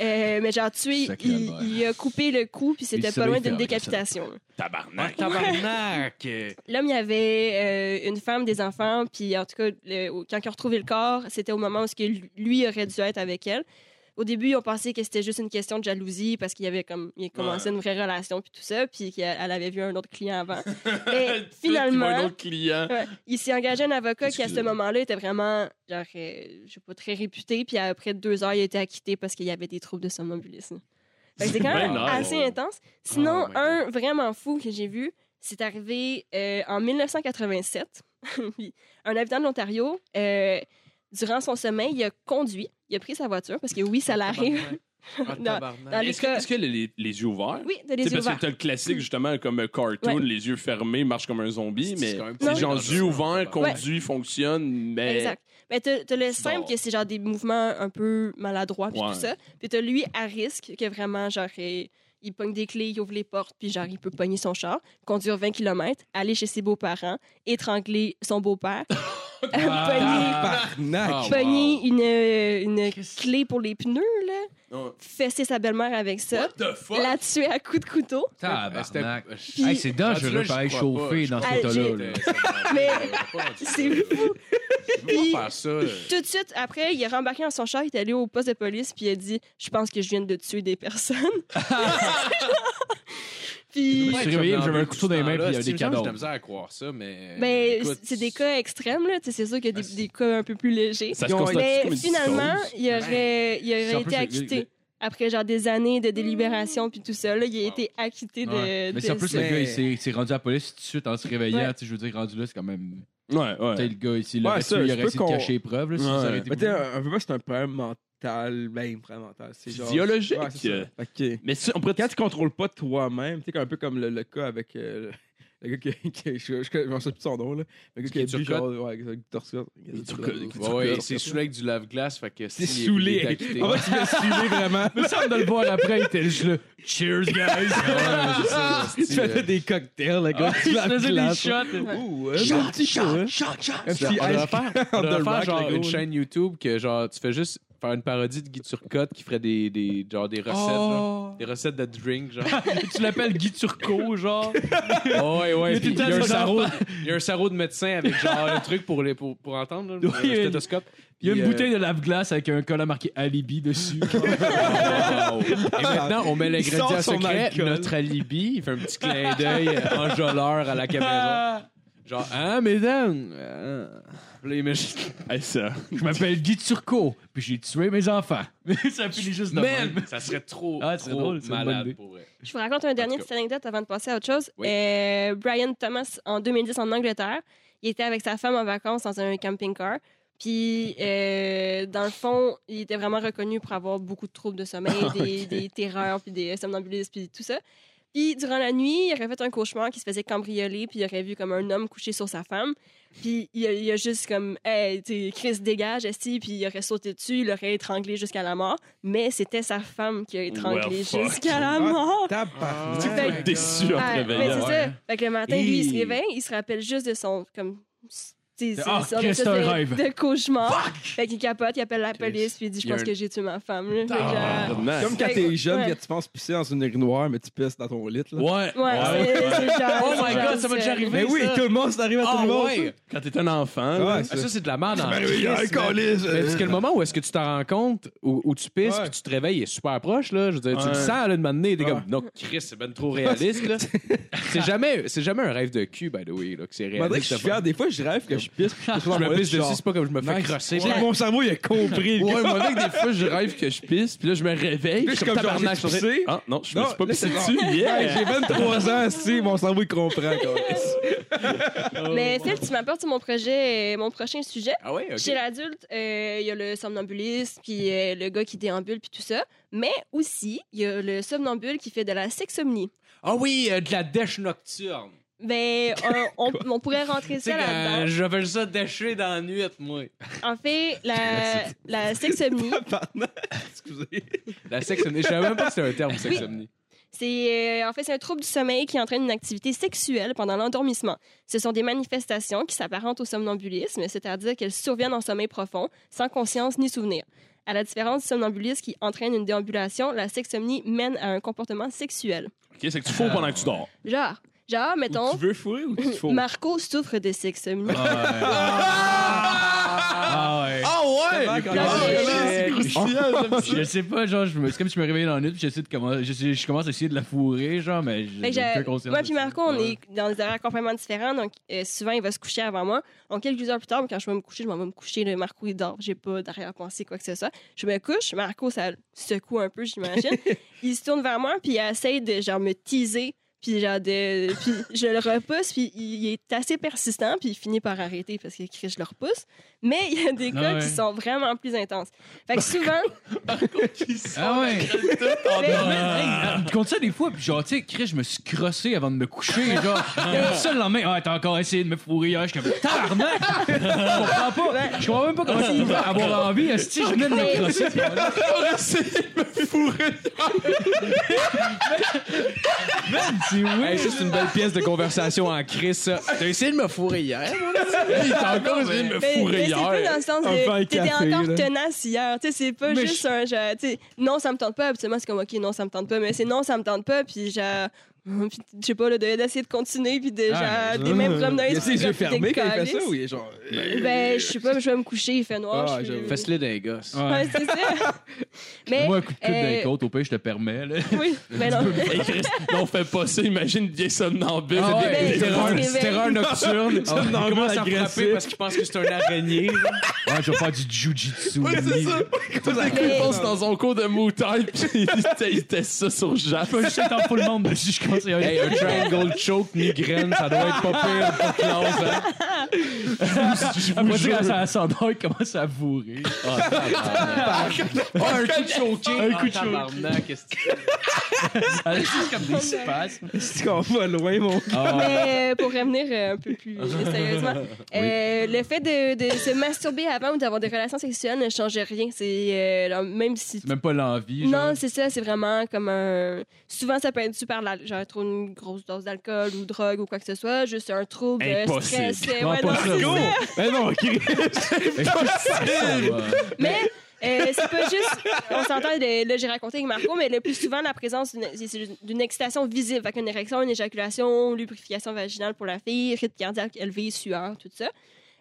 C: Euh, mais genre tué,
D: Sacré
C: il,
D: Albert.
C: il a coupé le cou, puis c'était
D: Il
C: pas loin
D: savait
C: d'une
D: faire avec ça.
C: décapitation.
D: Ah,
A: Tabarnak.
F: Tabarnak!
C: L'homme, il y avait euh, une femme, des enfants, puis en tout cas, le- au- quand ils ont retrouvé le corps, c'était au moment où ce que lui- lui aurait dû être avec elle. Au début, on pensait que c'était juste une question de jalousie parce qu'il y avait comme il commençait une vraie relation puis tout ça, puis qu'elle avait vu un autre client avant.
A: Tu
C: Mais
A: sais, tu vois un
C: finalement,
A: autre client.
C: ouais, il s'est engagé un avocat qui à ce
A: Excusez.
C: moment-là était vraiment, genre, euh, je sais pas très réputé, puis après deux heures, il a été acquitté parce qu'il y avait des troubles de somnambulisme. Fait que C'est quand
A: Ben
C: même
A: nice.
C: assez intense. Sinon,
F: Oh my
C: un vraiment fou que j'ai vu, c'est arrivé euh, en 1987. Puis, un habitant de l'Ontario, euh, durant son sommeil, il a conduit, il a pris sa voiture, parce que oui,
B: Ah,
C: ça l'arrive.
F: Ah,
C: dans, dans les
A: Est-ce que,
C: cas...
A: est-ce qu'elle a les, les yeux ouverts?
C: Oui, de les
A: Tu sais,
C: yeux
A: parce
C: ouverts.
A: que t'as le classique, justement, comme un cartoon,
C: Ouais.
A: les yeux fermés, marche comme un zombie,
E: C'est
A: mais
E: quand même
A: c'est
C: Non.
A: genre
E: dangereux.
A: yeux ouverts,
E: Ouais.
A: conduit, fonctionne, mais.
C: Exact. Mais t'as t'as le simple
A: bon.
C: que c'est genre des mouvements un peu maladroits puis
A: Ouais.
C: tout ça. Puis t'as lui à risque que vraiment genre il, il pogne des clés, il ouvre les portes puis genre il peut pogner son char, conduire 20 km, aller chez ses beaux-parents, étrangler son beau-père, euh, pogner,
B: Tabarnak!
E: Ah, wow.
C: pogner une, euh, une clé pour les pneus là,
A: Oh.
C: fesser sa belle-mère avec ça,
A: What the fuck?
C: la tuer à coups de couteau.
F: Ah,
D: Tabarnak.
E: Euh, c'était-
D: Hey, c'est dangereux,
E: Rendu là,
D: pareil,
E: j'y crois
D: chauffé
E: pas,
D: dans
E: je
D: cet
E: crois
C: état-là,
E: pas.
D: là.
C: Mais-
E: c'est
C: C'est fou.
E: Faut
C: Puis-
E: faire ça.
F: euh.
E: là.
C: Tout de suite après, il est rembarqué dans son char, il est allé au poste de police, puis il a dit Je pense que je viens de tuer des personnes.
D: Je
C: puis,
D: me suis réveillé,
F: Ouais,
D: j'avais un couteau dans les mains, puis il y avait
E: C'est
D: des
E: genre, J'ai de
D: cadavres.
E: la misère à croire ça, mais. euh,
C: ben,
E: Écoute,
C: c'est des cas extrêmes, là. tu sais, C'est sûr qu'il y a des, des cas un peu plus légers.
A: Ça
B: Ils
A: se
B: ont-
A: constate comme une
C: Mais finalement,
A: sauce.
C: il aurait, il
D: C'est un
C: aurait
D: peu ce-
C: été
D: le-
C: acquitté. Après genre des années de délibération puis tout ça, là, il a été acquitté de.
D: Ouais. Mais c'est en
C: de
D: plus,
C: ça.
D: le
B: Mais-
D: gars, il s'est- il s'est rendu à la police tout de suite en se réveillant.
C: Ouais.
D: Tu sais, Je veux dire, rendu là, c'est quand même.
A: Ouais, ouais.
D: Tu sais, le gars, ici, le
B: Ouais,
D: reste,
B: ça,
D: lui, il
B: je
D: aurait
B: peux
D: essayé de
B: qu'on-
D: cacher les preuves. là, si
A: Ouais.
D: ça aurait été plus-
B: Mais t'sais, un, un peu, moi, c'est un problème mental. Ben, un problème mental. C'est genre.
A: Physiologique.
B: Ouais, c'est ça. Fait que-
A: Mais si- on pourrait
B: Quand tu contrôles pas toi-même, tu sais, un peu comme le, le cas avec euh, Le gars qui. qui- je, je, je m'en souviens plus de son nom, là. Le gars qui a bu, genre. Ouais, avec Torsicotte.
E: Ouais, ouais, c'est saoulé avec du lave-glace, fait que
B: C'est
E: si,
B: saoulé.
E: il est acquitté.
B: En fait, il m'a saoulé vraiment.
D: me semble de le voir après, il était juste là. Cheers, guys! Ah,
B: Tu faisais des cocktails, le gars. Tu
D: Il se faisait des shots.
B: Ouh, un petit
D: hein.
B: shot, shot, shot. Ah, Un
E: On
B: petit
E: devrait
B: ice
E: faire, on devrait faire genre une chaîne YouTube que genre tu fais juste faire une parodie de Guy Turcotte qui ferait des, des genre des recettes
D: Oh.
E: genre, des recettes de drink genre.
D: Tu l'appelles Guy Turcot, genre.
E: Oh, ouais ouais.
D: tout
E: puis Il
D: le temps
E: y a un
D: sur
E: sarreau, il y a un sarreau de médecin avec genre un truc pour les pour, pour entendre là,
D: Oui, il y
E: un
D: a une-
E: stéthoscope.
D: Il y a
E: Puis,
D: une
E: euh,
D: bouteille de lave-glace avec un collant marqué Alibi dessus.
E: wow. Et maintenant on met l'ingrédient
B: sort son
E: secret
B: alcool.
E: notre alibi, il fait un petit clin d'œil enjôleur à la caméra. Genre hein mesdames. hein. Puis là, il met juste-
A: Hey, ça.
D: Je m'appelle Guy Turcot, puis j'ai tué mes enfants. ça finit juste de
E: Man,
D: même.
E: ça serait trop,
D: Ah, c'est
E: trop
D: drôle, c'est une bonne idée.
E: malade pour vrai.
C: Je vous raconte un dernier
E: tout cas.
C: petite anecdote avant de passer à autre chose.
E: Oui.
C: Euh, Brian Thomas, en 2010, en Angleterre, il était avec sa femme en vacances dans un camping-car. Puis, euh, dans le fond, il était vraiment reconnu pour avoir beaucoup de troubles de sommeil, des, des terreurs, puis des somnambulismes, puis tout ça. Puis, durant la nuit, il aurait fait un cauchemar qui se faisait cambrioler, puis il aurait vu comme un homme couché sur sa femme. Puis, il a, il a juste comme, hey, tu sais, Chris, dégage, esti, puis il aurait sauté dessus, il aurait étranglé jusqu'à la mort. Mais c'était sa femme qui a étranglé
A: Well, fuck.
C: jusqu'à la mort.
B: Tabarnak.
A: Tu vas être déçu en te
C: Ah, mais
A: réveillant.
C: c'est ça. Fait que le matin,
D: Hi.
C: lui, il se réveille, il se rappelle juste de son. Comme, c'est
D: Ah, Christ, c'est un rêve.
C: de cauchemar. Fait qu'il capote, il appelle la police, puis il dit Je
E: Il y a
C: pense
E: un-
C: que j'ai tué ma femme. là. Fait que, euh,
A: Ah,
C: genre-
A: nice.
B: Comme quand t'es jeune, que tu penses pisser dans une urinoir, mais tu pisses dans ton lit. Là.
A: Ouais.
C: Ouais, c'est- c'est genre.
E: Oh
C: c'est
E: my
C: genre
E: god, ça m'a déjà
C: ça.
E: arrivé.
B: Mais oui,
E: ça.
B: tout le monde, ça arrive à tout
E: Ah,
B: le monde.
E: ouais.
A: Quand t'es un enfant.
B: ça.
A: là.
B: Ouais,
E: Ah,
B: c'est-
E: ça, c'est de la merde. en
B: oui, hein,
E: Christ,
B: hey,
E: man.
B: câlisse,
E: Mais parce
B: euh.
E: que le moment où est-ce que tu t'en rends compte, où, où tu pisses,
B: Ouais.
E: puis tu te réveilles, il est super proche, là. Je veux dire, tu
A: Ouais.
E: le sens, là, de m'amener, t'es
B: Ouais.
E: comme, non, Chris, c'est ben trop réaliste, là. c'est jamais, c'est jamais un rêve de cul, by the way, là, que
B: Mais
E: c'est
B: on dirait
E: réaliste.
B: que je suis
E: ça
B: fier. Des fois, je rêve que je pisse. puis je pisse dans
E: je
B: mon
E: me
B: lit,
E: pisse
B: genre,
E: dessus, c'est pas comme je me fais
B: nice.
E: crosser.
B: Ouais,
E: là.
B: Mon cerveau, il a compris. le gars.
A: Ouais, moi, avec des fois, je rêve que je pisse, puis là, je me réveille, puis je suis comme tabarnak.
B: genre, j'ai pissé.
A: Ah, non, je me
B: Non,
A: suis pas
B: là,
A: pissé
B: c'est
A: dessus.
B: Hey,
A: Yeah!
B: J'ai 23 ans, si mon cerveau, il comprend. câlisse.
C: Mais Phil, tu m'apportes sur mon projet, euh, mon prochain sujet.
E: Ah ouais,
C: Chez
E: ok.
C: l'adulte, euh, il y a le somnambuliste, puis euh, le gars qui déambule, puis tout ça. Mais aussi, il y a le somnambule qui fait de la sexomnie.
E: Ah oui, euh, de la dèche nocturne.
C: Mais Ben, on, on- on pourrait rentrer
E: Tu sais,
C: ça
E: quand
C: là-dedans.
E: j'appelle ça décher dans la nuit, moi.
C: En fait, la, la sexomnie,
B: Excusez.
E: La sexomnie. Je savais même pas que c'était un terme, sexomnie.
C: c'est euh, en fait c'est un trouble du sommeil qui entraîne une activité sexuelle pendant l'endormissement. Ce sont des manifestations qui s'apparentent au somnambulisme, c'est-à-dire qu'elles surviennent en sommeil profond, sans conscience ni souvenir. À la différence du somnambulisme qui entraîne une déambulation, la sexomnie mène à un comportement sexuel.
A: Ok, c'est que tu fous pendant que tu dors.
C: Genre, genre mettons,
B: veux fourrer ou tu te fous?
C: Marco souffre de sexomnie.
D: Ah ouais.
B: Euh,
D: Ah, Je sais pas, genre, je me- c'est comme si je me réveillais dans la nuit, puis j'essaie de commencer, je, je commence à essayer de la fourrer, genre, mais
C: Fait que
D: j'ai aucun
C: j'ai-
D: conscience.
C: moi
D: de
C: Ben, puis
D: ça.
C: Marco, on
D: Ouais.
C: est dans des horaires complètement différents. Donc, euh, souvent, il va se coucher avant moi. Donc, quelques heures plus tard, quand je vais me coucher, je m'en vais me coucher. Le Marco, il dort. J'ai pas d'arrière-pensée, quoi que ce soit. Je me couche. Marco, ça secoue un peu, j'imagine. il se tourne vers moi, puis il essaie de genre, me teaser. Puis, genre, de, puis je le repousse, puis il est assez persistant, puis il finit par arrêter parce que Chris, je le repousse. Mais il y a des cas
D: Ah Ouais.
C: qui sont vraiment plus intenses. Fait que souvent, ben,
D: Ah ben, ouais.
C: mais-
D: Hey, tu comptes ça des fois, puis genre, tu sais, Chris, je me suis crossé avant de me coucher, genre. Et ça le lendemain, ah, t'as encore essayé de me fourrer hier, j'étais comme, tabarnak! Je comprends pas, je comprends même pas comment
E: Ah,
D: tu peux avoir envie, si je venais de me crosser. J'aurais essayé de me fourrer. Man, c'est weird.
E: Hey, ça, c'est une belle pièce de conversation en Chris, ça. T'as essayé de me fourrer hier, mon petit? T'as encore essayé de me
C: Mais,
E: fourrer
C: mais Ben, c'est
E: hier.
C: plus dans le sens
B: Un pain
C: de t'étais
B: café,
C: encore
B: là.
C: tenace hier. Tu sais, c'est pas
D: Mais
C: juste un genre, tu sais, non, ça me tente pas. Habituellement, c'est comme, OK, non, ça me tente pas. Mais c'est non, ça me tente pas. Puis genre, puis, je sais pas, là, de- d'essayer de continuer. Puis de,
D: Ah,
C: genre, des mêmes promenades.
B: Il a ses yeux
C: puis des
B: fermés quand il fait
C: calices.
B: ça ou il est genre. euh,
C: Ben, je sais pas, je vais me coucher, il fait noir.
B: Ah,
C: je suis-
B: j'avoue.
E: Fais-le d'un gosse.
D: Ouais.
C: Ouais, c'est ça. mais,
D: Moi, un coup de coude
C: euh,
D: d'un côte, au pire, je te permets, là.
C: Oui, mais non.
A: Hey, Chris, non, fais pas ça. Imagine bien somnambule.
D: Ah ouais.
C: Ben,
E: Terreur,
C: il se réveille.
E: terreur nocturne.
B: Ça me
E: il commence à
B: agressif.
E: frapper parce qu'il pense que c'est un araignée.
D: Ouais, Ah, je vais faire du jujitsu.
A: Ouais, c'est ça. Tout d'un coup, il passe dans son cours de moutarde, puis il teste ça sur Jap.
D: Je vais juste attendre tout le monde dessus, je conseille.
E: hey, un triangle choke migraine, ça doit être pas pire pour Klaus. hein.
A: Je vous
D: Après,
A: jure.
D: ça, ça s'endort, il commence à bourrer.
A: Ah,
E: un coup de choqué.
D: Un coup de choqué. Elle juste comme des spasmes.
B: C'est qu'on va loin, mon gars.
C: Mais euh, pour revenir euh, un peu plus sérieusement, euh, le fait de, de se masturber avant ou d'avoir des relations sexuelles ne change rien. C'est euh, alors, même si
D: C'est même pas l'envie. genre.
C: non, c'est ça, c'est vraiment comme un. Souvent, ça peut être super, la- genre trop une grosse dose d'alcool ou drogue ou quoi que ce soit, juste un trouble de
A: Impossible.
C: stress. euh,
D: Prends
C: ouais,
D: pas
C: non,
D: ça,
C: c'est
D: gros.
C: ça.
B: Ben non, ok.
D: Ça va.
C: Mais euh, c'est pas juste. On s'entend, le- là, j'ai raconté avec Marco, mais le plus souvent, la présence d'une- c'est- c'est d'une excitation visible, avec une érection, une éjaculation, lubrification vaginale pour la fille, rythme cardiaque élevé, sueur, tout ça.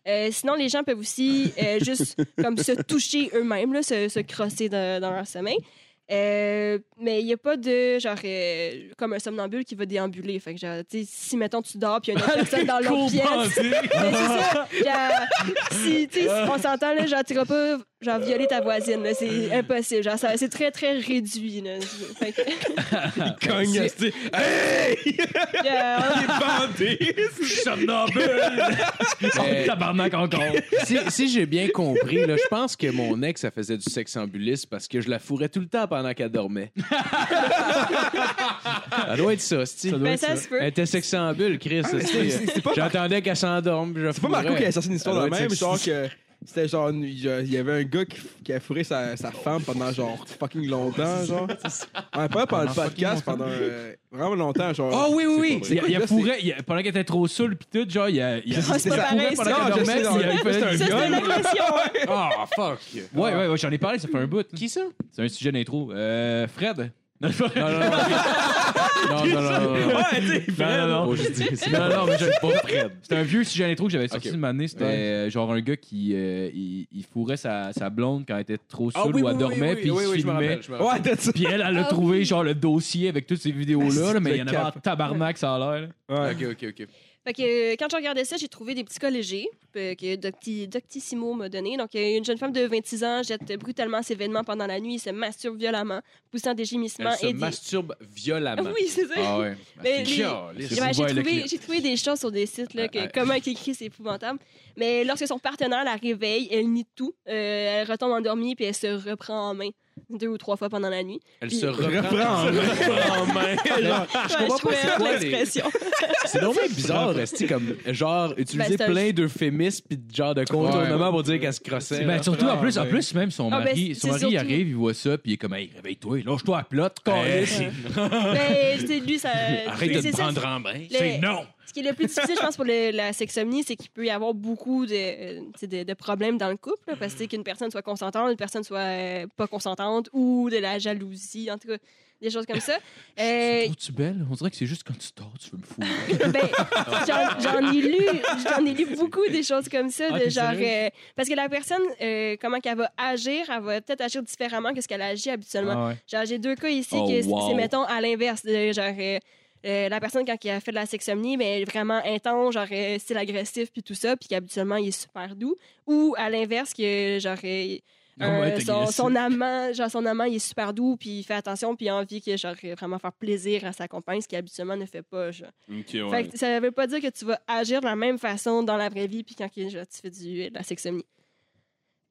C: Euh, sinon, les gens peuvent aussi euh, juste comme se toucher eux-mêmes, là, se, se crosser dans- dans leur sommeil. Euh, mais il n'y a pas de genre euh, comme un somnambule qui va déambuler. Fait que genre, tu sais, si mettons tu dors puis il y a une autre personne dans l'autre pièce. Mais c'est ça. Genre, si tu sais, si on s'entend là, genre tu vas pas genre violer ta voisine. là,
E: Mm.
C: C'est impossible. Genre ça- c'est très très réduit. Là. Fait que,
B: Cogne, c'est. Hey!
C: euh,
B: Bandé!
D: Oh, Tabarnak encore.
E: si, si j'ai bien compris, là, je pense que mon ex, ça faisait du sexambulisme parce que je la fourrais tout le temps pendant qu'elle dormait. ça doit être ça, Sti.
C: ben, ça se peut.
E: Elle était sexambule, Chris. sti.
B: C'est pas
E: J'attendais qu'elle s'endorme. puis je la
B: C'est pas Marco
E: fourrais.
B: qui a sorti une histoire
E: Ah
B: de
E: ouais,
B: même,
E: c'est-
B: genre que c'était genre une- il y a- il y avait un gars qui, qui a fourré sa, sa femme pendant genre fucking longtemps genre. Ouais, pas pendant le podcast pendant euh, vraiment longtemps genre.
D: Ah oui, oui, oui.
B: C'est
D: Il,
B: quoi,
D: il a
B: là,
D: fourré, il a- pendant qu'elle était trop saoule, puis tout, genre, il a. Il a
B: Ah, c'est
D: il a
B: pas
D: fourré
C: pareil,
D: pendant
B: ça.
D: qu'elle
B: Non, je
D: dormait,
B: sais, non,
D: il a- il faisait
C: Ça,
D: du
C: c'est
D: gun.
C: une agression. hein.
E: Ah, fuck.
D: Ouais, ouais, ouais, j'en ai parlé, ça fait un bout.
E: Qui ça?
D: C'est un sujet d'intro. Euh, Fred. Non,
E: Non, non, non. non, non, non, non, non.
B: Ouais, tu sais,
D: non, non.
E: Oh, j'ai dit- c'est
D: Non,
E: pas-
D: non, mais je
E: c'est pas Fred.
D: C'était un vieux sujet d'intro que j'avais sorti
E: Ok.
D: une année. C'était
E: Ouais.
D: euh, genre un gars qui euh, il, il fourrait sa, sa blonde quand elle était trop saoule ou elle dormait, puis il se
E: je me
D: filmait.
E: rappelle, je me rappelle.
B: Ouais, t'as ça.
D: puis elle, elle a
C: Ah
D: trouvé genre le dossier avec toutes ces vidéos-là, là, mais il y en avait
B: C'était
D: un tabarnak, ça a l'air. là.
B: Ouais.
E: Ok, ok, ok.
C: Fait que euh, quand je regardais ça, j'ai trouvé des petits cas légers euh, que Docti- Doctissimo m'a donné. Donc, euh, une jeune femme de 26 ans jette brutalement ses vêtements pendant la nuit et se masturbe violemment, poussant des
E: Elle
C: gémissements
E: se
C: et des...
E: masturbe violemment.
C: Oui, c'est ça.
E: Ah ouais.
C: Mais les-
E: Chialiste.
C: Ouais,
D: Vous
C: j'ai,
D: voyez le
C: trouvé,
D: clip.
C: j'ai trouvé des choses sur des sites, là, que,
E: Ouais, ouais.
C: comment elle écrit, c'est épouvantable. Mais lorsque son partenaire la réveille, elle nie tout. Euh, elle retombe endormie puis elle se reprend en main deux ou trois fois pendant la nuit.
E: Elle
C: Puis-
E: se reprend.
B: Reprends.
C: Ouais, Je
E: Ah, comprends pas
C: trouvais
E: c'est
C: hot
E: quoi les-
C: l'expression.
E: C'est dommage bizarre, resti comme genre
C: Ben,
E: utiliser
C: c'est un-
E: plein d'euphémismes puis de genre de contournement pour dire qu'elle se crossait.
D: Ben, surtout, en plus, en
B: ouais.
D: plus, même son
C: Ah, ben,
D: mari,
C: c'est-
D: son
C: c'est
D: mari il
C: surtout-
D: arrive, il voit ça, puis il est comme, hey, réveille-toi, lâche-toi à plot,
E: Ben,
D: calisse.
C: Mais Ben, c'est lui, ça.
E: Arrête de
C: c'est
E: te
C: ça,
E: prendre en main.
C: le- euh, Ce qui est le plus difficile, je pense, pour le- la sexomnie, c'est qu'il peut y avoir beaucoup de, euh, tu sais, de, de problèmes dans le couple, là, parce que, tu sais, qu'une personne soit consentante, une personne soit euh, pas consentante, ou de la jalousie, en tout cas, des choses comme ça. Euh,
D: tu belle? On dirait que c'est juste quand tu dors, tu veux me foutre.
C: ben, j'en- j'en ai lu, j'en ai lu beaucoup des choses comme ça,
D: Ah,
C: de
D: t'es
C: genre
D: sérieuse?
C: euh, parce que la personne, euh, comment qu'elle va agir, elle va peut-être agir différemment que ce qu'elle agit habituellement.
D: Ah ouais.
C: Genre, j'ai deux cas ici
D: Oh,
C: que c'est-
D: wow.
C: c'est, mettons, à l'inverse. de genre, euh, euh, la personne, quand elle a fait de la sexomnie, ben, elle est vraiment intense, genre, euh, style agressif, puis tout ça, puis qu'habituellement, il est super doux. Ou à l'inverse, que, genre, euh,
D: Non,
C: euh,
D: Ah, ouais, t'es
C: son,
D: agressif.
C: son amant, genre, son amant, il est super doux, puis il fait attention, puis il a envie que, genre, euh, vraiment faire plaisir à sa compagne, ce qu'il habituellement ne fait pas, genre.
A: Ok,
C: Fait
A: ouais.
C: que ça veut pas dire que tu vas agir de la même façon dans la vraie vie puis quand que, genre, tu fais du, de la sexomnie.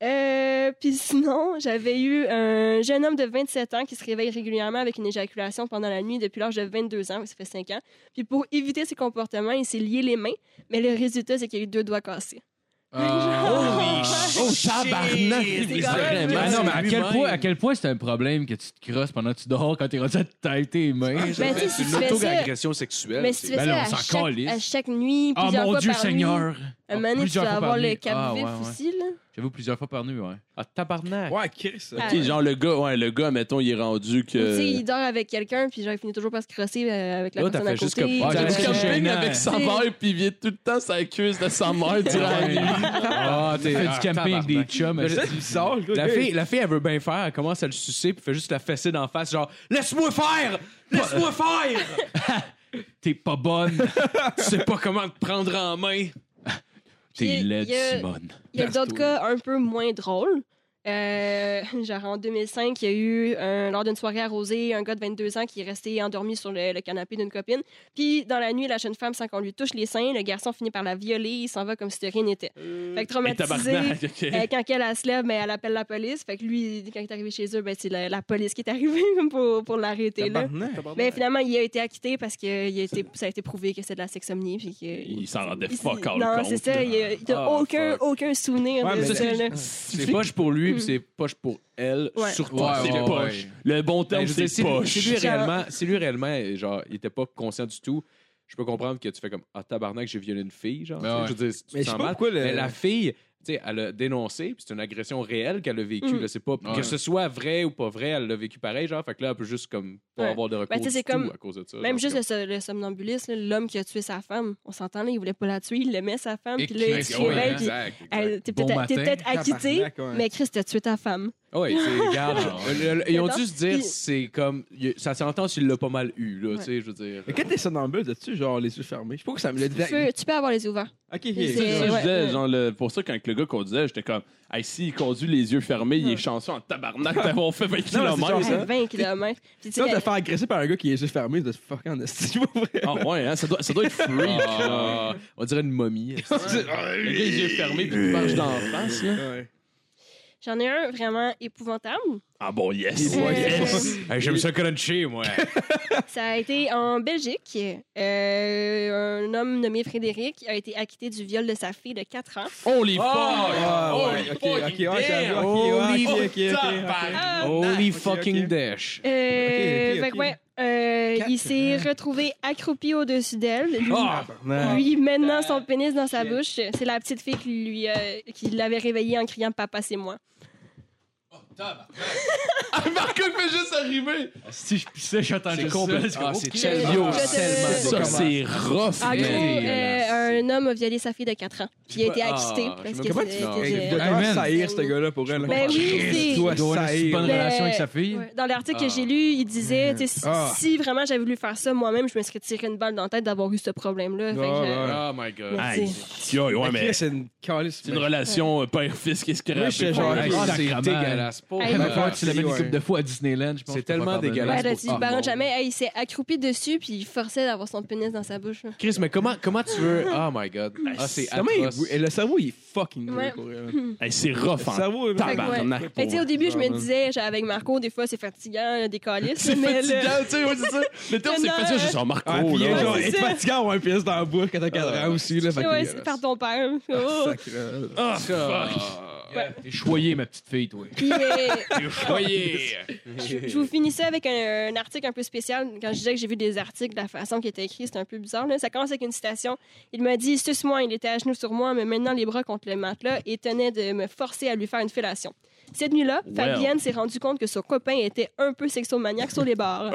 C: Euh, puis sinon, j'avais eu un jeune homme de 27 ans qui se réveille régulièrement avec une éjaculation pendant la nuit depuis l'âge de 22 ans, ça fait 5 ans. Puis pour éviter ces comportements, il s'est lié les mains, mais le résultat, c'est qu'il a eu deux doigts cassés.
D: Ah.
E: Oh, tabarnak!
C: Oh, C'est quand même-
D: Ah non, mais à quel,
E: Lui-même.
D: point, à quel point c'est un problème que tu te crosses pendant que tu dors quand t'es rendu à te taper tes mains?
C: Mais tu sais, si
E: C'est
C: tu
E: une
C: fais ça,
E: auto-agression sexuelle.
C: mais si tu fais
D: Ben là,
C: ça
D: on
C: à
D: s'en
C: chaque,
D: calisse.
C: à chaque nuit,
D: Ah
C: plusieurs
D: mon
C: fois
D: Dieu
C: par nuit,
D: Seigneur!
C: un
D: Ah,
C: moment donné, tu
D: plusieurs
C: vas
D: fois par
C: avoir le
D: nuit.
C: cap
D: Ah,
C: vif
D: ouais, ouais.
C: aussi, là.
D: J'avoue, plusieurs fois par nuit, ouais.
E: Ah, tabarnak!
B: Ouais, Chris.
C: Ah,
A: Ok, genre le gars, ouais, le gars, mettons, il est rendu
C: Ou, Tu sais,
A: que.
C: il dort avec quelqu'un, puis genre, il finit toujours par se crosser euh, avec la
E: Là, Oh, t'as
C: personne à
E: fait juste
C: côté.
E: comme-
A: Il
D: Ah, j'avoue,
A: est
D: c'est
A: du camping
D: gênant.
A: avec sa
C: C'est-
A: mère, puis il vient tout le temps sa cuisse de sa mère durant la nuit.
E: Ah,
D: Tu
E: t'es
D: fais du camping avec des chums.
E: Mais je-
D: est-ce que-
B: bizarre, le gars.
E: La fille, la fille, elle veut bien faire, elle commence à le sucer, puis fait juste la fessée d'en face, genre Laisse-moi faire! Laisse-moi faire!
D: T'es pas bonne.
E: tu sais pas comment te prendre en main.
D: T'es
C: il y a-
D: laide, Simone.
C: Il y a d'autres cas un peu moins drôles. Euh, genre en 2005, il y a eu, un- lors d'une soirée arrosée, un gars de 22 ans qui est resté endormi sur le, le canapé d'une copine. Puis, dans la nuit, la jeune femme, sans qu'on lui touche les seins, le garçon finit par la violer, il s'en va comme si de rien n'était. Fait que
A: Et
C: traumatisé,
A: tabarnak, ok.
C: euh, quand elle, elle se lève, mais elle appelle la police. Fait que lui, quand il est arrivé chez eux, ben, c'est la, la police qui est arrivée pour, pour l'arrêter. là.
B: Tabarnak.
C: Mais finalement, il a été acquitté parce que il a été, ça a été prouvé que c'est de la sexomnie. Puis que,
A: Il s'en rendait
C: il-
A: fuck all
C: Non,
A: compte.
C: c'est ça. Il a, il a
E: Ah,
C: aucun,
E: fuck.
C: aucun souvenir
B: Ouais,
C: de
B: mais
C: ça.
B: c'est-
C: là.
E: C'est poche pour lui, puis c'est poche pour elle.
C: Ouais.
E: Surtout,
D: Ouais,
A: C'est
D: ouais,
A: poche.
D: ouais.
A: Le bon terme,
E: Ben, je veux dire,
A: c'est
E: si lui-
A: poche.
E: Si lui,
C: Genre-
E: réellement, si lui réellement, euh, genre, il était pas conscient du tout, je peux comprendre que tu fais comme Ah, tabarnak, j'ai violé une fille. Genre,
D: Ben
E: Tu sais, je veux dire, tu
B: Mais je
E: te
B: sais
E: sens
B: pas
E: mal.
B: pourquoi euh, le-
E: Mais la fille, tu sais, elle a dénoncé, puis c'est une agression réelle qu'elle a vécue.
C: Mm.
E: là, C'est pas
D: Ouais.
E: que ce soit vrai ou pas vrai, elle l'a vécu pareil. Genre, fait que là, elle peut juste comme pas
C: Ouais.
E: avoir de recours
C: Ben, tu sais,
E: du
C: c'est
E: tout
C: comme-
E: à cause de ça.
C: Même
E: genre,
C: juste
E: c'est
C: le, so- le somnambuliste, là, l'homme qui a tué sa femme, on s'entend là, il voulait pas la tuer, il aimait sa femme,
D: Et
C: puis là, il
D: Christ,
C: se
D: ouais,
C: réveille,
D: hein.
C: puis
E: Exact.
C: elle- t'es peut-être
D: Bon
C: t'es
D: matin.
C: peut-être acquitté,
B: Tabarnak, ouais.
C: mais Chris, t'as tué ta femme.
E: Oui, regarde, genre, le- le- ils ont dû se dire,
C: Puis-
E: c'est comme, il- ça s'entend s'il l'a pas mal eu, là,
C: Ouais.
E: tu sais, je veux dire.
B: Mais quand t'es somnambule, as-tu genre les yeux fermés? Je sais pas que ça me le dit.
C: Tu peux, tu peux avoir les yeux ouverts.
B: Ok,
A: C'est
C: C'est-
A: ça que je
C: ouais,
A: disais,
C: ouais.
A: genre, le- pour ça, quand le gars conduisait, j'étais comme, hey, s'il conduit les yeux fermés, il est
C: Ouais.
A: chanceux en tabarnak d'avoir fait 20
B: Non, mais c'est
A: km.
B: genre-
A: hein.
C: 20 km. Puis tu
B: Tu vas te
C: sais,
B: faire agresser par un gars qui a les yeux fermés, de se fucker en esti. pour vrai.
A: Ah ouais, hein, ça, doit, ça doit être freak. genre.
E: Ah, on dirait une momie.
A: Le gars, les yeux fermés, puis il marche dans la face. là.
B: Ouais.
C: j'en ai un vraiment épouvantable.
A: Ah bon, yes.
C: Euh,
E: Hey, J'aime ça crunchy, moi.
C: Ça a été en Belgique. Euh, un homme nommé Frédéric a été acquitté du viol de sa fille de 4 ans.
A: Holy Oh, fuck!
B: Ah,
A: Holy
B: ouais, ok, ok,
A: fucking
B: ouais, j'avoue,
A: damn!
B: ok, ouais, ok, ok, ok, ok.
A: tabarnak!
E: Holy
B: ok,
E: fucking
B: ok.
E: dash.
C: Euh,
B: ok, ok.
C: fait que ouais, euh,
B: Quatre
C: il s'est
B: ans.
C: retrouvé accroupi au-dessus d'elle. Lui,
D: Ah,
B: Tabarnak.
C: lui maintenant son pénis dans sa bouche. C'est la petite fille qui lui euh, qui l'avait réveillé en criant papa c'est moi.
A: Marco il fait juste arriver!
D: Ah, Si je pissais, j'entendais
E: C'est
D: ça.
E: complètement-
D: C'est
E: Ah,
D: comme,
E: c'est
D: ok.
E: tellement-
A: Yo,
C: Je te-
A: ça,
E: tellement
A: c'est rough,
C: En
A: man.
C: gros,
D: dégueulasse.
C: euh, un homme a violé sa fille de 4 ans. Puis il a été
E: Ah,
C: acquitté.
E: je
C: parce
E: me-
C: que
E: comment
C: c'était-
E: tu- Non,
C: c'était-
B: Il doit
D: Amen.
B: tellement saillir, ce gars-là, pour elle.
C: Ben oui,
B: Il
C: c'est...
B: doit
D: Il doit avoir une si bonne
C: Mais-
B: saillir.
D: relation avec sa fille.
C: Ouais. Dans l'article
E: Ah.
C: que j'ai lu, il disait tu sais, si,
B: Ah.
C: si vraiment j'avais voulu faire ça moi-même, je me serais tiré une balle dans la tête d'avoir eu ce problème-là. Fait que
B: Ah,
C: j'ai-
B: ouais.
E: Oh my god.
C: Ouais.
A: Aïe, yo, ouais, mais
B: C'est une calice.
A: c'est une relation euh, père-fils qui est scrappée.
B: Moi, j'étais genre-
A: Ouais.
D: Hey,
E: Ah, c'est
D: sacrement.
E: dégueulasse. pauvre.
C: Hey,
D: Il va
C: Ouais.
D: falloir que tu l'amènes une
B: Ouais.
D: couple de fois à Disneyland, je pense.
E: C'est
D: pour
E: tellement
D: pas pardonner.
E: dégueulasse.
C: Ouais, là,
E: pour
C: tu
E: tout
C: te
E: le
C: balances
E: monde.
C: jamais. Hey, il s'est accroupi dessus, puis il forçait d'avoir son pénis dans sa bouche. là.
E: Chris, mais comment, comment tu veux. Oh my god. Ah, c'est
B: Comment il-
E: atroce.
B: et le cerveau, il est fucking
C: Ouais.
B: dur pour elle.
A: Hey, c'est rough,
B: Le
A: hein.
B: cerveau, là.
A: Tabarnak.
C: Fait que, tu sais, au
A: pour- euh,
C: début, je me
B: Ah, ouais.
C: disais, genre, avec Marco, des fois, c'est fatigant, là, des calices.
A: C'est
C: mais là-
A: fatigant, tu sais, ouais, c'est ça. Le terme, c'est
C: Mais non,
A: fatigant, je
C: euh,
A: suis en Marco,
B: Ah, puis il est genre,
A: là.
C: Ouais,
B: il
C: c'est
B: est
C: ça.
B: fatiguant avoir un pièce dans la bouche quand t'as 4 ans aussi, là. fait
C: Ouais,
B: que- euh,
C: c'est par ton père. Oh.
B: Sacré.
A: Ah, fuck.
D: T'es choyé, ma petite fille, toi.
C: Puis, euh,
E: Voyez.
C: je, je vous finis ça avec un, un article un peu spécial. Quand je disais que j'ai vu des articles, la façon qui était écrit, c'était un peu bizarre. là. Ça commence avec une citation. Il m'a dit Suce-moi, il était à genoux sur moi, mais maintenant les bras contre le matelas et tenait de me forcer à lui faire une fellation. Cette nuit-là,
A: Well.
C: Fabienne s'est rendue compte que son copain était un peu sexomaniaque sur les bars.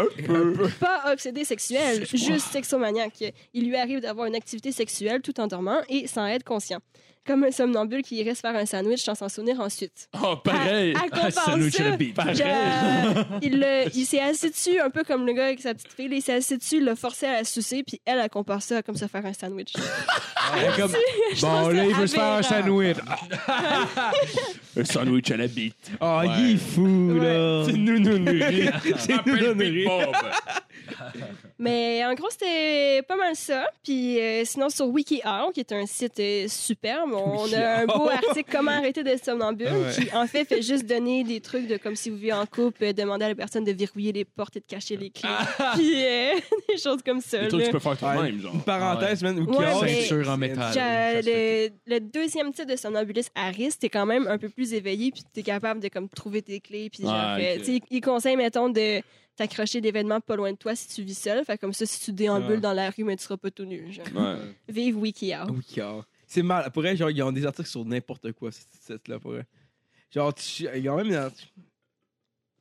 C: Pas obsédé sexuel, juste sexomaniaque. Il lui arrive d'avoir une activité sexuelle tout en dormant et sans être conscient. Comme un somnambule qui irait se faire un sandwich sans s'en souvenir ensuite.
A: Oh, pareil.
C: À- à quoi
A: Ah, salut,
C: pense
A: je
C: ça?
A: beat.
C: Genre,
A: Pareil.
C: il le- il s'est assis dessus, un peu comme le gars avec sa petite fille. là, Il s'est assis dessus, il l'a forcé à la sucer, puis elle, elle compare ça à comme se faire un sandwich.
E: Comme,
C: Je
E: Ah, ben, bon,
C: trouve
E: là,
C: ça
E: il veut se faire un
C: aberrant.
E: sandwich.
A: Un sandwich à la bite.
B: Ah, il est fou, là.
A: C'est nous, nous, nous.
B: C'est nous, nous, nous.
C: Mais en gros, c'était pas mal ça. Puis euh, sinon, sur WikiHow, qui est un site euh, superbe, on a un beau article Comment arrêter d'être somnambule,
E: Ah,
B: Ouais.
C: qui en fait fait juste donner des trucs de comme si vous vivez en couple, euh, demander à la personne de verrouiller les portes et de cacher les clés.
E: Ah.
C: puis euh, des choses comme ça.
A: Des trucs que
C: là.
A: tu peux faire toi-même, genre.
B: Une parenthèse, man, ou
C: Ouais,
B: qui
C: mais-
D: Ceinture en
B: Ah,
D: métal.
C: Genre, le, le deuxième type de somnambuliste à risque, t'es quand même un peu plus éveillé, puis t'es capable de comme, trouver tes clés. Puis genre,
A: Ah,
C: euh,
A: ok.
C: tu sais, il conseille, mettons, de t'accrocher d'événements pas loin de toi si tu vis seul. Fait comme ça, si tu déambules
B: Ah.
C: dans la rue, mais tu seras pas tout nu. Genre.
A: Ouais.
C: Vive Wikia.
B: Oui, car. C'est mal. Pour vrai, genre, ils ont des articles sur n'importe quoi, cette site-là, pour vrai. Genre, tu... ils ont même. une art-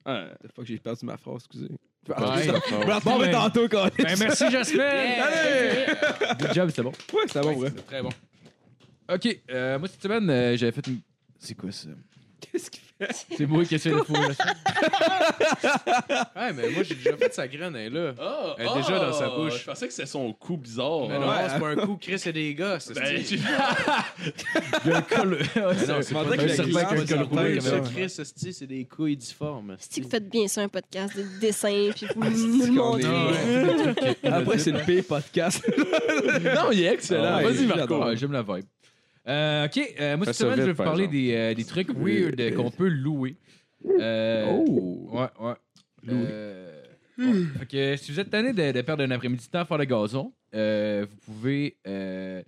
A: Ouais.
B: The fuck, j'ai perdu ma phrase, excusez. Ah,
E: Ouais.
B: On va la retrouver
D: ben-
B: tantôt, quand
D: Ben, merci, Jasmine!
B: Allez!
D: Good job, c'était bon.
B: Ouais, c'est bon, vrai.
E: C'est très bon.
D: OK, euh, moi, cette semaine, euh, j'avais fait une... C'est quoi ça?
B: Qu'est-ce qu'il fait?
D: C'est moi qui essaie de fourrer.
E: Ouais, mais moi, j'ai déjà fait sa graine, elle est là.
A: Oh,
E: Elle est déjà dans sa bouche.
A: Je pensais que c'était son coup bizarre.
E: Mais non,
B: Ouais.
E: c'est pas un coup, Chris, c'est des gars. c'est-
A: Ben,
E: c'est-
D: Il y a un col. Ah,
E: Mais non, c'est
B: m'entends
E: pas
B: que
E: un
B: la
E: serpent
B: glace,
E: qui a
B: le
E: le col
B: serpent,
E: roulé,
B: comme
E: mais
B: ça.
E: Chris, esti, c'est des couilles difformes.
C: Si que faites bien ça, un podcast de dessin, puis vous nous
B: c'est
C: le
B: qu'on est-
C: montrez.
D: Ah
B: Après, c'est le pire podcast.
A: non, il est excellent.
B: Ah,
A: Vas-y,
B: il-
A: Marco.
D: ouais, J'aime la vibe. Euh, ok, euh, moi
E: Fais
D: cette
E: ça
D: semaine, je vais
E: vite,
D: vous
E: par
D: parler
E: exemple.
D: des, euh, des trucs weird euh, qu'on peut louer. Euh, Ouais, ouais. Euh, ouais. Fait que si vous êtes tanné de, de perdre un après-midi de temps à faire le gazon, euh, vous pouvez euh,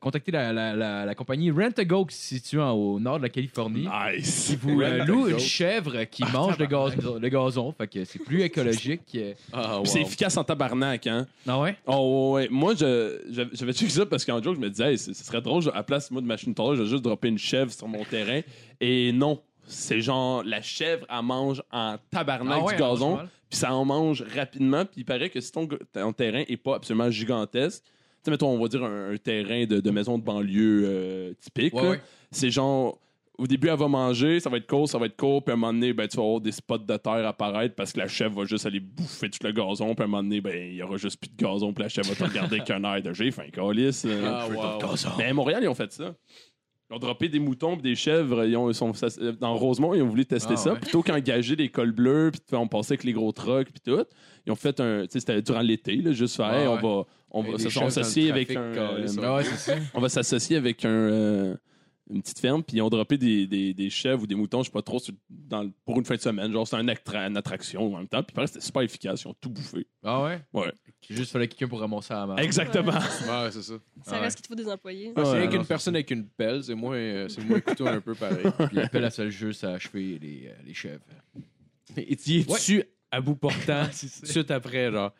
D: contacter la, la, la, la compagnie Rent-A-Go qui se situe en- au nord de la Californie.
A: Nice.
D: qui vous euh,
A: Ah, Rent-A-Go.
D: loue une chèvre qui mange le, gazon, le gazon. Fait que c'est plus écologique. euh.
E: Ah, wow.
A: Puis c'est efficace en tabarnak, hein?
D: Ah ouais?
A: Oh, ouais, ouais. Moi, je- je- j'avais checké ça parce qu'en joke, je me disais, hey, ce ce serait drôle, je- à la place moi, de machine tour, je vais juste dropper une chèvre sur mon terrain. Et non, c'est genre la chèvre, elle mange en tabarnak
D: Ah ouais,
A: du
D: on mange
A: gazon,
D: mal.
A: puis ça en mange rapidement, puis il paraît que si ton, g- ton terrain est pas absolument gigantesque, tu sais, mettons, on va dire un, un terrain de, de maison de banlieue euh, typique,
D: Ouais,
A: là.
D: ouais.
A: c'est genre. Au début, elle va manger, ça va être court, ça va être court, puis à un moment donné, ben, tu vas avoir des spots de terre apparaître parce que la chèvre va juste aller bouffer tout le gazon, puis à un moment donné, ben, il y aura juste plus de gazon, puis la chèvre va te regarder avec un air de j'ai faim, calice. euh.
E: Ah, wow.
A: Mais à Montréal, ils ont fait ça. Ils ont droppé des moutons puis des chèvres. Ils ont, ils sont- ça- dans Rosemont, ils ont voulu tester
D: Ah,
A: ça.
D: ouais.
A: Plutôt qu'engager des cols bleus, puis on passait avec les gros trucks, puis tout. Ils ont fait un. tu sais, C'était durant l'été, là, juste faire,
D: Ouais,
A: hey, on
D: ouais.
A: va. On
E: Et
A: va
E: des
A: se sont
E: chèvres dans le
A: associés avec
E: trafic,
A: un.
E: calice,
A: euh,
D: Ah ouais, c'est ça.
A: on va s'associer avec un, euh, une petite ferme, puis ils ont droppé des, des, des chèvres ou des moutons, je sais pas trop, sur- dans, le- pour une fin de semaine. Genre, c'était un attra- une attraction en même temps. Puis pareil, c'était super efficace. Ils ont tout bouffé.
D: Ah ouais?
A: Ouais.
D: Juste fallait quelqu'un pour ramasser à la marche.
A: Exactement.
E: Ouais, c'est ça.
C: Ça reste qu'il te faut des employés.
E: Ah, c'est
D: Ouais,
E: rien
D: non,
E: qu'une
D: c'est
E: personne avec une pelle, c'est moins, euh, c'est moins couteau un peu pareil.
D: Puis il appelle à seul jeu, ça a achevé les, euh, les chèvres.
E: Et tu y es dessus à bout portant, tout de suite après, genre.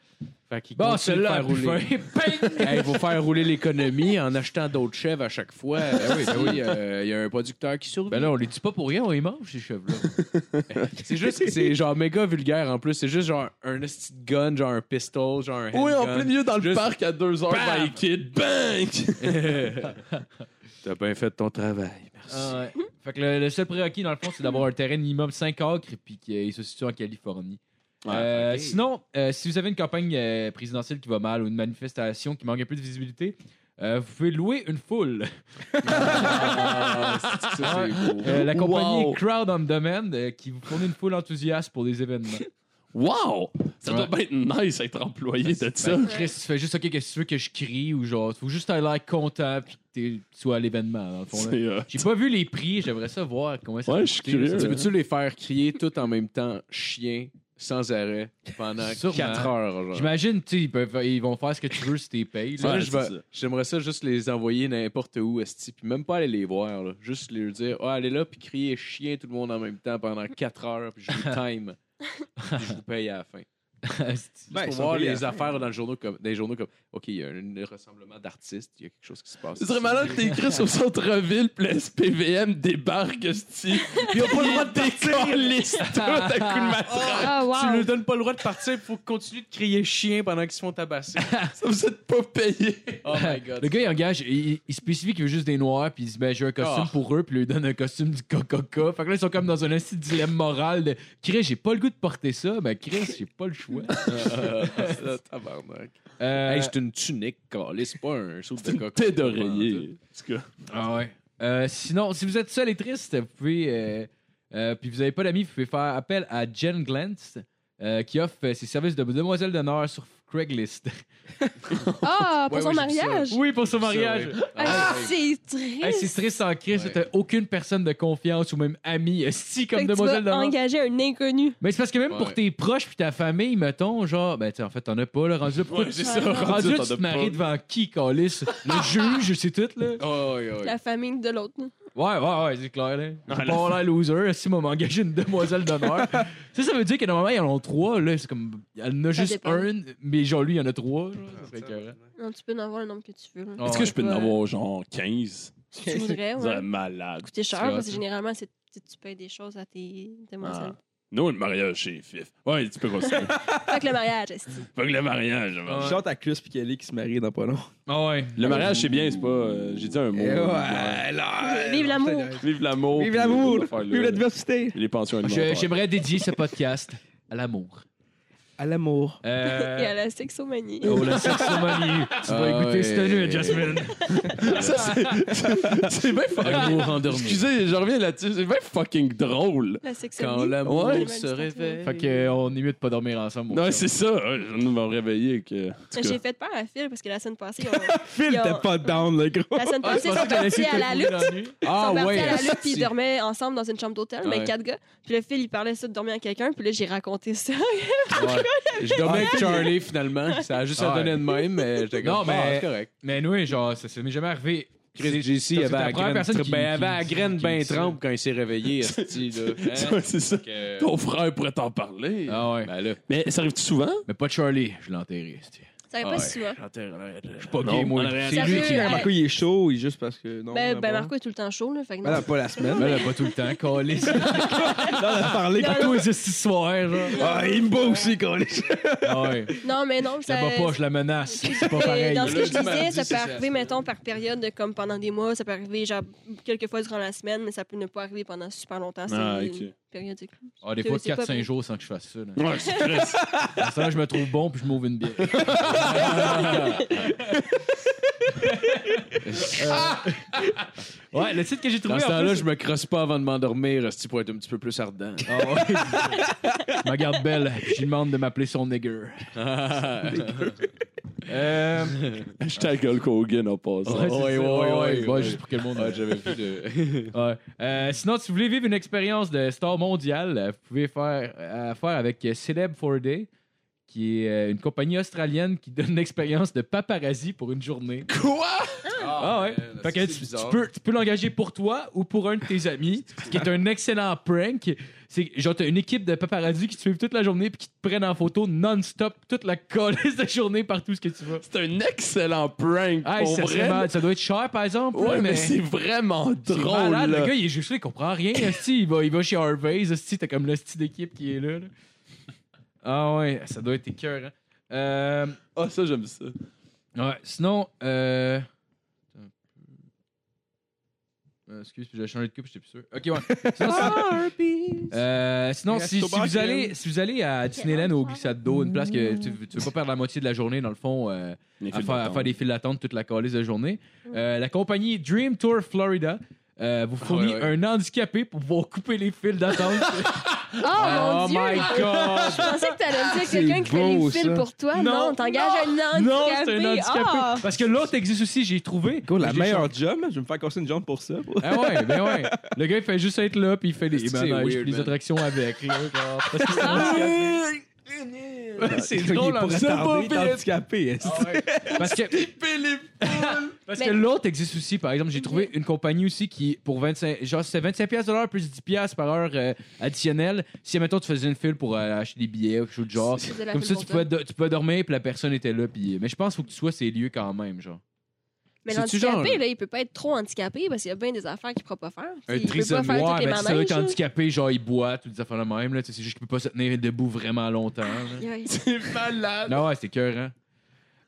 E: Fait qu'il
D: Bon,
E: continue de
D: celle-là,
E: faire rouler.
D: elle fait-
E: Il faut faire rouler l'économie en achetant d'autres chèvres à chaque fois. Ben oui, ben oui, euh, il y a un producteur qui survit.
D: Ben là, on les dit pas pour rien, on les mange, ces chèvres-là.
E: c'est juste, que c'est genre méga vulgaire en plus. C'est juste genre un esti de gun, genre un pistol, genre un
A: oui, en
E: handgun.
A: plein milieu dans le
E: Juste-
A: parc à 2 heures,
E: Bam!
A: by kid, bang!
E: T'as bien fait ton travail, merci.
D: Ah ouais. fait que le, le seul prérequis, dans le fond, c'est d'avoir un terrain minimum 5 acres puis qu'il se situe en Californie. Euh, Sinon, euh, si vous avez une campagne euh, présidentielle qui va mal ou une manifestation qui manque un peu de visibilité, euh, vous pouvez louer une foule.
E: Ah, c'est- ça, c'est beau.
D: Euh, la compagnie
A: Wow.
D: Crowd on Demand euh, qui vous fournit une foule enthousiaste pour des événements.
A: Wow! Ça
D: Ouais.
A: doit bien être nice être employé de ça.
D: Ben, Chris, tu fais juste OK, qu'est-ce que tu veux que je crie ou genre, faut juste avoir l'air content puis que t'es- tu sois à l'événement, dans le fond.
A: C'est,
D: là.
A: euh,
D: J'ai pas vu les prix, j'aimerais ça voir comment ça
A: Ouais,
D: va
A: je suis
D: coûter, là,
A: curieux. hein.
D: ça.
E: Tu peux-tu les faire crier tout en même temps, chien, sans arrêt, pendant
D: Sûrement.
E: 4 heures? genre?
D: J'imagine, tu sais, ils, peuvent- ils vont faire ce que tu veux si t'es payé. là.
E: Là,
A: Ouais,
E: je
A: c'est
E: vais-
A: ça.
E: J'aimerais ça juste les envoyer n'importe où, esti, puis même pas aller les voir. là. Juste leur dire, ah, allez là, puis crier chien tout le monde en même temps pendant 4 heures, puis je vous time, puis je vous paye à la fin. Juste
B: Ben,
E: pour
B: ils sont
E: voir
B: payés à
E: les
B: la
E: affaires dans, le journaux comme, dans les journaux comme, OK, il y a un, rassemblement d'artistes, il y a quelque chose qui se passe.
A: Ce serait
E: ici.
A: malade, t'es écrit sur centre-ville, puis le SPVM débarque, esti. Ils ont pas le droit de partir. tout à coup de matraque.
C: Ah,
E: Tu ne
C: wow!
E: leur donnes pas le droit de partir, il faut continuer de crier chien pendant qu'ils se font tabasser.
A: Ça, Vous êtes pas payé.
E: Oh my god.
D: Le gars, il engage, il, il spécifie qu'il veut juste des noirs, puis il se met j'ai un costume
E: Ah.
D: pour eux, puis il lui donne un costume du coca Fait que là, ils sont comme dans un petit dilemme moral de Chris, j'ai pas le goût de porter ça, mais Chris, j'ai pas le choix.
E: Ah, Tabarnak.
D: Euh,
E: Hey, c'est une tunique, calé, c'est pas un saut de
A: C'est une
E: coco.
A: tête d'oreiller. En tout cas.
D: Ah ouais. Euh, sinon, si vous êtes seul et triste, vous pouvez. euh, euh, puis vous n'avez pas d'amis, vous pouvez faire appel à Jen Glantz, euh, qui offre euh, ses services de demoiselle d'honneur sur Craigslist.
C: Ah, pour
E: Ouais,
C: son
E: ouais, j'ai vu ça.
C: mariage!
D: oui, pour son
E: Ça,
D: mariage.
E: ouais.
C: Ah,
E: ouais.
C: c'est triste!
D: Hey, c'est triste en crise,
E: Ouais.
D: t'as aucune personne de confiance ou même ami, euh, si
C: Fait
D: comme
C: que tu
D: demoiselle
C: vas
D: d'honneur.
C: engager un inconnu.
D: Mais c'est parce que même pour
E: Ouais.
D: tes proches puis ta famille, mettons, genre, ben tu sais, en fait, t'en as pas, là, rendu là, pourquoi
A: Ouais,
D: tu-
A: c'est ça.
D: rendu
A: rendu,
D: là, tu
A: t'en as
D: te maries
A: pas.
D: devant qui, Calis? Le juge, c'est tout, là?
E: Oh, oui, oui.
C: La famille de l'autre. là.
D: Ouais, ouais, ouais, c'est clair, là. J'ai
A: Ouais,
D: pas
A: là.
D: avoir l'air loser, si m'a engagé une demoiselle d'honneur. ça, ça veut dire qu'à un moment, ils en ont trois, là. C'est comme, il y en a
C: Ça
D: juste
C: dépend.
D: une, mais genre, lui, il y en a trois. genre, Ah, ça serait écœurant.
C: Non, tu peux en avoir le nombre que tu veux. là.
D: Ah.
A: Est-ce que je peux en avoir genre 15?
C: Si tu voudrais,
A: C'est
C: ouais.
A: malade.
C: Coûter cher,
D: C'est
C: parce
D: hot,
C: que
D: ça.
C: généralement, c'est- tu tu payes des choses à tes demoiselles.
A: Non, le mariage, c'est fif. Ouais, tu peux continuer.
C: Fait que le mariage, esti.
A: Fait que le mariage, man.
B: Je chante à Chris puis Kelly qui se marie dans pas long.
D: Ah ouais.
A: Le mariage, c'est bien, c'est pas. euh, J'ai dit un mot.
B: Eh
A: Ouais.
B: ouais, là,
C: Vive l'amour.
A: Vive l'amour.
B: Vive
A: puis
B: l'amour.
A: les affaires, là.
B: Vive la diversité.
A: Les pensions
D: Ah, Je-
A: alimentaires.
D: J'aimerais dédier ce podcast à l'amour.
B: À l'amour.
D: Euh,
C: Et à la sexomanie.
D: Oh, la sexomanie. Tu vas
E: Ah
D: écouter
E: ouais.
D: cette nuit, Jasmine.
A: Ça, c'est- C'est bien fucking.
E: Amour endormi.
A: Excusez, je reviens là-dessus. C'est bien fucking drôle.
C: La
E: Quand
C: sexomanie.
E: l'amour
C: Ouais.
E: se réveille.
D: Fait qu'on est mieux de pas dormir ensemble. mon
A: Non,
D: chum.
A: c'est ça. hein, Je viens de me réveiller. Que... en tout cas.
C: J'ai fait peur à Phil parce que la semaine passée, on-
B: Phil,
C: Yo.
B: t'es pas down, le gros.
C: la
D: Ah,
C: semaine passée, ils sont partis à la lutte. Ils sont
E: Ah
C: partis
E: ouais.
C: à la lutte, puis
E: asti.
C: ils dormaient ensemble dans une chambre d'hôtel, mais
E: Ouais.
C: quatre gars. Puis le Phil, il parlait ça de dormir à quelqu'un, puis là, j'ai raconté ça.
E: Ouais. Je dormais avec Charlie finalement. Ça a juste à
D: Ouais.
E: donner de même, mais j'étais comme.
D: Non, mais-
E: ah, c'est correct.
D: Mais nous, genre, ça, ça m'est jamais arrivé.
E: Chris
D: C'est-
E: JC
D: c'est
E: avait
D: la
E: la
D: première
E: graine,
D: personne
E: trempe-
D: qui-
E: ben, avait
D: qui-
E: la
D: qui-
E: graine
D: qui-
E: ben
D: qui-
E: trempe quand il s'est réveillé, esti, là. Hein?
A: Ouais, c'est ça.
E: Fait que-
A: Ton frère pourrait t'en parler.
D: Ah ouais.
E: Ben là,
A: Mais ça arrive-tu souvent?
D: Mais pas Charlie, je l'ai enterré. c'est-
C: Ça arrive
E: Ah Ouais.
C: pas si souvent.
D: Je suis pas gay,
A: Non,
D: moi.
A: on aurait
D: C'est
C: attendu.
D: lui qui
C: Ouais.
D: m'a
B: Ah, Marco, il est chaud, il est juste parce que. Non,
C: Ben,
B: non,
C: ben
B: bon.
C: Marco est tout le temps chaud, là. Fait que non.
B: Ben, non, pas la semaine.
D: Mais là, pas tout le temps, collé.
B: Là, on a parlé.
C: Non,
D: Tous les six soirs, genre.
B: Ah, il me bat aussi, collège.
D: Ah ouais.
C: Non, mais non,
D: Je la
C: ça.
D: bats pas, je la menace. C'est pas
C: Et
D: pareil.
C: euh, Dans ce que je
E: Lundi,
C: disais,
E: mardi,
C: ça
E: c'est
C: peut
E: ça,
C: arriver,
E: la
C: mettons, par période, de- comme pendant des mois, ça peut arriver, genre, quelques fois durant la semaine, mais ça peut ne pas arriver pendant super longtemps. C'est
A: Ah,
C: une
A: ok.
C: période écluse.
D: Ah, des
C: C'est-
D: fois,
C: c'est pas
D: 4-5
C: bon.
D: jours sans que je fasse ça. là.
A: Ouais, c'est triste.
D: Dans ce temps-là, je me trouve bon puis je m'ouvre une bière. Ouais, le titre que j'ai trouvé.
E: dans ce
D: en
E: temps-là,
D: plus-
E: je me crosse pas avant de m'endormir, esti, pour être un petit peu plus ardent.
D: Ah ouais. Je me garde belle. puis Je lui demande de m'appeler son nigger. Euh,
A: Hashtag Hulk Hogan en passant.
D: ouais, c'est
E: ouais,
D: ça,
E: ouais, ouais.
D: Ouais, juste pour que le monde.
E: Ah, j'avais vu de.
D: Ouais. Euh, sinon, si vous voulez vivre une expérience de star mondiale, euh, vous pouvez faire euh, affaire avec euh, Celeb 4Day, qui est euh, une compagnie australienne qui donne une expérience de paparazzi pour une journée. Ah ouais.
B: Euh,
D: Fait que tu, tu peux, tu peux l'engager pour toi ou pour un de tes amis, ce qui est un excellent prank. C'est genre, t'as une équipe de paparazzi qui te suivent toute la journée puis qui te prennent en photo non-stop toute la colisse de journée partout ce que tu vas.
A: C'est un excellent prank.
D: Hey,
A: pour
D: ça, serait
A: vrai.
D: mal. ça doit être cher, par exemple.
A: Ouais,
D: là,
A: mais c'est vraiment
D: c'est
A: drôle.
D: malade.
A: là.
D: Le gars, il est juste là, il comprend rien. esti. il, va, il va chez Harvey's. esti. T'as comme le style d'équipe qui est là. là. Ah ouais, ça doit être écœurant. Euh,
A: Ah, ça, j'aime ça.
D: Ouais, sinon, euh... attends un peu. Euh, Excuse, j'ai changé de coupe, j'étais plus sûr. Ok, ouais. Sinon, si, Euh, sinon, si, si vous allez, si vous allez à Disneyland au glissade d'eau, une place que tu, tu veux pas perdre la moitié de la journée, dans le fond, euh, à, faire, à faire des files d'attente toute la calice de journée, euh, la compagnie Dream Tour Florida euh, vous fournit
E: ouais.
D: un handicapé pour pouvoir couper les files d'attente.
C: Oh,
D: Ah,
C: mon Dieu!
D: god!
C: Je pensais que t'allais me dire quelqu'un qui fait
B: beau,
C: les fils
B: ça.
C: pour toi.
D: Non,
C: Non, t'engages un handicapé.
D: Non, c'est un handicapé.
C: Ah!
D: Parce que l'autre existe aussi, j'ai trouvé.
B: Go, Oh, la
D: J'ai
B: meilleure job, je vais me faire casser une jambe pour ça. pour-
D: Ah ouais, ben ouais. Le gars, il fait juste être là, puis il fait des
E: C'est
D: manèges,
E: weird,
D: puis les
E: man.
D: attractions avec. là, genre, parce que c'est
C: Ah.
B: Il est
D: drôle,
B: pas
D: hein, c'est
B: retardé,
D: pas
B: il est handicapé. est-ce que-
D: Parce que, parce que
C: Mais- Mhm.
D: l'autre existe aussi. Par exemple, j'ai trouvé une compagnie aussi qui, pour 25, genre, c'était 25 piastres de l'heure plus 10 piastres par heure euh, additionnelle. Si, mettons, tu faisais une file pour euh, acheter des billets ou quelque chose de genre.
C: Tu faisais la
D: Comme
C: file
D: ça,
C: pour
D: tu pouvais,
C: toi.
D: do- tu pouvais dormir, puis la personne était là. Puis... Mais je pense qu'il faut que tu sois à ces lieux quand même, genre.
C: Mais
E: C'est-tu genre-
C: l'handicapé, là, il peut pas être trop handicapé parce qu'il y a bien des affaires qu'il pourra pas faire.
E: Un
C: il peut pas
E: trisomie.
C: faire toutes
D: ouais,
C: les
D: ben, si ça doit
C: manèges.
D: être
C: là.
D: handicapé, genre, il boit, toutes les affaires la même, là. tu sais, C'est juste qu'il peut pas se tenir debout vraiment longtemps. là.
C: Ouais. Ah,
D: Non, ouais, c'est cœur, hein.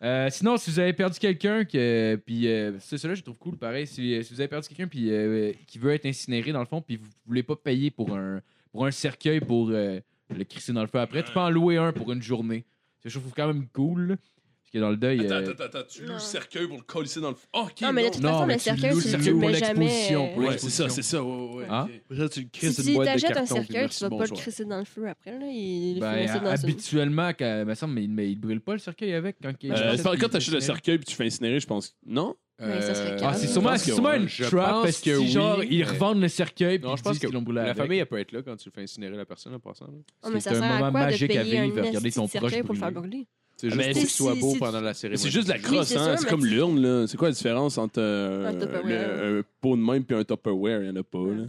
D: Euh, sinon, si vous avez perdu quelqu'un, que, puis euh, c'est cela, je trouve cool, pareil. Si, si vous avez perdu quelqu'un puis euh, qui veut être incinéré dans le fond, puis vous voulez pas payer pour un pour un cercueil pour euh, le crisser dans le feu après, tu peux en louer un pour une journée. Ça, Je trouve quand même cool, là, parce que dans le deuil,
A: Attends,
D: euh,
A: attends, attends, tu loues
C: Non.
A: le cercueil pour le colisser dans le. Oh, ok.
C: Non, mais de
A: non.
C: toute
D: Non,
C: façon,
D: mais
C: le
D: tu
C: cercueil,
D: loues
C: tu
D: le
C: le
D: cercueil pour
C: mets
D: l'exposition,
C: jamais. euh,
D: pour
A: Ouais, c'est ça, c'est ça. Ouais, ouais, ouais.
D: Hein?
A: ok. Euh,
E: Là, tu le crises
C: Si
E: une
C: tu
E: boîte de
C: t'achètes un
E: carton, puis
C: cercueil,
E: merci,
C: tu vas pas le
E: bonsoir.
C: crisser dans le feu après. Là. Il il fait
D: ben,
C: ça dans une-
D: habituellement, quand- ben, me semble, mais, mais il brûle pas le cercueil avec quand il
A: Euh, c'est pas- quand t'achètes le
D: cercueil
A: cercueil puis tu fais incinérer, je pense. Non?
C: Ouais, ça serait
E: Euh,
D: Ah,
C: calme.
D: c'est
A: Je
D: sûrement,
A: pense
D: c'est
A: que
D: sûrement
E: ouais.
D: une
E: Je
D: trap
E: pense
D: parce que,
E: que oui,
D: genre, ils
E: mais-
D: revendent le cercueil. puis
E: Non, je pense
D: qu'ils
E: que
D: l'ont brûlé
E: la
D: avec.
E: famille, elle peut être là quand tu le fais incinérer la personne en passant. là.
C: Oh, mais
D: c'est
C: ça
D: un
C: sert à
D: moment
C: quoi de
D: magique à
C: payer
D: vivre,
C: un
D: regarder
C: esti
D: ton
C: de cercueil
D: proche
C: pour le faire
D: brûler.
C: brûler?
E: C'est juste
A: Mais
E: pour qu'il
C: si-
E: soit
C: si-
E: beau
C: si-
E: pendant la
A: Mais
E: cérémonie.
A: c'est juste de la
C: Oui,
A: crosse,
C: c'est
A: hein?
C: sûr,
A: C'est
C: mais
A: comme
C: tu-
A: l'urne, là. C'est quoi la différence entre euh,
C: Un Tupperware.
A: le- un pot de même puis un Tupperware? Il y en a pas, là.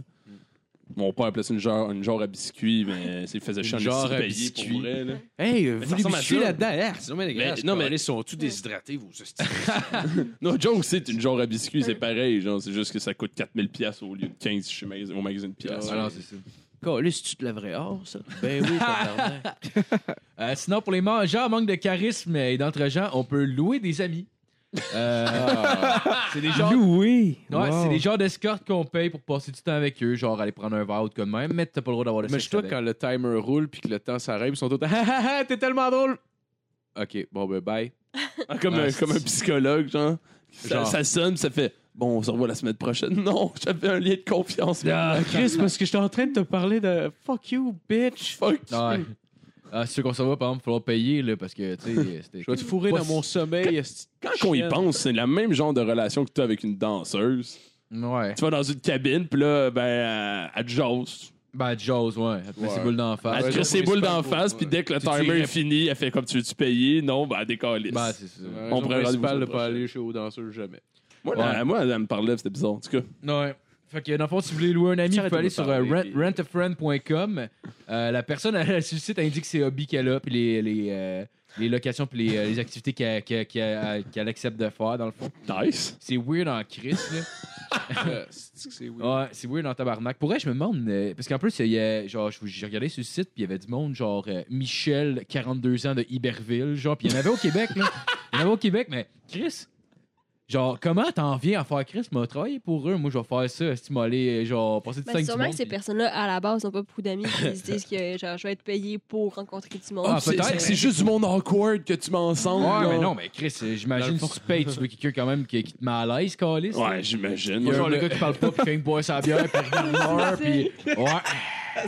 A: Mon père appelait ça une genre, une genre à biscuits, mais il faisait chier
E: Une genre
A: un
E: à
A: petit pays
E: biscuits.
A: pour vrai, là.
E: Hey,
A: ça
E: vous les
A: ressemble à
E: bichés
A: ça.
E: là-dedans. hein? Sinon, mais les
A: Mais-
E: gars,
A: non,
E: non,
A: mais-
E: mais ils sont tous déshydratés, vous. hosties.
A: Non, Joe, c'est une genre à biscuits, c'est pareil. Genre, c'est juste que ça coûte 4000$ piastres au lieu de 15 chez magas- au magasin de pièces.
D: Ah non, c'est ça.
F: Calisse, tu te laverais hors, ça? Ben oui, tabarnak.
D: Euh, sinon, pour les mangeurs en manque de charisme et d'entre-gens, on peut louer des amis. Euh,
E: Ah.
D: c'est des
B: Ah,
D: genres,
B: Loué.
D: ouais, c'est des genres d'escorte qu'on paye pour passer du temps avec eux, genre aller prendre un verre ou de quoi de même, mais t'as pas le droit d'avoir de
E: Mais je
D: sexe
E: toi
D: avec.
E: quand le timer roule puis que le temps s'arrête, ils sont tous ah, ah, ah, t'es tellement drôle. OK, bon ben bye.
A: Ah, comme,
E: Ah,
A: un,
E: c'est-
A: comme un psychologue, genre. Ça,
E: Genre.
A: ça sonne, ça fait Bon, on se revoit la semaine prochaine. Non, j'avais un lien de confiance.
D: Ah,
F: Chris, parce que j'étais en train de te parler de fuck you, bitch.
A: Fuck.
D: Ouais. Ah, c'est sûr qu'on s'en va, par exemple, il falloir payer, là, parce que, tu sais, c'était.
E: Je vais te fourrer
D: Pas
E: dans
D: si-
E: mon sommeil. esti.
A: Quand on y
E: Chienne.
A: pense, c'est le même genre de relation que tu as avec une danseuse.
D: Ouais.
A: Tu vas dans une cabine, puis là, ben, euh, elle te jase.
D: Ben, Jaws, ouais. Elle te met
E: Ouais.
D: ses boules d'en face.
A: Elle te crisse ses
E: c'est
A: boules
E: super
A: d'en
E: beau,
A: face,
E: ouais.
A: puis dès que le
D: Tu
A: timer
D: dirais-
A: est fini, elle fait comme tu veux-tu payer? Non, ben, elle décalisse.
D: Ben, c'est ça.
E: La
A: On prend
E: raison
A: rendez-vous
E: principale de
A: sur le
E: pas aller chez aux danseurs jamais.
A: moi,
D: Ouais.
A: elle- moi, elle me parlait, c'était bizarre. En tout cas,
D: Ouais. Fait que, dans le fond, si vous voulez louer un ami, vous pouvez
E: Arrêtez de
D: aller
E: me
D: sur
E: parler,
D: euh,
E: puis-
D: rent- rentafriend.com. Euh, la personne à sur le site indique ses hobbies qu'elle a, puis les, les, euh, les locations, puis les, euh, les activités qu'elle qu'elle- qu'elle- qu'elle accepte de faire, dans le fond.
A: nice.
D: C'est weird en Chris, là.
E: Euh, c'est-tu que c'est weird?
D: Ouais, c'est weird en tabarnak. Pour vrai, je me demande, euh, parce qu'en plus, il y a, genre, je- j'ai regardé sur le site, puis il y avait du monde, genre euh, Michel, 42 ans de Iberville, genre, puis il y en avait au Québec, là. Il y en avait au Québec, mais Chris, genre, comment t'en viens à faire Chris? M'a travaillé pour eux, moi, je vais faire ça, si tu m'as allé, euh, genre, passer du temps
C: Ben,
D: avec du
C: sûrement
D: monde,
C: que ces
D: puis-
C: personnes-là, à la base, n'ont pas beaucoup d'amis. puis Ils se disent que genre, je vais être payé pour rencontrer du monde.
D: Ah,
A: Oh, c'est
D: peut-être.
A: c'est juste du monde awkward que tu m'ensembles.
D: Ouais, mais non, mais Chris, euh, j'imagine si tu payes, tu veux quelqu'un quand même qui, qui te met à l'aise, Calis.
A: Ouais, j'imagine.
D: Il y a
A: Genre,
D: genre le gars qui parle pas, puis fait une boire sa bière, puis il meurt, puis. Ouais.
B: Ah,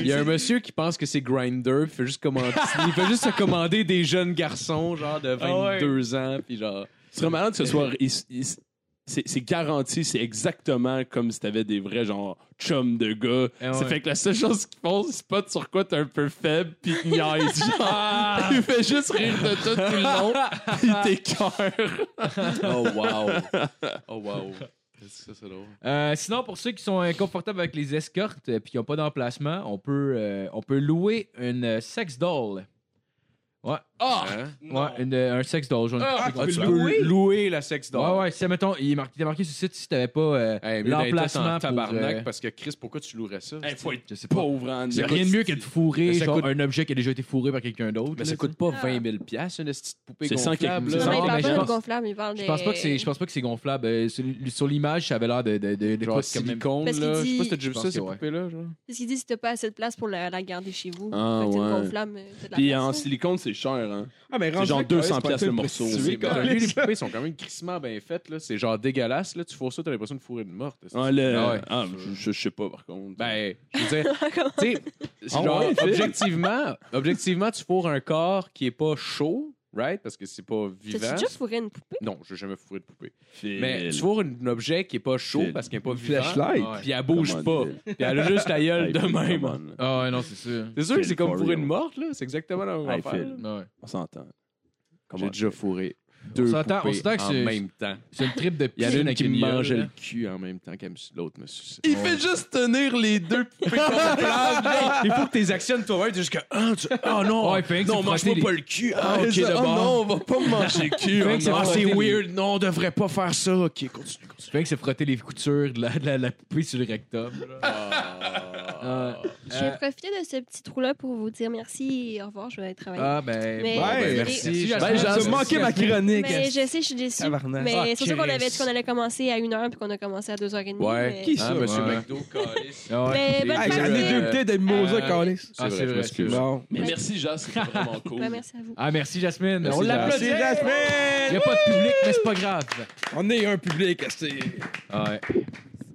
E: Il y a un monsieur qui pense que c'est Grinder, il fait juste commander, il fait juste se commander des jeunes garçons genre de
D: Ah
A: Ah
E: 22 ans puis genre
A: Ce serait malade que ce soit. is- is- C'est c'est garanti, c'est exactement comme si t'avais des vrais genre chums de gars.
D: Eh
A: Ça
D: ouais.
A: fait que la seule chose qu'ils font, c'est pas sur quoi t'es un peu faible pis ils niaisent. genre.
E: Ah!
A: Ils fait juste rire de toi tout le long pis t'écœurent.
E: oh wow. Oh wow. Ça c'est drôle.
D: Euh, sinon, pour ceux qui sont inconfortables avec les escortes et qui n'ont pas d'emplacement, on peut, euh, on peut louer une euh, sex doll. Ouais, Ah!
E: Hein?
D: ouais une, euh, un sex doll. genre une-
E: Ah,
D: Ouais,
E: tu peux louer la sexe d'or.
D: ouais, ouais, si, mettons, il est marqué, t'es marqué sur le site si t'avais pas euh,
E: Hey, mieux d'être
D: l'emplacement
E: en
D: pour,
E: tabarnak
D: euh,
E: parce que Chris, pourquoi tu louerais ça?
A: Hey, faut être
D: je sais pas.
A: pauvre en
D: Il y a rien de mieux que de fourrer
E: Mais ça
D: genre,
E: coûte-
D: un objet qui a déjà été fourré par quelqu'un d'autre. là,
E: Mais ça coûte pas 20 000 pièces une petite poupée
A: C'est cent quelques-
E: gonflable.
A: c'est
E: là.
C: Non, mais
D: Non,
C: ils
D: mais
C: parlent
D: je
C: pas de
D: pense-
C: gonflable, ils parlent
D: tu sais.
C: des...
D: Je pense pas que c'est, je pense pas que c'est gonflable. Euh, sur, sur l'image, ça avait l'air de, de, de, de quoi
E: Genre
D: de quand même-
E: silicone, là.
C: Parce qu'il
E: Je sais pas
C: dit-
E: si t'as déjà vu
D: Je
E: ça,
D: pense
E: ces
D: que ouais.
E: poupées-là. genre.
C: Parce qu'ils disent si t'as pas assez de place pour la, la garder chez vous.
A: Ah,
C: Fait que t'es une
A: ouais.
C: gonflable, euh, t'as de la
A: Puis
C: place,
A: en
C: là.
A: silicone, c'est cher, hein.
B: Ah, mais
A: genre 200 piastres le morceau.
E: C'est
A: C'est
E: quand
A: correct,
E: même- les
B: C'est
E: poupées sont quand même crissement bien faites. là. C'est genre dégueulasse. Là. Tu fous ça, t'as l'impression de fourrer une morte.
A: Ah, le-
E: Ah ouais.
A: ah, je- je, je sais pas par contre.
E: Ben, je veux dire, tu sais, c'est
A: Ah
E: genre,
A: ouais, Phil?
E: objectivement, objectivement, tu fourres un corps qui est pas chaud, right? Parce que c'est pas vivant.
C: T'as-tu déjà fourré une poupée?
E: Non, j'ai jamais fourré de poupée.
A: Phil.
E: Mais tu fourres un objet qui est pas chaud
A: Phil.
E: parce qu'il est pas vivant.
B: Flashlight.
E: Puis elle bouge
A: Come
E: pas.
A: on, Phil.
E: Puis elle a juste la gueule
A: Hey,
E: de
A: Phil,
E: même.
A: come on, là.
D: Ah ouais, non, c'est sûr.
E: C'est sûr que c'est
A: Phil,
E: comme
A: for
E: pour
A: real.
E: une morte, là. C'est exactement la même
A: Hey,
E: affaire.
A: Phil.
E: là.
D: Ouais.
A: On s'entend. Comment
E: J'ai déjà fourré deux
D: s'entend- on
E: poupées
D: s'entend que
E: en
D: c'est-
E: même temps.
D: C'est une trip de
E: Il y en a
D: piscine
E: une
D: avec
E: qui me
D: gueule,
E: mangeait
D: là.
E: le cul en même temps qu'elle me su- l'autre me suçait.
A: Il fait juste tenir les deux poupées
E: Il faut que tu les actionnes toi-même. Tu jusqu'à ah, tu- ah non,
D: Ouais, il fait que
E: non,
D: se
E: mange-moi
D: frotter
E: pas le cul. Ah, ok,
A: Ah,
E: d'abord.
A: non, on va pas me manger le cul.
D: Fait que
E: Ah,
D: se
E: c'est
D: frotter les-
E: weird. Non, on devrait pas faire ça. Ok, continue, continue.
D: Tu fais que c'est frotter les coutures de la, de la, la poupée sur le rectum. là.
E: Ah.
D: Euh,
C: J'ai profité de ce petit trou-là pour vous dire merci et au revoir, je vais aller travailler.
D: Ah, ben,
C: Mais-
D: bon, ben, merci.
B: Ouais,
C: merci,
D: Jasmine.
A: Jasmine.
D: Merci,
B: Ben, manqué ma
D: Jasmine.
B: chronique.
C: mais je sais, je suis déçue.
B: Tabarnak.
C: Mais
B: Ah,
C: c'est pour ça qu'on avait dit
B: Chris.
C: qu'on allait commencer à 1h puis qu'on a commencé à 2h30.
E: Ouais.
B: Qui ça?
E: Ah, monsieur
D: ouais.
E: McDo, calice.
D: Ah ouais.
C: Mais, mais bonne
B: Hey,
C: fin
B: J'en
C: de
B: ai deux
C: semaine.
B: bouteilles de mimosa,
E: euh,
B: Calis.
E: Ah,
F: vrai,
E: c'est vrai,
F: je m'excuse.
E: excuse.
B: Bon.
A: Mais merci, Jas, c'est vraiment cool.
C: Ouais, Bah, merci à vous.
D: Ah, merci, Jasmine.
E: Merci,
D: On l'applaudit.
B: Merci,
D: Il
B: Jasmine!
D: n'y a pas de public, mais c'est pas grave.
B: On est un public, c'est.
D: Ouais.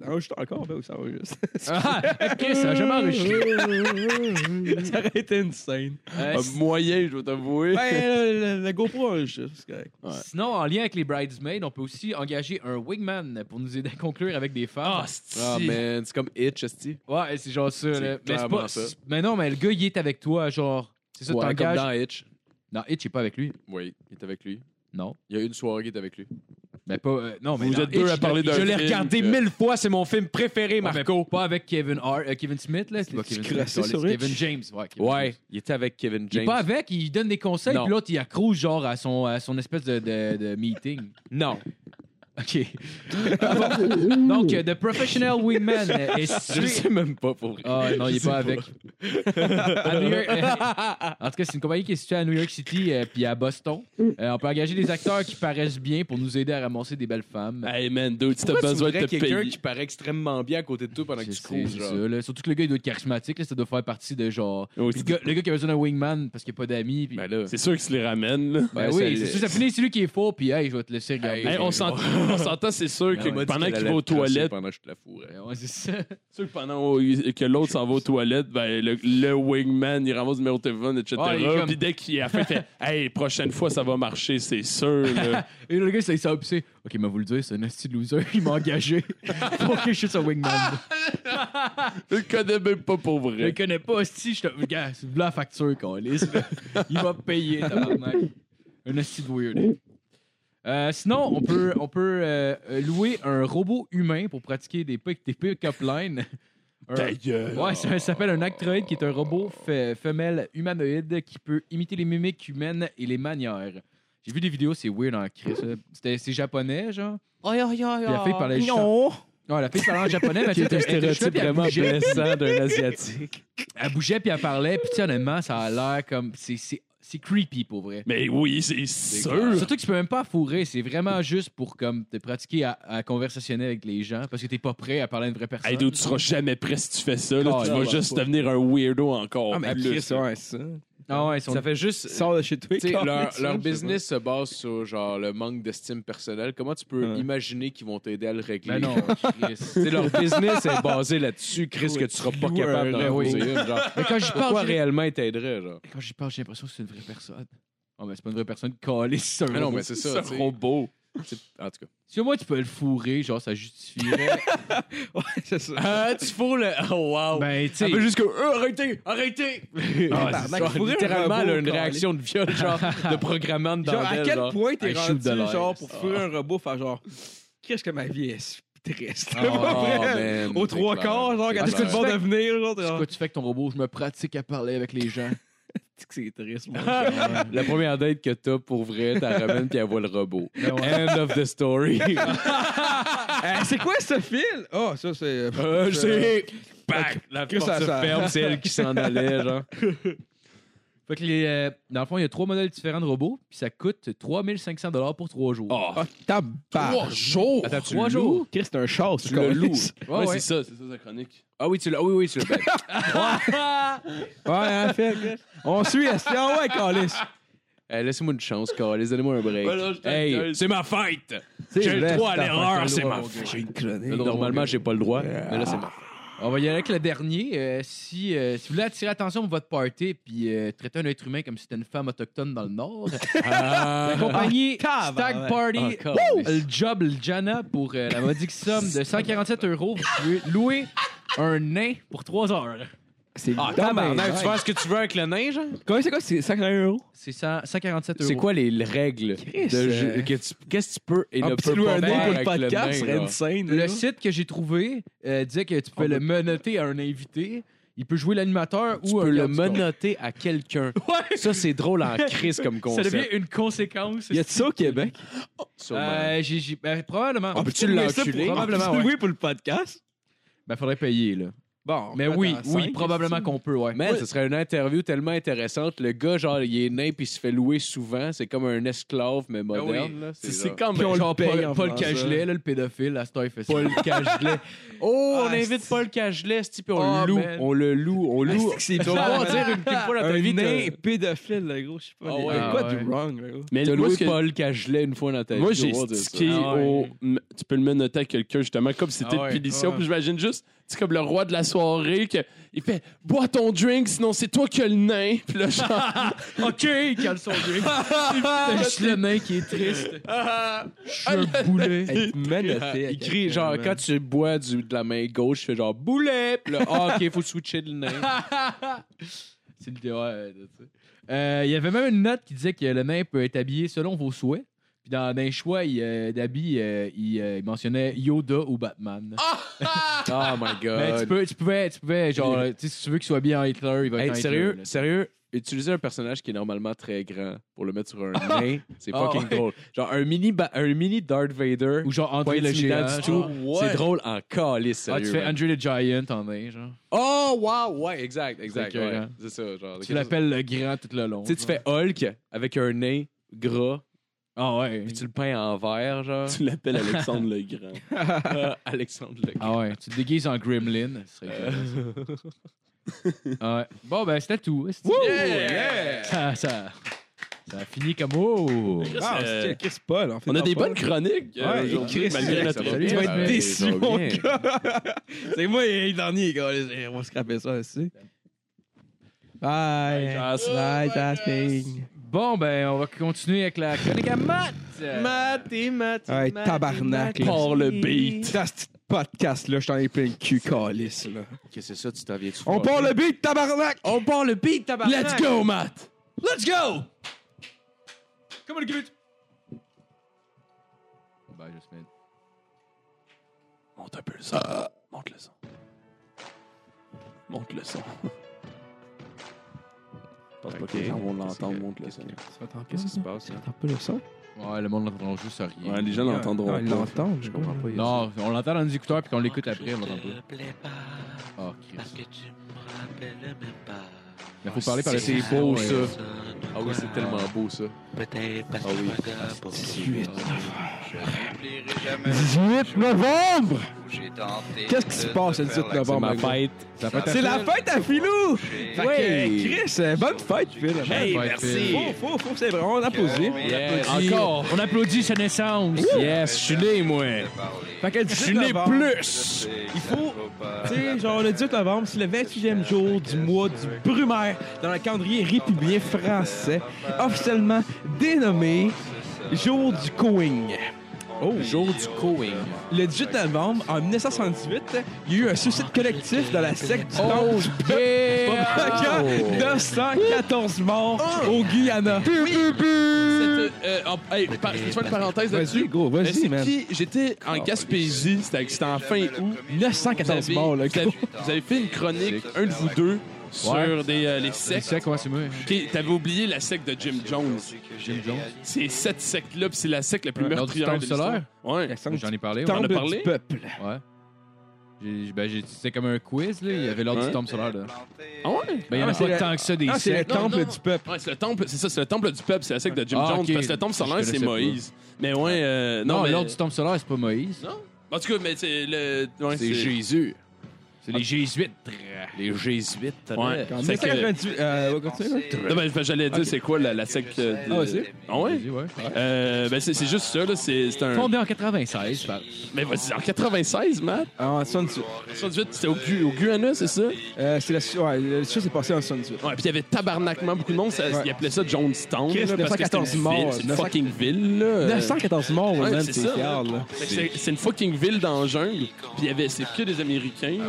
B: Ah, je suis encore, ben, ça va juste.
D: Ah, Chris, ça a jamais enregistré.
B: Ça aurait été une scène.
D: Euh,
A: Un moyen, je vais t'avouer.
B: Ben, le, le- le GoPro, a juste, c'est correct.
D: Sinon, en lien avec les bridesmaids, on peut aussi engager un wingman pour nous aider à conclure avec des femmes.
E: Ah, man, c'est comme Itch, esti.
D: ouais, c'est genre ça. là. Mais, c'est
E: clairement
D: pas,
E: ça.
D: mais non, mais le gars, il est avec toi, genre. C'est ça,
E: Ouais, comme
D: t'engages.
E: dans Itch.
D: Non, Hitch est pas avec lui.
E: Oui, il est avec lui.
D: Non.
E: Il y a une soirée qui est avec lui.
D: Mais pas. euh, non, mais
A: Vous
D: dans
A: êtes deux
D: Hitch,
A: à parler
D: il-
A: d'un
D: Je l'ai
A: film.
D: regardé
E: Regardez mille fois, c'est mon film préféré,
D: Marco. Pas avec Kevin Hart, euh, Kevin Smith, là. C'est pas
B: C'est
D: Kevin
B: crassé
D: Smith,
B: sur
D: c'est
B: Hitch.
D: Kevin James, ouais. Kevin James.
E: Ouais, il était avec Kevin
D: Il
E: James.
D: est pas avec, il donne des conseils,
E: Non.
D: puis l'autre, il accroche genre à son, à son espèce de, de, de meeting.
E: Non.
D: OK. Donc, euh, The Professional Wingman euh, est
E: Je
D: situé...
E: le sais même pas pour vrai.
D: Ah non, il
E: Je
D: est
E: sais
D: pas avec. À New York- en tout cas, c'est une compagnie qui est située à New York City euh, puis à Boston. Euh, on peut engager des acteurs qui paraissent bien pour nous aider à ramasser des belles femmes.
A: Hey man, dude, si t'as
E: Pourquoi tu
A: besoin de
E: voudrais
A: te
E: quelqu'un
A: payer.
E: qui paraît extrêmement bien à côté de toi pendant que
D: C'est
E: tu
D: c'est-
E: cruises,
D: c'est
E: genre.
D: ça, là. Surtout que le gars, il doit être charismatique. là, ça doit faire partie de genre...
A: Oh,
D: Puis le, gars, le gars qui a besoin d'un wingman parce qu'il n'y a pas d'amis. Puis...
E: Ben
D: Ben,
E: là. ben
A: C'est sûr que tu les ramènes. là. Ben,
D: oui, c'est sûr, ça finit, c'est lui qui est faux, puis hey, je vais te
E: Ah
D: laisser regarder.
A: Hey, on s'entend, on s'entend, c'est sûr
E: Ben,
A: que
E: on m'a dit
A: pendant
E: qu'elle
A: qu'il
E: allait
A: va aux
E: me crosser
A: toilettes,
E: Pendant que je te la fourrais.
D: Ouais, c'est ça.
A: c'est sûr que pendant au- que l'autre s'en va aux toilettes, ben, le, le wingman, il ramasse le numéro de téléphone, etc.
D: Ouais, il est comme-
A: Puis dès qu'il a fait, fait Hey, prochaine fois, ça va marcher, c'est sûr. là.
D: Et le gars, il s'est il s'est obsédé. Ok, mais vous le dire, c'est un nasty loser. Il m'a engagé pour que je sois un
E: Ah!
D: wingman.
A: Je le connais même pas pour
D: Je le
A: vrai.
D: connais pas, si je te. Regarde, c'est la facture qu'on liste. Il va payer, tabarnak. Un nasty de weird. Euh, sinon, on peut, on peut euh, louer un robot humain pour pratiquer des pick- des pick-up lines. Un-
A: Ta gueule.
D: Ouais, ça ça s'appelle un actroïde qui est un robot fe- femelle humanoïde qui peut imiter les mimiques humaines et les manières. J'ai vu des vidéos, c'est weird en Chris. là. C'était c'est japonais genre. Puis la fille parlait juste en... Ouais, la fille parlait en japonais, mais elle était- elle était juste là, puis elle bougeait,
F: blessant d'un asiatique.
D: elle bougeait puis elle parlait, puis tu sais, honnêtement, ça a l'air comme c'est c'est- c'est creepy pour vrai.
A: Mais oui, c'est sûr.
D: Surtout que tu peux même pas fourrer, c'est vraiment juste pour comme te pratiquer à, à conversationner avec les gens parce que t'es pas prêt à parler à une vraie personne.
A: Hey, dude, tu seras jamais prêt si tu fais ça. là.
D: Ah,
A: tu
D: non,
A: vas
D: bah,
A: juste
D: pas.
A: devenir un weirdo encore.
B: Ah, mais
A: plus.
B: Chris, ouais, ça.
D: Ah ouais, ils sont-
E: Ça fait juste.
B: Sors de chez toi,
E: Tu sais,
B: Carlis,
E: leur,
B: là,
E: leur
B: je sais
E: business se base sur genre le manque d'estime personnelle. Comment tu peux
B: Ouais.
E: imaginer qu'ils vont t'aider à le régler?
D: Ben non, Chris.
E: Tu sais, leur business est basé là-dessus, Chris, que tu seras pas
D: Louer
E: capable
D: un
E: d'en
D: robot.
E: poser une, genre.
D: Mais quand je
E: Pourquoi
D: parle, j'ai-
E: réellement ils t'aideraient, genre?
D: Quand j'y parle, j'ai l'impression que c'est une vraie personne. Oh, mais c'est pas une vraie personne collée sur
E: Mais non, mais c'est ça, tu
A: C'est
E: sais.
A: un robot.
E: C'est- En tout cas.
D: Si au moins tu peux le fourrer, genre, ça justifierait.
B: pas. Ouais, c'est ça.
E: Ah, tu fous le. Oh, wow!
D: ben, tu
E: Ça
D: sais.
E: peut juste que. euh, arrêtez! Arrêtez!
B: Ah, c'est
E: Genre,
B: ça.
E: littéralement, elle a une
B: Robot,
E: réaction de viol, genre, de programmante dans
B: Genre, à quel
E: genre.
B: point t'es
D: I shoot
B: rendu,
D: the lights.
B: genre, pour faire un robot, faire genre, qu'est-ce que ma vie est triste.
D: Oh,
B: Pour vrai.
E: man,
B: Au
E: Ah, ben, c'est
B: trois
E: clair.
B: quarts, genre,
E: C'est
B: quand tu
E: clair.
B: fais le bon devenir, genre, t'es
D: C'est
E: Ah.
B: genre,
D: quoi tu fais avec ton robot? Je me pratique à parler avec les gens.
B: Dis que c'est triste, moi.
E: La première date que t'as pour vrai, t'as ramène puis elle voit le robot.
D: Ben ouais.
E: End of the story.
B: Euh, c'est quoi ce fil? Ah, ça, c'est.
E: Euh, je sais.
A: Pac! La
B: Chris,
E: porte
B: ça-
E: se
B: ça-
E: ferme, c'est elle qui s'en allait, genre.
D: Fait que les, euh, dans le fond, il y a trois modèles différents de robots, puis ça coûte 3500 pour trois jours.
A: Oh,
B: Ah, tabarnak.
A: jours!
D: Attends,
E: tu
D: trois
E: le
D: jours?
B: Chris, c'est un char, tu
A: le
B: connais.
A: loues.
D: Ouais, ouais.
A: c'est ça, c'est ça sa chronique.
E: Ah oui, tu l'as. Oui, oui, tu l'as. Ben,
B: Ouais, en fait. Chris. On suit, est-ce que- Ah ouais, Carlis.
E: eh, Laissez-moi une chance, Carl. Donnez-moi un break.
A: Voilà, je t'ai-
E: hey, c'est ma fête. J'ai le droit à l'erreur, c'est ma faute.
B: J'ai une clonée.
E: Normalement, j'ai pas le droit, mais là, c'est ma faute.
D: On va y aller avec le dernier. Euh, si, euh, si vous voulez attirer l'attention de votre party puis euh, traiter un être humain comme si c'était une femme autochtone dans le Nord, euh, la compagnie
B: Ah,
D: Stag
B: tabarnak.
D: Party,
E: Encore,
D: Woo!
E: mais-
D: le job, le Jana, pour euh, la modique somme de 147 euros, vous pouvez louer un nain pour 3 heures.
B: C'est
E: Ah,
B: dommage.
E: tabarnak, tu fais ce que tu veux avec le nain, genre?
B: Comment c'est quoi? C'est 50 euros?
D: C'est 100 147 euros.
E: C'est quoi les règles de jeu-
B: euh, Ah,
E: que tu- Qu'est-ce que tu peux et
B: Un
E: ne
B: petit
E: peux
B: loup
E: pas
B: un
E: faire
B: nez pour le
E: avec le nain,
B: podcast serait
E: genre?
B: insane.
D: Le
B: là.
D: site que j'ai trouvé euh, disait que tu pouvais le menoter à un invité. Il peut jouer l'animateur
E: Ah, Tu
D: ou un
E: peux le
D: garde du corps.
E: menoter à quelqu'un. Ça, c'est drôle en crise comme
D: Ça
E: concept.
D: devient une conséquence.
B: Y a-tu ça au Québec?
E: Sûrement.
D: Euh, j'ai- j'ai- ben, probabement.
E: On peut-tu l'enculer? Ah,
D: Probablement, ouais.
B: Oui, Ah, pour le podcast.
D: Ben, faudrait payer, là.
B: Bon.
D: Mais oui, oui, probablement qu'on peut, ouais.
E: Mais ce serait une interview tellement intéressante. Le gars, genre, il est nain puis il se fait louer souvent. C'est comme un esclave, mais moderne. là.
A: C'est-
E: genre-
A: C'est quand
D: Puis
A: même.
D: on
B: Paul
D: genre
B: Paye
D: Paul,
B: en
D: Paul
B: faisant
D: Cagelet, là, le pédophile, à Star, il fait ça.
E: Paul Cagelet. Oh, on
B: Ah,
E: invite
B: c'est-
E: Paul Cagelet, ce type, on
D: Ah,
E: le loue.
D: man.
E: On le loue, on le loue.
B: Ah, c'est que c'est
E: Tu vas
B: bizarre,
E: pouvoir dire une fois dans ta
B: Un
E: vie. t'as-
B: nain pédophile, le gros, je sais pas.
E: Ah
B: Il y
E: ouais,
B: a
D: ah
B: quoi
D: ouais.
B: du wrong, le gros?
A: Mais
E: T'as
A: moi,
E: loué
A: ce que-
E: Paul Cagelet une fois dans ta vie.
A: moi,
E: tu
A: j'ai
E: vas dire ça.
A: stické
D: Ah ouais.
A: au. m- Tu peux le menoter à quelqu'un, justement, comme si c'était
D: Ah ouais.
A: une punition.
D: Ouais.
A: Puis j'imagine juste, c'est comme le roi de la soirée, que, il fait Bois ton drink, sinon c'est toi qui as le nain. Puis là, genre,
D: OK, caleçon gris.
E: Ah,
D: C'est juste le nain qui est triste. Je suis un boulet.
B: Être menotté à
E: Il crie, genre,
B: quelqu'un,
E: quand tu bois du, de la main gauche, tu fais genre boulet. Puis là, ah, ok, faut switcher le nain.
D: C'est Euh, le ouais, ouais, tu sais. Euh, Il y avait même une note qui disait que le nain peut être habillé selon vos souhaits. Puis Puis dans, dans les choix il, euh, d'habits, euh, il, euh, il mentionnait Yoda ou Batman.
E: Ah! Oh my god.
D: Mais tu, peux, tu pouvais, tu pouvais genre, euh, tu sais, si tu veux qu'il soit bien en Hitler, il va
E: Hey,
D: être en
E: sérieux,
D: Hitler, là.
E: sérieux, utiliser un personnage qui est normalement très grand pour le mettre sur un nain, c'est
D: Ah,
E: fucking
D: ouais.
E: drôle. Genre un mini, ba- un mini Darth Vader,
D: Ou genre
E: pas
D: André le
E: intimidant
D: Géant.
E: du tout.
D: genre.
E: C'est drôle en calice,
D: Ah,
E: sérieux.
D: tu fais
E: man.
D: Andrew the Giant en nain, genre.
E: Oh, wow, ouais, exact, exact.
D: C'est
E: ouais.
D: écœurant.
E: C'est ça, genre.
D: Tu l'appelles le grand tout le long.
E: Tu sais, tu fais Hulk avec un nain gras,
D: Ah ouais.
E: puis tu le peins en vert, genre.
F: Tu l'appelles Alexandre le Grand.
E: Euh, Alexandre Leclerc.
D: Ah ouais, tu te déguises en gremlin. Ce serait cool, ça. Ah ouais. Bon, ben, c'était tout. Est-ce que- Ça, ça, ça a fini comme oh!
B: Ah, c'est Chris Paul, en fait.
A: On a
B: en
A: des
B: Paul.
A: bonnes chroniques euh,
B: Ouais,
A: aujourd'hui,
B: Chris,
A: malgré
B: ça
A: notre
B: va bien. euh, Tu vas être
E: Ouais,
B: déçu,
E: ça va
B: mon
E: bien.
B: gars. C'est moi et le dernier, gars. On va scraper ça aussi. Bye.
A: Jas.
B: Bye, Jasping.
D: Bon, ben, on va continuer avec la chronique à Matt!
B: Ouais, tabarnak.
A: Par le beat.
B: Dans ce petit podcast-là, je t'en ai plein le cul, calice, là.
E: Qu'est-ce que c'est ça, tu Ah t'en viens dessus?
B: On part le beat, tabarnak!
E: On part le beat, tabarnak!
A: Let's go, Matt!
B: Let's go!
E: Come on, give it!
D: Ben, Jasmine.
A: Monte un peu le son. Monte le son. Monte le son. Je pense pas que les gens vont l'entendre, monte le son.
E: Qu'est-ce qui se passe?
B: T'entends pas le son?
D: Ouais, le monde n'entend juste à rien.
A: Ouais, les gens l'entendront
B: Non, ils
A: pas.
B: l'entendent. Je comprends pas.
D: Non, on l'entend dans nos écouteurs puis qu'on l'écoute après, on l'entend
G: te
D: pas.
G: plais pas,
D: Oh,
G: parce
D: Christ.
G: que tu me rappelles même pas.
D: Il faut parler par le
E: C'est beau,
D: Ouais.
E: ça.
G: Personne
E: Ah oui, c'est
G: quoi.
E: tellement beau, ça.
G: Peut-être parce que vagabond.
H: n'oublierai jamais
B: 18 novembre!
H: où j'ai tenté.
B: Qu'est-ce qui
H: de
B: se
H: te
B: passe
H: faire
B: le 18
H: l'accepter.
D: Oh
B: novembre? ma gueule?
D: Ça peut être
B: C'est la fête à Filou!
H: J'ai-
B: Fait que, euh, Chris, euh, bonne fête, Phil.
D: Hey,
E: merci.
B: Faut, faut, faut, c'est vraiment, on applaudit.
E: Yes.
D: Encore! On applaudit sa naissance!
E: Yes, je suis né, moi!
B: Fait que le 18 novembre,
E: plus!
B: Il faut, tu sais, genre le 18 novembre, c'est le 28e jour du mois du brumaire dans le calendrier républicain français, officiellement dénommé Jour du Coing.
E: Oh, jour du Coing.
B: Le 18 novembre, en 1978, il y a eu un suicide collectif dans la secte du temple
D: Oh,
B: du
D: yeah!
B: Papa, 914 morts au Guyana.
A: C'était, euh, en- hey, par- je fais une parenthèse là-dessus.
B: gros,
A: Mais c'est qui? J'étais en Gaspésie, c'était c'était en fin août.
B: 914 morts, là,
A: vous,
B: gros.
A: avez, vous avez fait une chronique, un de vous deux, sur
D: Ouais.
A: des, euh, les
D: Tu
A: sectes.
D: sais comment c'est moi? hein?
A: Ok, T'avais oublié la secte de Jim Jones.
D: Jim Jones?
A: C'est cette secte-là, puis c'est la secte la plus
D: Ouais.
A: meurtrière
D: Lors
A: de
D: du
A: l'histoire.
D: temple
A: Ouais.
D: J'en ai parlé. ouais.
A: en a
B: Temple
A: parlé?
B: du peuple.
D: Ouais. J'ai- ben, j'ai- C'était comme un quiz, là. Il y avait l'ordre
A: Ouais.
D: du temple solaire, là.
A: Ah ouais?
D: Ben, il y en
B: Ah,
D: a
B: c'est
D: pas
B: le-
D: tant que ça des
B: Ah, c'est le
D: sectes.
B: temple
A: non.
B: du peuple.
A: Ouais, c'est le temple, c'est ça, c'est le temple du peuple, c'est la secte de Jim
D: Ah,
A: Jones.
D: ok.
A: Parce que le temple solaire,
D: Je
A: c'est
D: connaissais pas.
A: Moïse. Mais ouais, euh, non,
D: Non,
A: mais.
D: l'ordre du temple solaire, c'est pas Moïse.
A: Non. En tout cas, mais c'est le. ouais,
E: C'est Jésus.
D: C'est les jésuites.
E: Les Jésuites.
A: Ouais.
B: En
A: C'est que-
B: 1998, euh, on va continuer, là?
A: Non, ben, j'allais dire, c'est quoi la, la secte. euh, de-
B: Ah, ouais, c'est-
A: Ah ouais?
D: Vas-y, ouais.
A: Euh, ben, c'est c'est juste ça, là. C'est c'est un.
D: Fondé en 96, par-
A: Mais vas-y, en 96, Matt.
B: Ah, en 78.
A: 78, c'était au, Gu- au Guyana, c'est ça? Ouais,
B: Euh, c'est la, ouais, le show s'est passé en 78.
A: puis il y avait tabarnakement beaucoup de monde, ça,
B: Ouais.
A: ils appelaient ça Jonestown.
B: Chris,
A: là, parce que c'était
B: 914
A: une
B: morts,
A: ville, C'est une
B: 900
A: fucking ville, là. Euh,
B: 914 morts,
A: ouais,
B: man,
A: c'est
B: c'est
A: ça.
B: fier, là.
A: mais C'est c'est une fucking ville dans la jungle, puis il y avait, c'est que des Américains, là.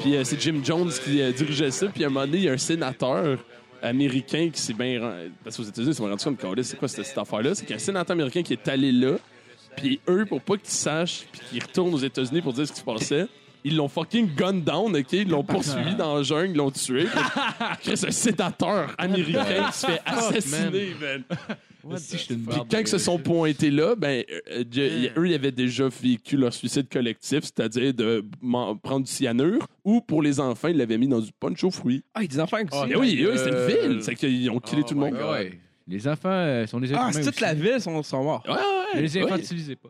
A: Puis euh, c'est Jim Jones qui euh, dirigeait ça, puis à un moment donné, il y a un sénateur américain qui s'est bien. ren- Parce qu'aux États-Unis, ils se sont rendus compte, câlisse, c'est quoi cette, cette affaire-là? C'est qu'il y a un sénateur américain qui est allé là, puis eux, pour pas qu'ils sachent, puis qu'ils retournent aux États-Unis pour dire ce qui se passait. Ils l'ont fucking gunned down, OK? Ils l'ont poursuivi dans la jungle, ils l'ont tué. Chris, un sénateur américain qui se fait assassiner, man.
D: Si j'étais une
A: Puis
D: barbe,
A: quand ils se sont pointés là, ben, euh, y- y- eux, ils avaient déjà vécu leur suicide collectif, c'est-à-dire de man- prendre du cyanure, ou pour les enfants, ils l'avaient mis dans du punch aux fruits.
B: Ah, il y a des enfants qui
A: Ben oui, eux, c'est une ville. C'est qu'ils ont killé
E: oh
A: tout le
E: my
A: monde.
E: God.
D: Ouais. Les enfants euh, sont des êtres
B: Ah,
D: humains
B: c'est toute
D: aussi.
B: la ville sont, sont morts.
A: Ouais, ouais,
D: Ne
A: ouais.
D: les
A: Ouais.
D: infantilisez pas.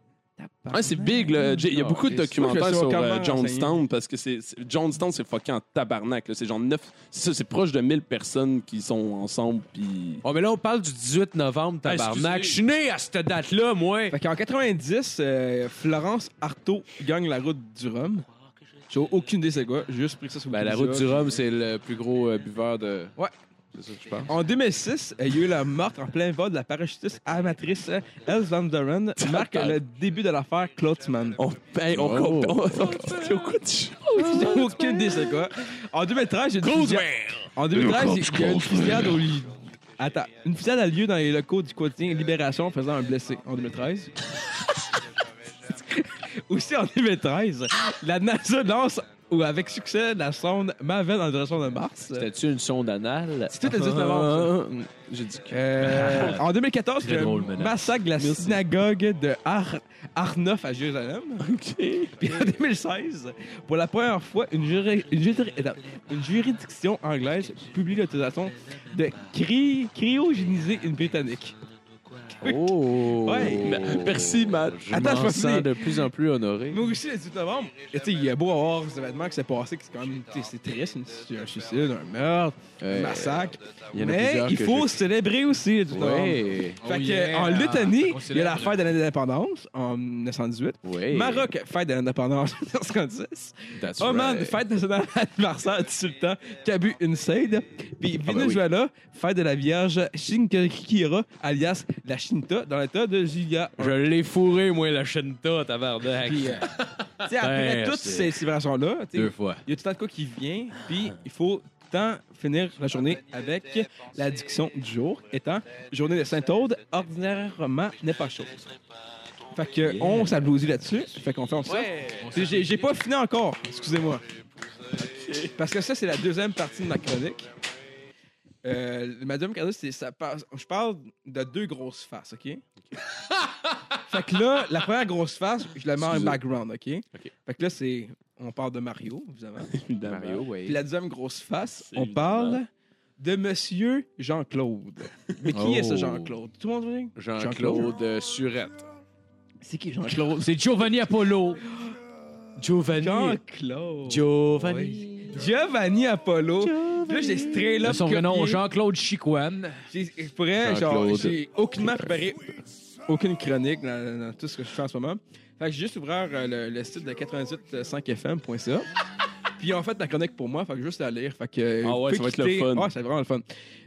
A: Ouais, c'est big, là. J- Il y a beaucoup de
E: Moi, je
A: documentaires
B: sais
A: sur
B: comment
A: euh,
B: enseigner.
A: Jonestown parce que c'est c'est- Jonestown, c'est fucking en tabarnak. là. C'est genre 9. C'est ça, c'est proche de 1000 personnes qui sont ensemble. Puis.
E: Oh, mais là, on parle du 18 novembre, tabarnak. Je suis né à cette date-là, moi.
B: Fait qu'en 90, euh, Florence Artaud gagne la route du Rhum. J'ai aucune idée c'est quoi, j'ai juste pris ça sous
E: Ben,
B: le
E: la
B: coude,
E: route
B: ça.
E: du Rhum, c'est le plus gros euh, buveur de.
B: Ouais.
E: C'est ça que je pense.
B: En 2006, euh, il y a eu la morte en plein vol de la parachutiste amatrice euh, Els Van Duren, qui marque le début de l'affaire Klotzmann.
A: On, hey, on,
E: Oh.
A: on- on- c'est au coup de-
B: J'ai aucune idée c'est quoi. En 2013, j'ai une fusillade- En 2013, il y a eu une fusillade au, Li- Attends, une fusillade a lieu dans les locaux du quotidien Libération en faisant un blessé en 2013. Aussi en 2013, la NASA lance ou avec succès la sonde Maven en direction de Mars.
E: T'as-tu une sonde anale?
B: C'est tout le 19 novembre,
E: Ah, J'ai dit que.
B: Euh, en 2014, il y a eu
F: drôle,
B: un
F: madame.
B: massacre de la synagogue de Har Arnof à Jérusalem. Puis en 2016, pour la première fois, une, juri- une juri- attends, une juridiction anglaise publie l'autorisation de cry- cryogéniser une Britannique.
E: Oh!
B: Ouais.
A: Me- merci, Matt.
E: Je
B: Attends, je
E: m'en
B: peux
E: sens
B: finir.
E: de plus en plus honoré.
B: Mais aussi, le 18 novembre, tu sais, il y a beau avoir des événements qui s'est passé, qui c'est quand même tu sais, c'est triste, une- c'est un suicide, un meurtre, un
E: Ouais.
B: massacre.
E: Euh, Il y en a
B: mais
E: plusieurs
B: il
E: que
B: faut célébrer aussi le 18
E: je-
B: novembre. Fait
E: Ouais.
D: Oh
B: que,
D: yeah.
B: en Lettonie,
D: On
B: il y a
D: célèbre.
B: la fête de l'indépendance en 1918.
E: Ouais.
B: Maroc, oh, fête de l'indépendance en 1956.
E: That's
B: Oman,
E: right.
B: fête nationale anniversaire du sultan Kabu Unsaid. Puis
E: Ah ben
B: Venezuela, fête de la Vierge Shinkakira, alias la Shinta, dans l'état de Julia.
F: Je l'ai fourré, moi, la Shinta, tabarnak.
B: Puis, euh, tu sais, après
F: Ben,
B: toutes
F: c'est-
B: ces célébrations-là, tu sais,
F: Deux fois.
B: il y a tout le temps de quoi qui vient, puis il faut tout le temps finir la journée avec l'addiction du jour, étant journée de Saint-Aude, ordinairement n'est pas chose. Fait que on s'ablousit là-dessus, fait qu'on fait on fait ça. Puis J'ai j'ai pas fini encore, excusez-moi. Parce que ça, c'est la deuxième partie de ma chronique. Euh, ma deuxième chronique, c'est ça passe. Je parle de deux grosses faces, OK? fait que là, la première grosse face, je la mets en
E: Excusez.
B: background, OK?
E: OK.
B: Fait que là, c'est. On parle de Mario, évidemment.
A: Ah,
E: Mario, ouais.
B: Puis la deuxième grosse face,
A: C'est
B: on
A: évident.
B: parle de Monsieur Jean-Claude. Mais qui est ce
E: Oh.
B: Jean-Claude? Tout le monde sait?
E: Jean-Claude euh, Surette.
B: C'est qui Jean-Claude?
D: C'est Giovanni Apollo.
E: Giovanni.
B: Jean-Claude.
E: Giovanni.
B: Giovanni Apollo. Puis Là, j'ai ce trailer.
D: Son vrai nom, Jean-Claude Chicoine.
B: J'ai- Je pourrais,
E: Jean-Claude.
B: genre, j'ai aucunement préparé aucune chronique dans, dans tout ce que je fais en ce moment. Fait que j'ai juste ouvert euh, le, le site de euh, 985fm.ca. Puis en fait, la chronique pour moi, fait que juste la lire. Fait que, euh,
A: Ah ouais, ça
B: vous pouvez
A: va être le
B: quitter-
A: fun.
B: Ah, c'est vraiment le fun.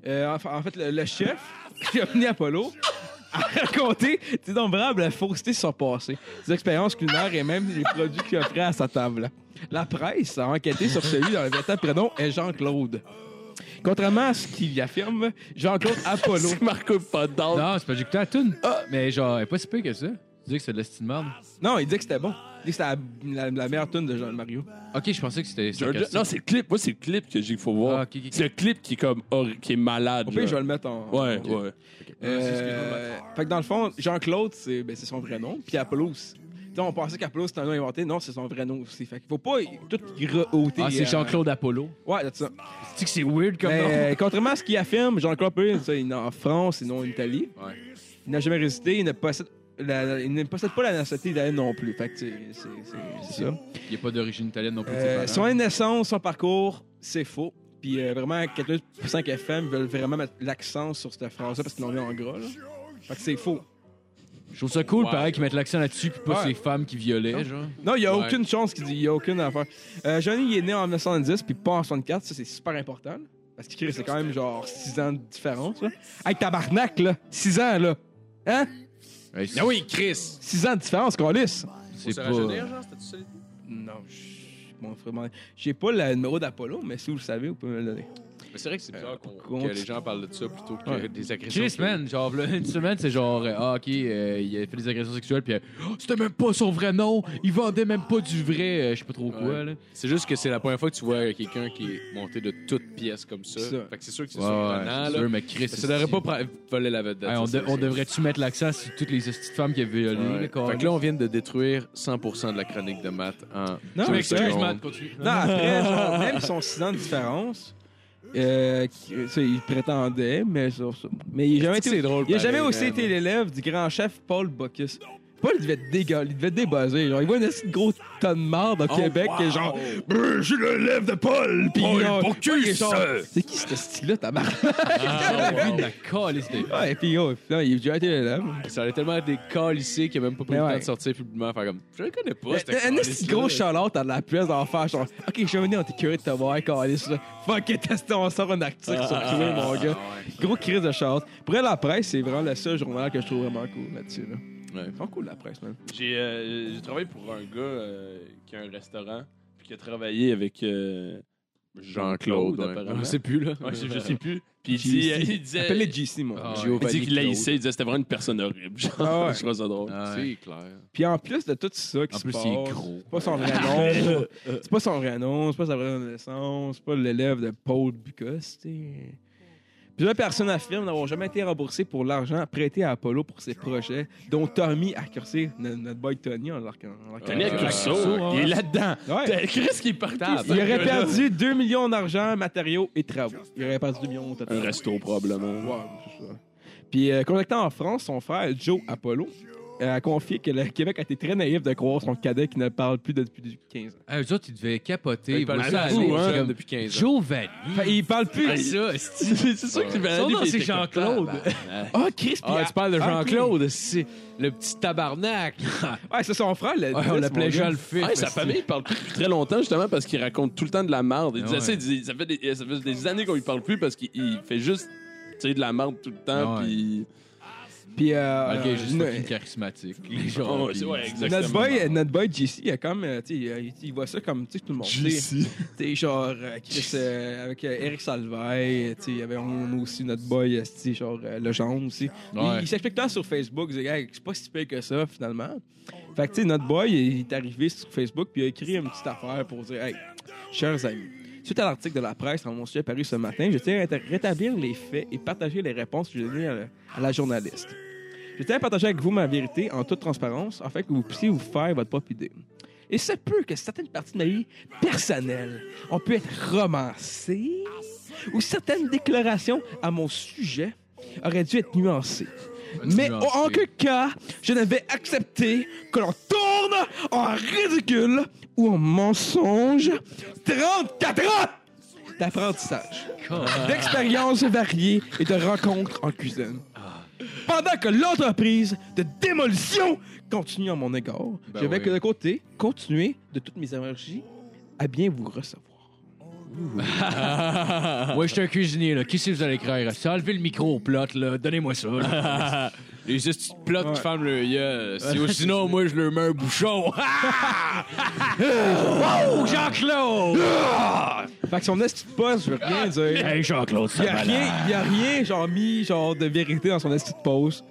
B: Euh, en, fa- en fait, le, le chef, Giovanni Apollo, a raconté d'innombrables faussetés sur son passé, ses expériences culinaires et même les produits qu'il offrait à sa table. La presse a enquêté sur celui dont le véritable prénom est Jean-Claude. Contrairement à ce qu'il affirme, Jean-Claude Apollo.
A: C'est Marco pas dedans.
D: Non, c'est pas du tout à tune.
B: Ah.
D: Mais genre, elle est pas si pire que ça. Tu dis que c'est de la style merde.
B: Non, il dit que c'était bon. Il dit que c'était la, la- la meilleure tune de Jean Mario.
D: Ok, je pensais que c'était.
A: Georgia-
D: sarcastique.
A: Non, c'est le clip. Moi, c'est le clip que j'ai qu'il faut voir.
D: Ah, ok, ok, ok.
A: C'est le clip qui est comme horri- qui est malade.
B: Au pire,
A: là.
B: je vais le mettre en.
A: Ouais,
B: en-
A: ouais.
B: Euh, fait que dans le fond, Jean-Claude, c'est ben, c'est son vrai nom. Puis Apollo aussi. Tu sais, on pensait qu'Apollo c'était un nom inventé. Non, c'est son vrai nom aussi. Fait qu'il faut pas y- tout y reôter.
D: Ah, c'est
B: euh,
D: Jean-Claude Apollo.
B: Ouais, c'est ça.
D: Tu que c'est weird comme
B: Mais,
D: nom?
B: euh, contrairement à ce qu'il affirme, Jean-Claude Apollo, ça, il est en France et non en Italie. Il n'a jamais résisté. Il ne possède, la- la- il ne possède pas la nationalité italienne non plus. Fait que c'est- c'est c'est- c'est ça.
D: Il est pas d'origine italienne non plus.
B: Euh, son Euh, naissance, son parcours, c'est faux. Puis euh, vraiment, 4.5 FM veulent vraiment mettre l'accent sur cette phrase-là parce qu'ils l'ont mis en gras. Là. Fait que c'est faux.
D: Je trouve ça cool,
E: Wow.
D: pareil, qu'ils mettent l'accent là-dessus, puis pas
B: Ouais.
D: ces femmes qui violaient,
B: Non.
D: genre.
B: Non, il n'y a
E: Ouais.
B: aucune chance qu'il dit, il n'y a aucune affaire. Euh, Johnny, il est né en 1910 puis pas en 64. Ça, c'est super important. là, parce qu'il crée, c'est quand même genre 6 ans de différence. Là. Hey, tabarnak, là! 6 ans, là! Hein?
D: Ouais, c'est-
E: Ah oui, Chris.
B: 6 ans de différence, qu'on lisse!
D: c'est
E: Faut se
D: pas.
E: rajeunir, genre, c'était-tu ça?
B: Non, je- mon frère, mon- j'ai pas le numéro d'Apollo, mais si vous le savez, vous pouvez me le donner.
E: Mais c'est vrai que c'est bizarre qu'on-
B: contre-
E: que les gens parlent de ça plutôt que
B: Ouais.
E: des agressions.
D: Chris, man, genre, là, une semaine, c'est genre, euh, ah, ok, euh, il a fait des agressions sexuelles, puis euh, Oh, c'était même pas son vrai nom, il vendait même pas du vrai, euh, je sais pas trop quoi,
E: Ouais.
D: là.
E: C'est juste que c'est la première fois que tu vois quelqu'un qui est monté de toutes pièces comme ça.
B: C'est ça.
E: Fait que c'est sûr que c'est
D: Ouais,
E: surprenant,
D: ouais, c'est
E: là.
D: sûr, mais Chris.
E: Ça devrait pas pra- voler la vedette.
D: Hey, on,
E: ça,
D: de-
E: c'est
D: on
E: sûr.
D: devrait-tu mettre l'accent sur toutes les petites femmes qui a violé,
E: Ouais.
D: là,
E: Fait que là, on vient de détruire 100% de la chronique de Matt en.
B: Non,
E: deux
B: mais
E: secondes.
D: continue.
B: Non, après, genre, même son 6 ans de différence, euh, qui- euh, ça, il prétendait, mais, ça- ça- mais il n'a jamais, été,
E: C'est drôle.
B: il a
E: pareil, hein.
B: jamais aussi
E: man.
B: été l'élève du grand chef Paul Bocus. Paul, il devait être dégueulasse, il devait être débasé. Genre, il voit une assez grosse tonne de marde au Québec, qui est genre, Brr, je suis l'élève de Paul! Puis genre, ouais, il est genre, c'est qui ce style-là, tabarnak?
D: Ah, ouais, de la calisse de-
B: Ouais, puis oh, finalement, il a déjà été l'élève.
E: Ça aurait tellement été décalissé qu'il a même pas pris
B: Mais
E: le
B: ouais.
E: temps de sortir publiquement. Faire comme. Je le connais pas.
B: Mais
E: cet
B: Un
E: acteur-là.
B: aussi gros charlotte à la place d'en faire genre Ok, je suis venu, on t'est curieux de te voir, Calis. là. Fuck it, testons, on sort un article sur Twitter, mon
E: Ah
B: gars. Gros crise de charlotte. Pour elle, la presse, c'est vraiment le seul journal que je trouve vraiment cool là-dessus. Là.
E: Ouais.
B: Ils sont cool, la presse, man.
A: J'ai euh, j'ai travaillé pour un gars euh, qui a un restaurant puis qui a travaillé avec euh,
E: Jean-Claude, ouais.
A: apparemment.
E: on sait plus, là.
A: Ouais, je, je sais plus. Puis il, dit, euh, il disait.
B: Appelle-les GC, moi.
D: Ah,
A: Il dit
E: Giovanni
A: qu'il laissait, il disait c'était vraiment une personne horrible. Genre,
B: Ah ouais.
A: je trouve ça drôle.
D: Ah ouais.
E: C'est clair.
B: Puis en plus de tout ça qui
D: En
B: se
D: plus,
B: passe,
D: il est gros.
B: c'est pas son vrai nom, c'est pas son vrai nom, c'est pas sa vraie adolescence, c'est pas l'élève de Paul Bucos, tu sais. Plusieurs personnes affirment n'avoir jamais été remboursées pour l'argent prêté à Apollo pour ses projets, dont Tommy a cursé notre, notre boy Tony en leur en leur-
A: Tony
E: Euh,
A: Accurso,
D: Accurso,
A: il
D: ouais.
A: est là-dedans.
B: Ah, Ouais.
A: T'as- Chris qui est parti.
B: Il aurait perdu 2 millions d'argent, matériaux et travaux. Il aurait perdu 2 millions au total.
A: Un resto, probablement.
B: Ouais, c'est ça. Puis, euh, contactant en France, son frère Joe Apollo euh, a confié que le Québec a été très naïf de croire son cadet qui ne parle plus depuis 15 ans.
D: Ah, eux autres, ils devaient capoter. Ils
E: parlent
D: voulaient
E: ça
D: aller,
E: à nous,
D: c'est
E: hein,
D: comme,
E: depuis 15 ans.
D: Giovanni.
B: Fait, il parle plus.
A: Hey.
D: Ça, c'est-
A: C'est c'est sûr qu'il va
D: Son
A: aller.
D: nom,
A: puis
D: c'est
A: il était comme-
D: Jean-Claude.
B: Ah, Chris, puis
E: Ah, tu parles de
B: ah,
E: Jean-Claude, c'est le petit tabarnak.
B: Ouais, c'est son frère. Le
D: Ouais, on l'appelait Jean le
E: Ah,
D: fils.
A: Ouais, sa famille parle plus depuis très longtemps, justement, parce qu'il raconte tout le temps de la merde. Il disait
D: Ah Ouais.
A: ça, il disait, ça fait des, ça fait des années qu'on lui parle plus parce qu'il il fait juste tu sais, de la merde tout le temps.
D: Ah Ouais.
A: Puis.
B: Puis, euh,
D: Ok, juste
B: no-
D: fucking charismatique. Les gens.
A: Ah, Oh,
D: Ah puis-
A: c'est- ouais, exactement.
B: notre boy, euh, notre boy JC, il a comme, euh, tu sais, il, il voit ça comme, tu sais, tout le monde. tu sais. T'sais, genre, euh, Chris, euh, avec euh, Eric Salvay, euh, t'sais, il y avait on aussi notre boy, euh, t'sais, genre, euh, le jaune aussi. Il-
D: Ouais.
B: Il, s'explique tant sur Facebook, il disait, Hey, c'est pas si pire que ça, finalement. Fait que, t'sais, notre boy, il est arrivé sur Facebook, puis il a écrit une petite affaire pour dire, hey, chers amis. Suite à l'article de la presse dans mon sujet paru ce matin, je tiens à ré- rétablir les faits et partager les réponses que j'ai données à la- à la journaliste. Je tiens à partager avec vous ma vérité en toute transparence afin que vous puissiez vous faire votre propre idée. Et ça peut que certaines parties de ma vie personnelle ont pu être romancées ou certaines déclarations à mon sujet auraient dû être nuancées. Mais
D: Nuancées.
B: en aucun cas, je ne vais accepter que l'on tourne en ridicule ou en mensonge 34 ans d'apprentissage, d'expériences variées et de rencontres en cuisine. Pendant que l'entreprise de démolition continue à mon égard,
D: Ben
B: je vais
D: oui.
B: de côté continuer de toutes mes énergies à bien vous recevoir.
D: Ouais, je suis un cuisinier, là. Qu'est-ce que vous allez écrire? Ça, enlevez le micro au plot, là. Donnez-moi ça, là.
E: Les juste plots
B: Ouais.
E: qui ferment le gueule. C'est- Sinon, moi, je leur mets un bouchon.
D: Oh, Jean-Claude!
B: Fait que son esti de pause, je veux
D: Ah.
B: rien dire.
D: Hey, Jean-Claude,
B: Il
D: ça
B: a
D: va
B: rien, il a rien genre mis genre de vérité dans son esti de pause.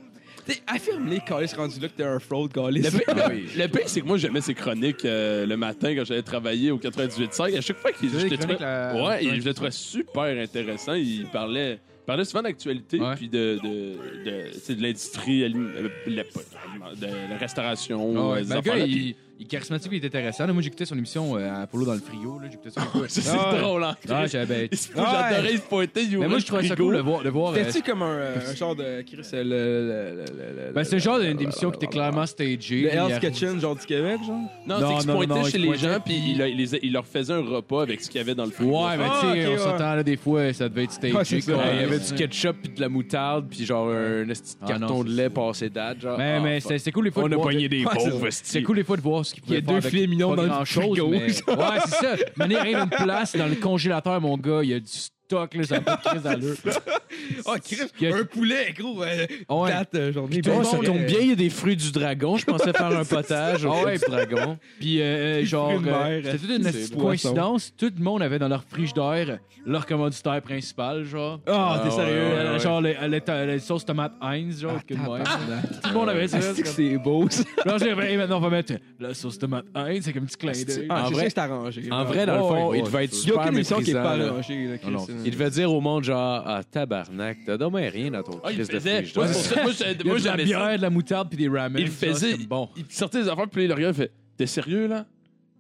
B: T'sais, affirme-les, Calis, rendu là que t'es un fraud, Calis.
A: Le pire, le pire, c'est que moi, j'aimais ses chroniques euh, le matin quand j'allais travailler au 98.5. À chaque fois qu'il
D: Faisais
A: je
D: des
A: le trouvais-
D: chroniques, là,
A: ouais,
D: ouais.
A: il- je le trouvais super intéressant. Il parlait, il parlait souvent d'actualité
D: Ouais.
A: puis de, de, de, tu sais, de l'industrie, alim- euh, la- pas- aliment- de la restauration.
D: Ah ouais,
A: euh, des
D: ben, le gars,
A: affaires-là, puis-
D: il, il est charismatique, il est intéressant. Là, moi, j'écoutais son émission euh, à Polo dans le frigo. là, J'écoutais ça. un peu.
A: Ça, c'est
B: Ah ouais.
A: drôle. hein.
D: Ah, j'avais.
A: Il se fout, J'adorais se pointer. il
D: Mais
A: ouvrait
D: moi,
A: le
D: je trouvais ça
A: frigo.
D: cool de voir. De voir euh,
B: T'es-tu comme un, euh, un genre de Chris, euh, le. le- le- le- le-
D: ben, c'est le genre
B: le-
D: d'une émission qui était clairement stagée.
B: Le
D: puis euh, il y
B: Hell's
D: a-
B: Kitchen, genre du Québec, genre.
A: Non,
D: Non,
A: c'est qu'il se
D: non, non,
A: pointait
D: non, il
A: chez
D: se
A: les
D: pointait,
A: gens,
D: puis-
A: Hein, puis il, il les- il leur faisait un repas avec ce qu'il y avait dans le frigo.
E: Ouais,
D: Ben,
E: mais
D: tu sais,
B: Ah, ok,
D: on s'entend,
B: ouais.
D: là, des fois, ça devait être stagé.
B: Ouais, c'est ça.
D: quoi.
B: Ouais,
E: il y avait
D: Ouais.
E: du ketchup puis de la moutarde puis genre un esti de
D: Ah
E: carton
D: non,
E: de
D: c'est
E: lait passé date genre.
D: Mais,
E: Ah,
D: mais
E: fuck.
D: c'était c'était cool les fois de voir.
E: des
B: Ouais, c'est ça.
E: esti.
D: C'est cool les fois de voir ce qu'il
B: Il
D: pouvait
B: y a
D: faire
B: deux
D: avec
B: filets mignons
D: pas
B: dans le
D: grand-chose,
B: frigo.
D: mais- Ouais, c'est ça. Mener rien une place dans le congélateur, mon gars. Il y a du stock, là, ça n'a pas de crise d'allure.
B: Oh, Chris,
D: Il y a-
B: un poulet, gros, euh,
D: Ouais.
B: date, euh, journée.
E: Toi,
B: Ben,
E: ça
B: bon,
E: tombe
B: euh,
E: bien, il y a des fruits du dragon. Je pensais faire un potage aux
D: Ah ouais.
E: fruits du dragon.
D: Puis, euh, genre,
B: fruits de
D: euh,
B: mer.
D: c'était toute une
B: C'est
D: petite
B: boisson.
D: coïncidence. Tout le monde avait dans leur frigidaire leur commanditaire principal, genre.
B: Ah, t'es
E: Ah,
B: sérieux?
E: ouais, Ah, ouais,
D: Euh, Genre, les, les, les sauces tomates Heinz, genre, que de même. Tout le monde avait ça.
B: Asti que Ah, c'est beau, ça.
D: Là, j'ai dit, Hey, maintenant, on va mettre la sauce tomate Heinz, c'est comme un petit clin d'œil.
B: Ah,
E: En
B: je
E: vrai-
B: sais que c'est arrangé.
E: En vrai, dans le fond,
D: Ouais, ouais,
E: il devait être
B: il n'y a
E: super
B: aucune émission qui est pas
E: méprisant. là.
B: arrangée, là, Chris.
E: Non, non.
B: euh.
E: Il devait dire au monde genre ah tabarnak, t'as dommage rien dans ton
A: Ah, il
E: crise de
A: faisait.
E: frigidaire.
A: Moi, c'est pour ça- moi, j'ai-
D: Il y a
A: moi,
D: de la
A: j'aimais ça.
D: bière, de la moutarde, puis des ramen.
A: Il
D: ça,
A: faisait-
D: c'est Bon.
A: Il sortait des affaires, puis là, il regarde, il fait T'es sérieux, là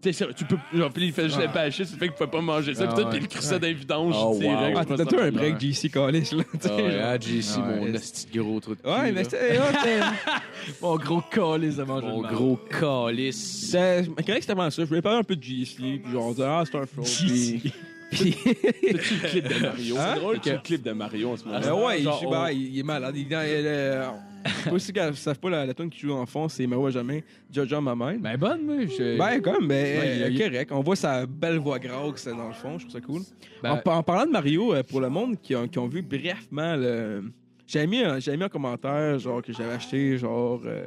A: T'es sérieux Tu peux. Genre, puis il fait juste la bâcher, ça fait qu'il pouvait pas manger ça,
D: Ah
A: puis tout,
D: ouais.
A: puis il le crissait d'un vidange.
E: Oh,
A: direct.
E: wow.
B: Ah,
A: Je
B: t'as tout
A: pense
B: un
A: que-
B: break, JC Callis, là. tu sais,
E: Ah ouais,
B: genre.
E: ah, JC, mon
D: Ouais.
E: esti de gros trou de cul.
B: Ouais,
E: là.
B: mais c'était. ouais, c'était-
D: Mon gros colis de manger.
E: Mon
D: de
E: gros calice.
B: c'était- Je me croyais que c'était vraiment ça. Je voulais parler un peu de JC, puis genre, dire, ah, c'est un fraud. Puis. puis-
A: T'as-tu le clip de Mario
B: Hein?
A: C'est drôle, que le clip de Mario en ce moment.
B: Ben ouais, il,
A: Genre,
B: joue-
A: on-
B: ben, il- il est malade. Il est dans. il est, euh, Pour ceux qui ne savent pas, la, la tune qui joue en fond, c'est Mawa Jamais, Jojo Mamaine.
D: Ben bonne, moi. Je...
B: Ben, comme, ben,
D: Ouais, il-
B: euh,
D: il-
B: correct. On voit sa belle voix grasse dans le fond, je trouve ça cool.
D: Ben-
B: En, par- en parlant de Mario, euh, pour le monde qui ont, qui ont vu brièvement le. J'avais mis, un- j'avais mis un commentaire, genre, que j'avais acheté, genre, euh,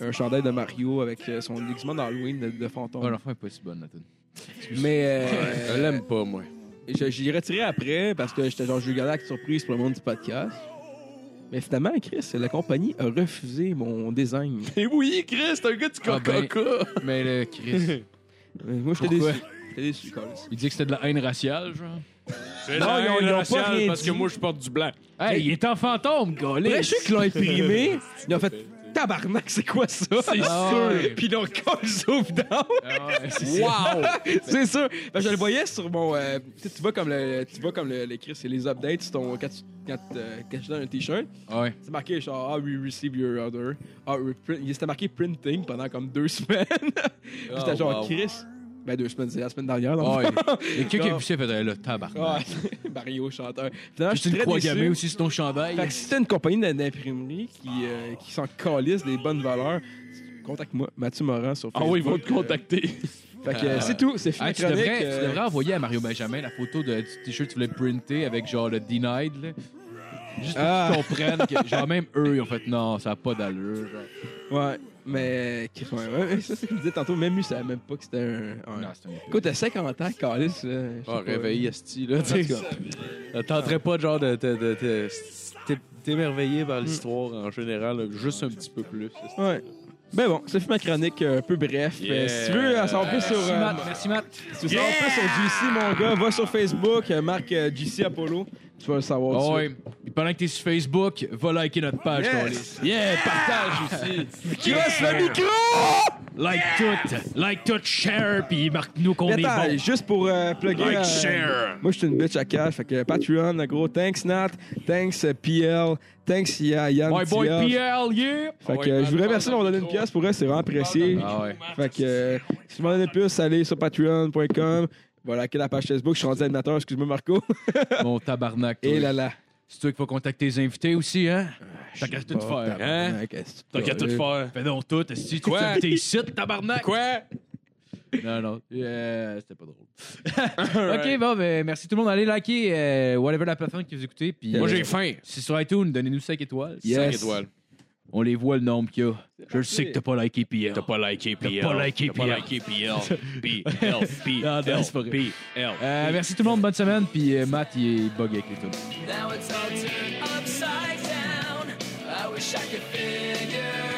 B: un chandail de Mario avec euh,
D: Ah,
B: son déguisement d'Halloween de, de fantôme.
D: Oh, l'enfant est pas si bonne, la tune.
B: Mais.
E: Je
B: euh,
E: l'aime pas, moi.
B: je, je l'ai retiré après parce que j'étais genre, je regardais avec surprise pour le monde du podcast. Mais finalement, Chris, la compagnie a refusé mon design.
A: Et oui, Chris, t'es un gars du
D: Ah ben.
A: Coca-Cola.
D: Mais le Chris,
B: Mais Euh, Moi, j'étais
D: Pourquoi?
B: déçu. J'étais déçu, Carlis.
D: il dit que c'était de la haine raciale, genre.
E: C'est
B: Non,
E: la
B: ils ont-
E: haine
B: ils ont pas
E: raciale
B: rien
E: parce que
B: dit.
E: moi, je porte du blanc.
D: Hey, il est en fantôme, gars.
B: Après, je sais qu'ils l'ont imprimé. Ils ont fait tabarnak, c'est quoi ça? C'est
D: Ah ouais.
B: Puis ils l'ont collé sauf down.
E: Wow!
B: C'est sûr. Ben, je le voyais sur mon. euh, tu sais, tu vois comme le, tu vois comme le, le Chris et les updates sur ton quand tu quand, euh, quand tu donnes un t-shirt,
D: Ouais.
B: c'est marqué genre ah we receive your order, ah we print. Il s'était marqué printing pendant comme deux semaines. Puis C'était genre
E: wow.
B: Chris. Ben deux semaines, c'est la semaine dernière. Donc.
D: Ouais. Et quelqu'un qui a poussé fait euh, le tabarnak.
B: Ouais. Mario chanteur. Finalement, Ah,
D: Juste
B: je suis
D: une
B: très
D: croix gammée
B: déçu.
D: aussi sur ton chandail.
B: Fait que si t'es une compagnie d'im- d'imprimerie qui, euh, qui s'en calisse des bonnes valeurs, contacte-moi, Mathieu Morin sur
A: Ah
B: Facebook.
A: oui, ils vont te contacter.
B: Fait que euh, c'est tout, c'est fini
D: Ah, tu,
B: chronique.
D: devrais, tu
B: euh,
D: devrais envoyer à Mario Benjamin la photo de, du t-shirt que tu voulais printer avec genre le denied. Là. Juste pour
B: Ah.
D: qu'ils comprennent que genre même eux ils ont fait non, ça n'a pas d'allure. genre.
B: Ouais, mais. Chris, ouais, ouais, ça, c'est ce qu'il disait tantôt. Même lui, ça savait même pas que c'était un. un...
D: Non, c'est un épisode.
B: Écoute, à 50 ans, Calis. Euh, je sais
E: Ah,
B: pas.
E: réveillé, Esti, là.
B: En tout cas,
E: Euh, Tenterais pas de genre de, de- de- de- t'é- t'émerveiller par l'histoire en général, là, juste un petit peu plus.
B: Ouais. Ben bon, ça fait ma chronique euh, un peu bref. Euh, si tu veux en savoir plus sur.
D: Merci
B: euh,
D: Matt, merci Matt.
B: si tu veux en savoir plus sur GC, mon gars, va sur Facebook, euh, marque euh, GC Apollo. Tu vas le savoir.
D: Ah
B: tout de
D: ouais. Puis pendant que t'es sur Facebook, va liker notre page.
B: Yes. Ah!
D: câlisse.
A: Yeah, partage aussi.
B: suite. Qui reste le micro?
D: Like tout, like tout, share, puis marque-nous qu'on est
B: Mais attends,
D: bon.
B: juste pour euh, plugger. euh, moi, je suis une bitch à cash. Fait que Patreon, gros, thanks Nat, thanks euh, PL, thanks à Yann.
D: My boy
B: Tioff.
D: PL, yeah!
B: Fait que euh, je vous remercie de m'avoir donné une pièce pour vrai, c'est vraiment apprécié.
D: Ah ouais.
B: Fait que euh, si vous m'en donnez plus, allez sur patreon.com. Voilà, quelle la page Facebook, je suis rendu animateur, excuse-moi Marco.
D: Mon tabarnak. toi.
B: Et là là.
D: C'est toi qu'il faut contacter les invités aussi, hein? T'as qu'à tout faire, hein?
A: T'as qu'à tout faire.
D: Fais donc tout, si tu
E: Quoi?
D: t'aimes tes sites, tabarnak!
E: Quoi?
D: Non, non, euh, c'était pas drôle. ok, bon, ben, merci tout le monde. Allez liker euh, whatever la plateforme que vous écoutez. Puis,
B: Moi,
D: euh,
B: j'ai
E: faim.
D: Si sur iTunes, donnez-nous 5 étoiles.
B: Yes.
E: étoiles.
D: On les voit le nombre qu'il y a. Je le sais que t'as pas liké Pierre.
F: T'as pas liké PL.
D: pas liké
F: T'as pas
D: PL.
F: liké PL. PL.
D: Non, non, c'est pas vrai.
F: PL. PL.
D: Euh, merci tout le monde, bonne semaine. Puis euh, Matt, il est bug avec les trucs.
H: Now it's all turned upside down. I wish I could figure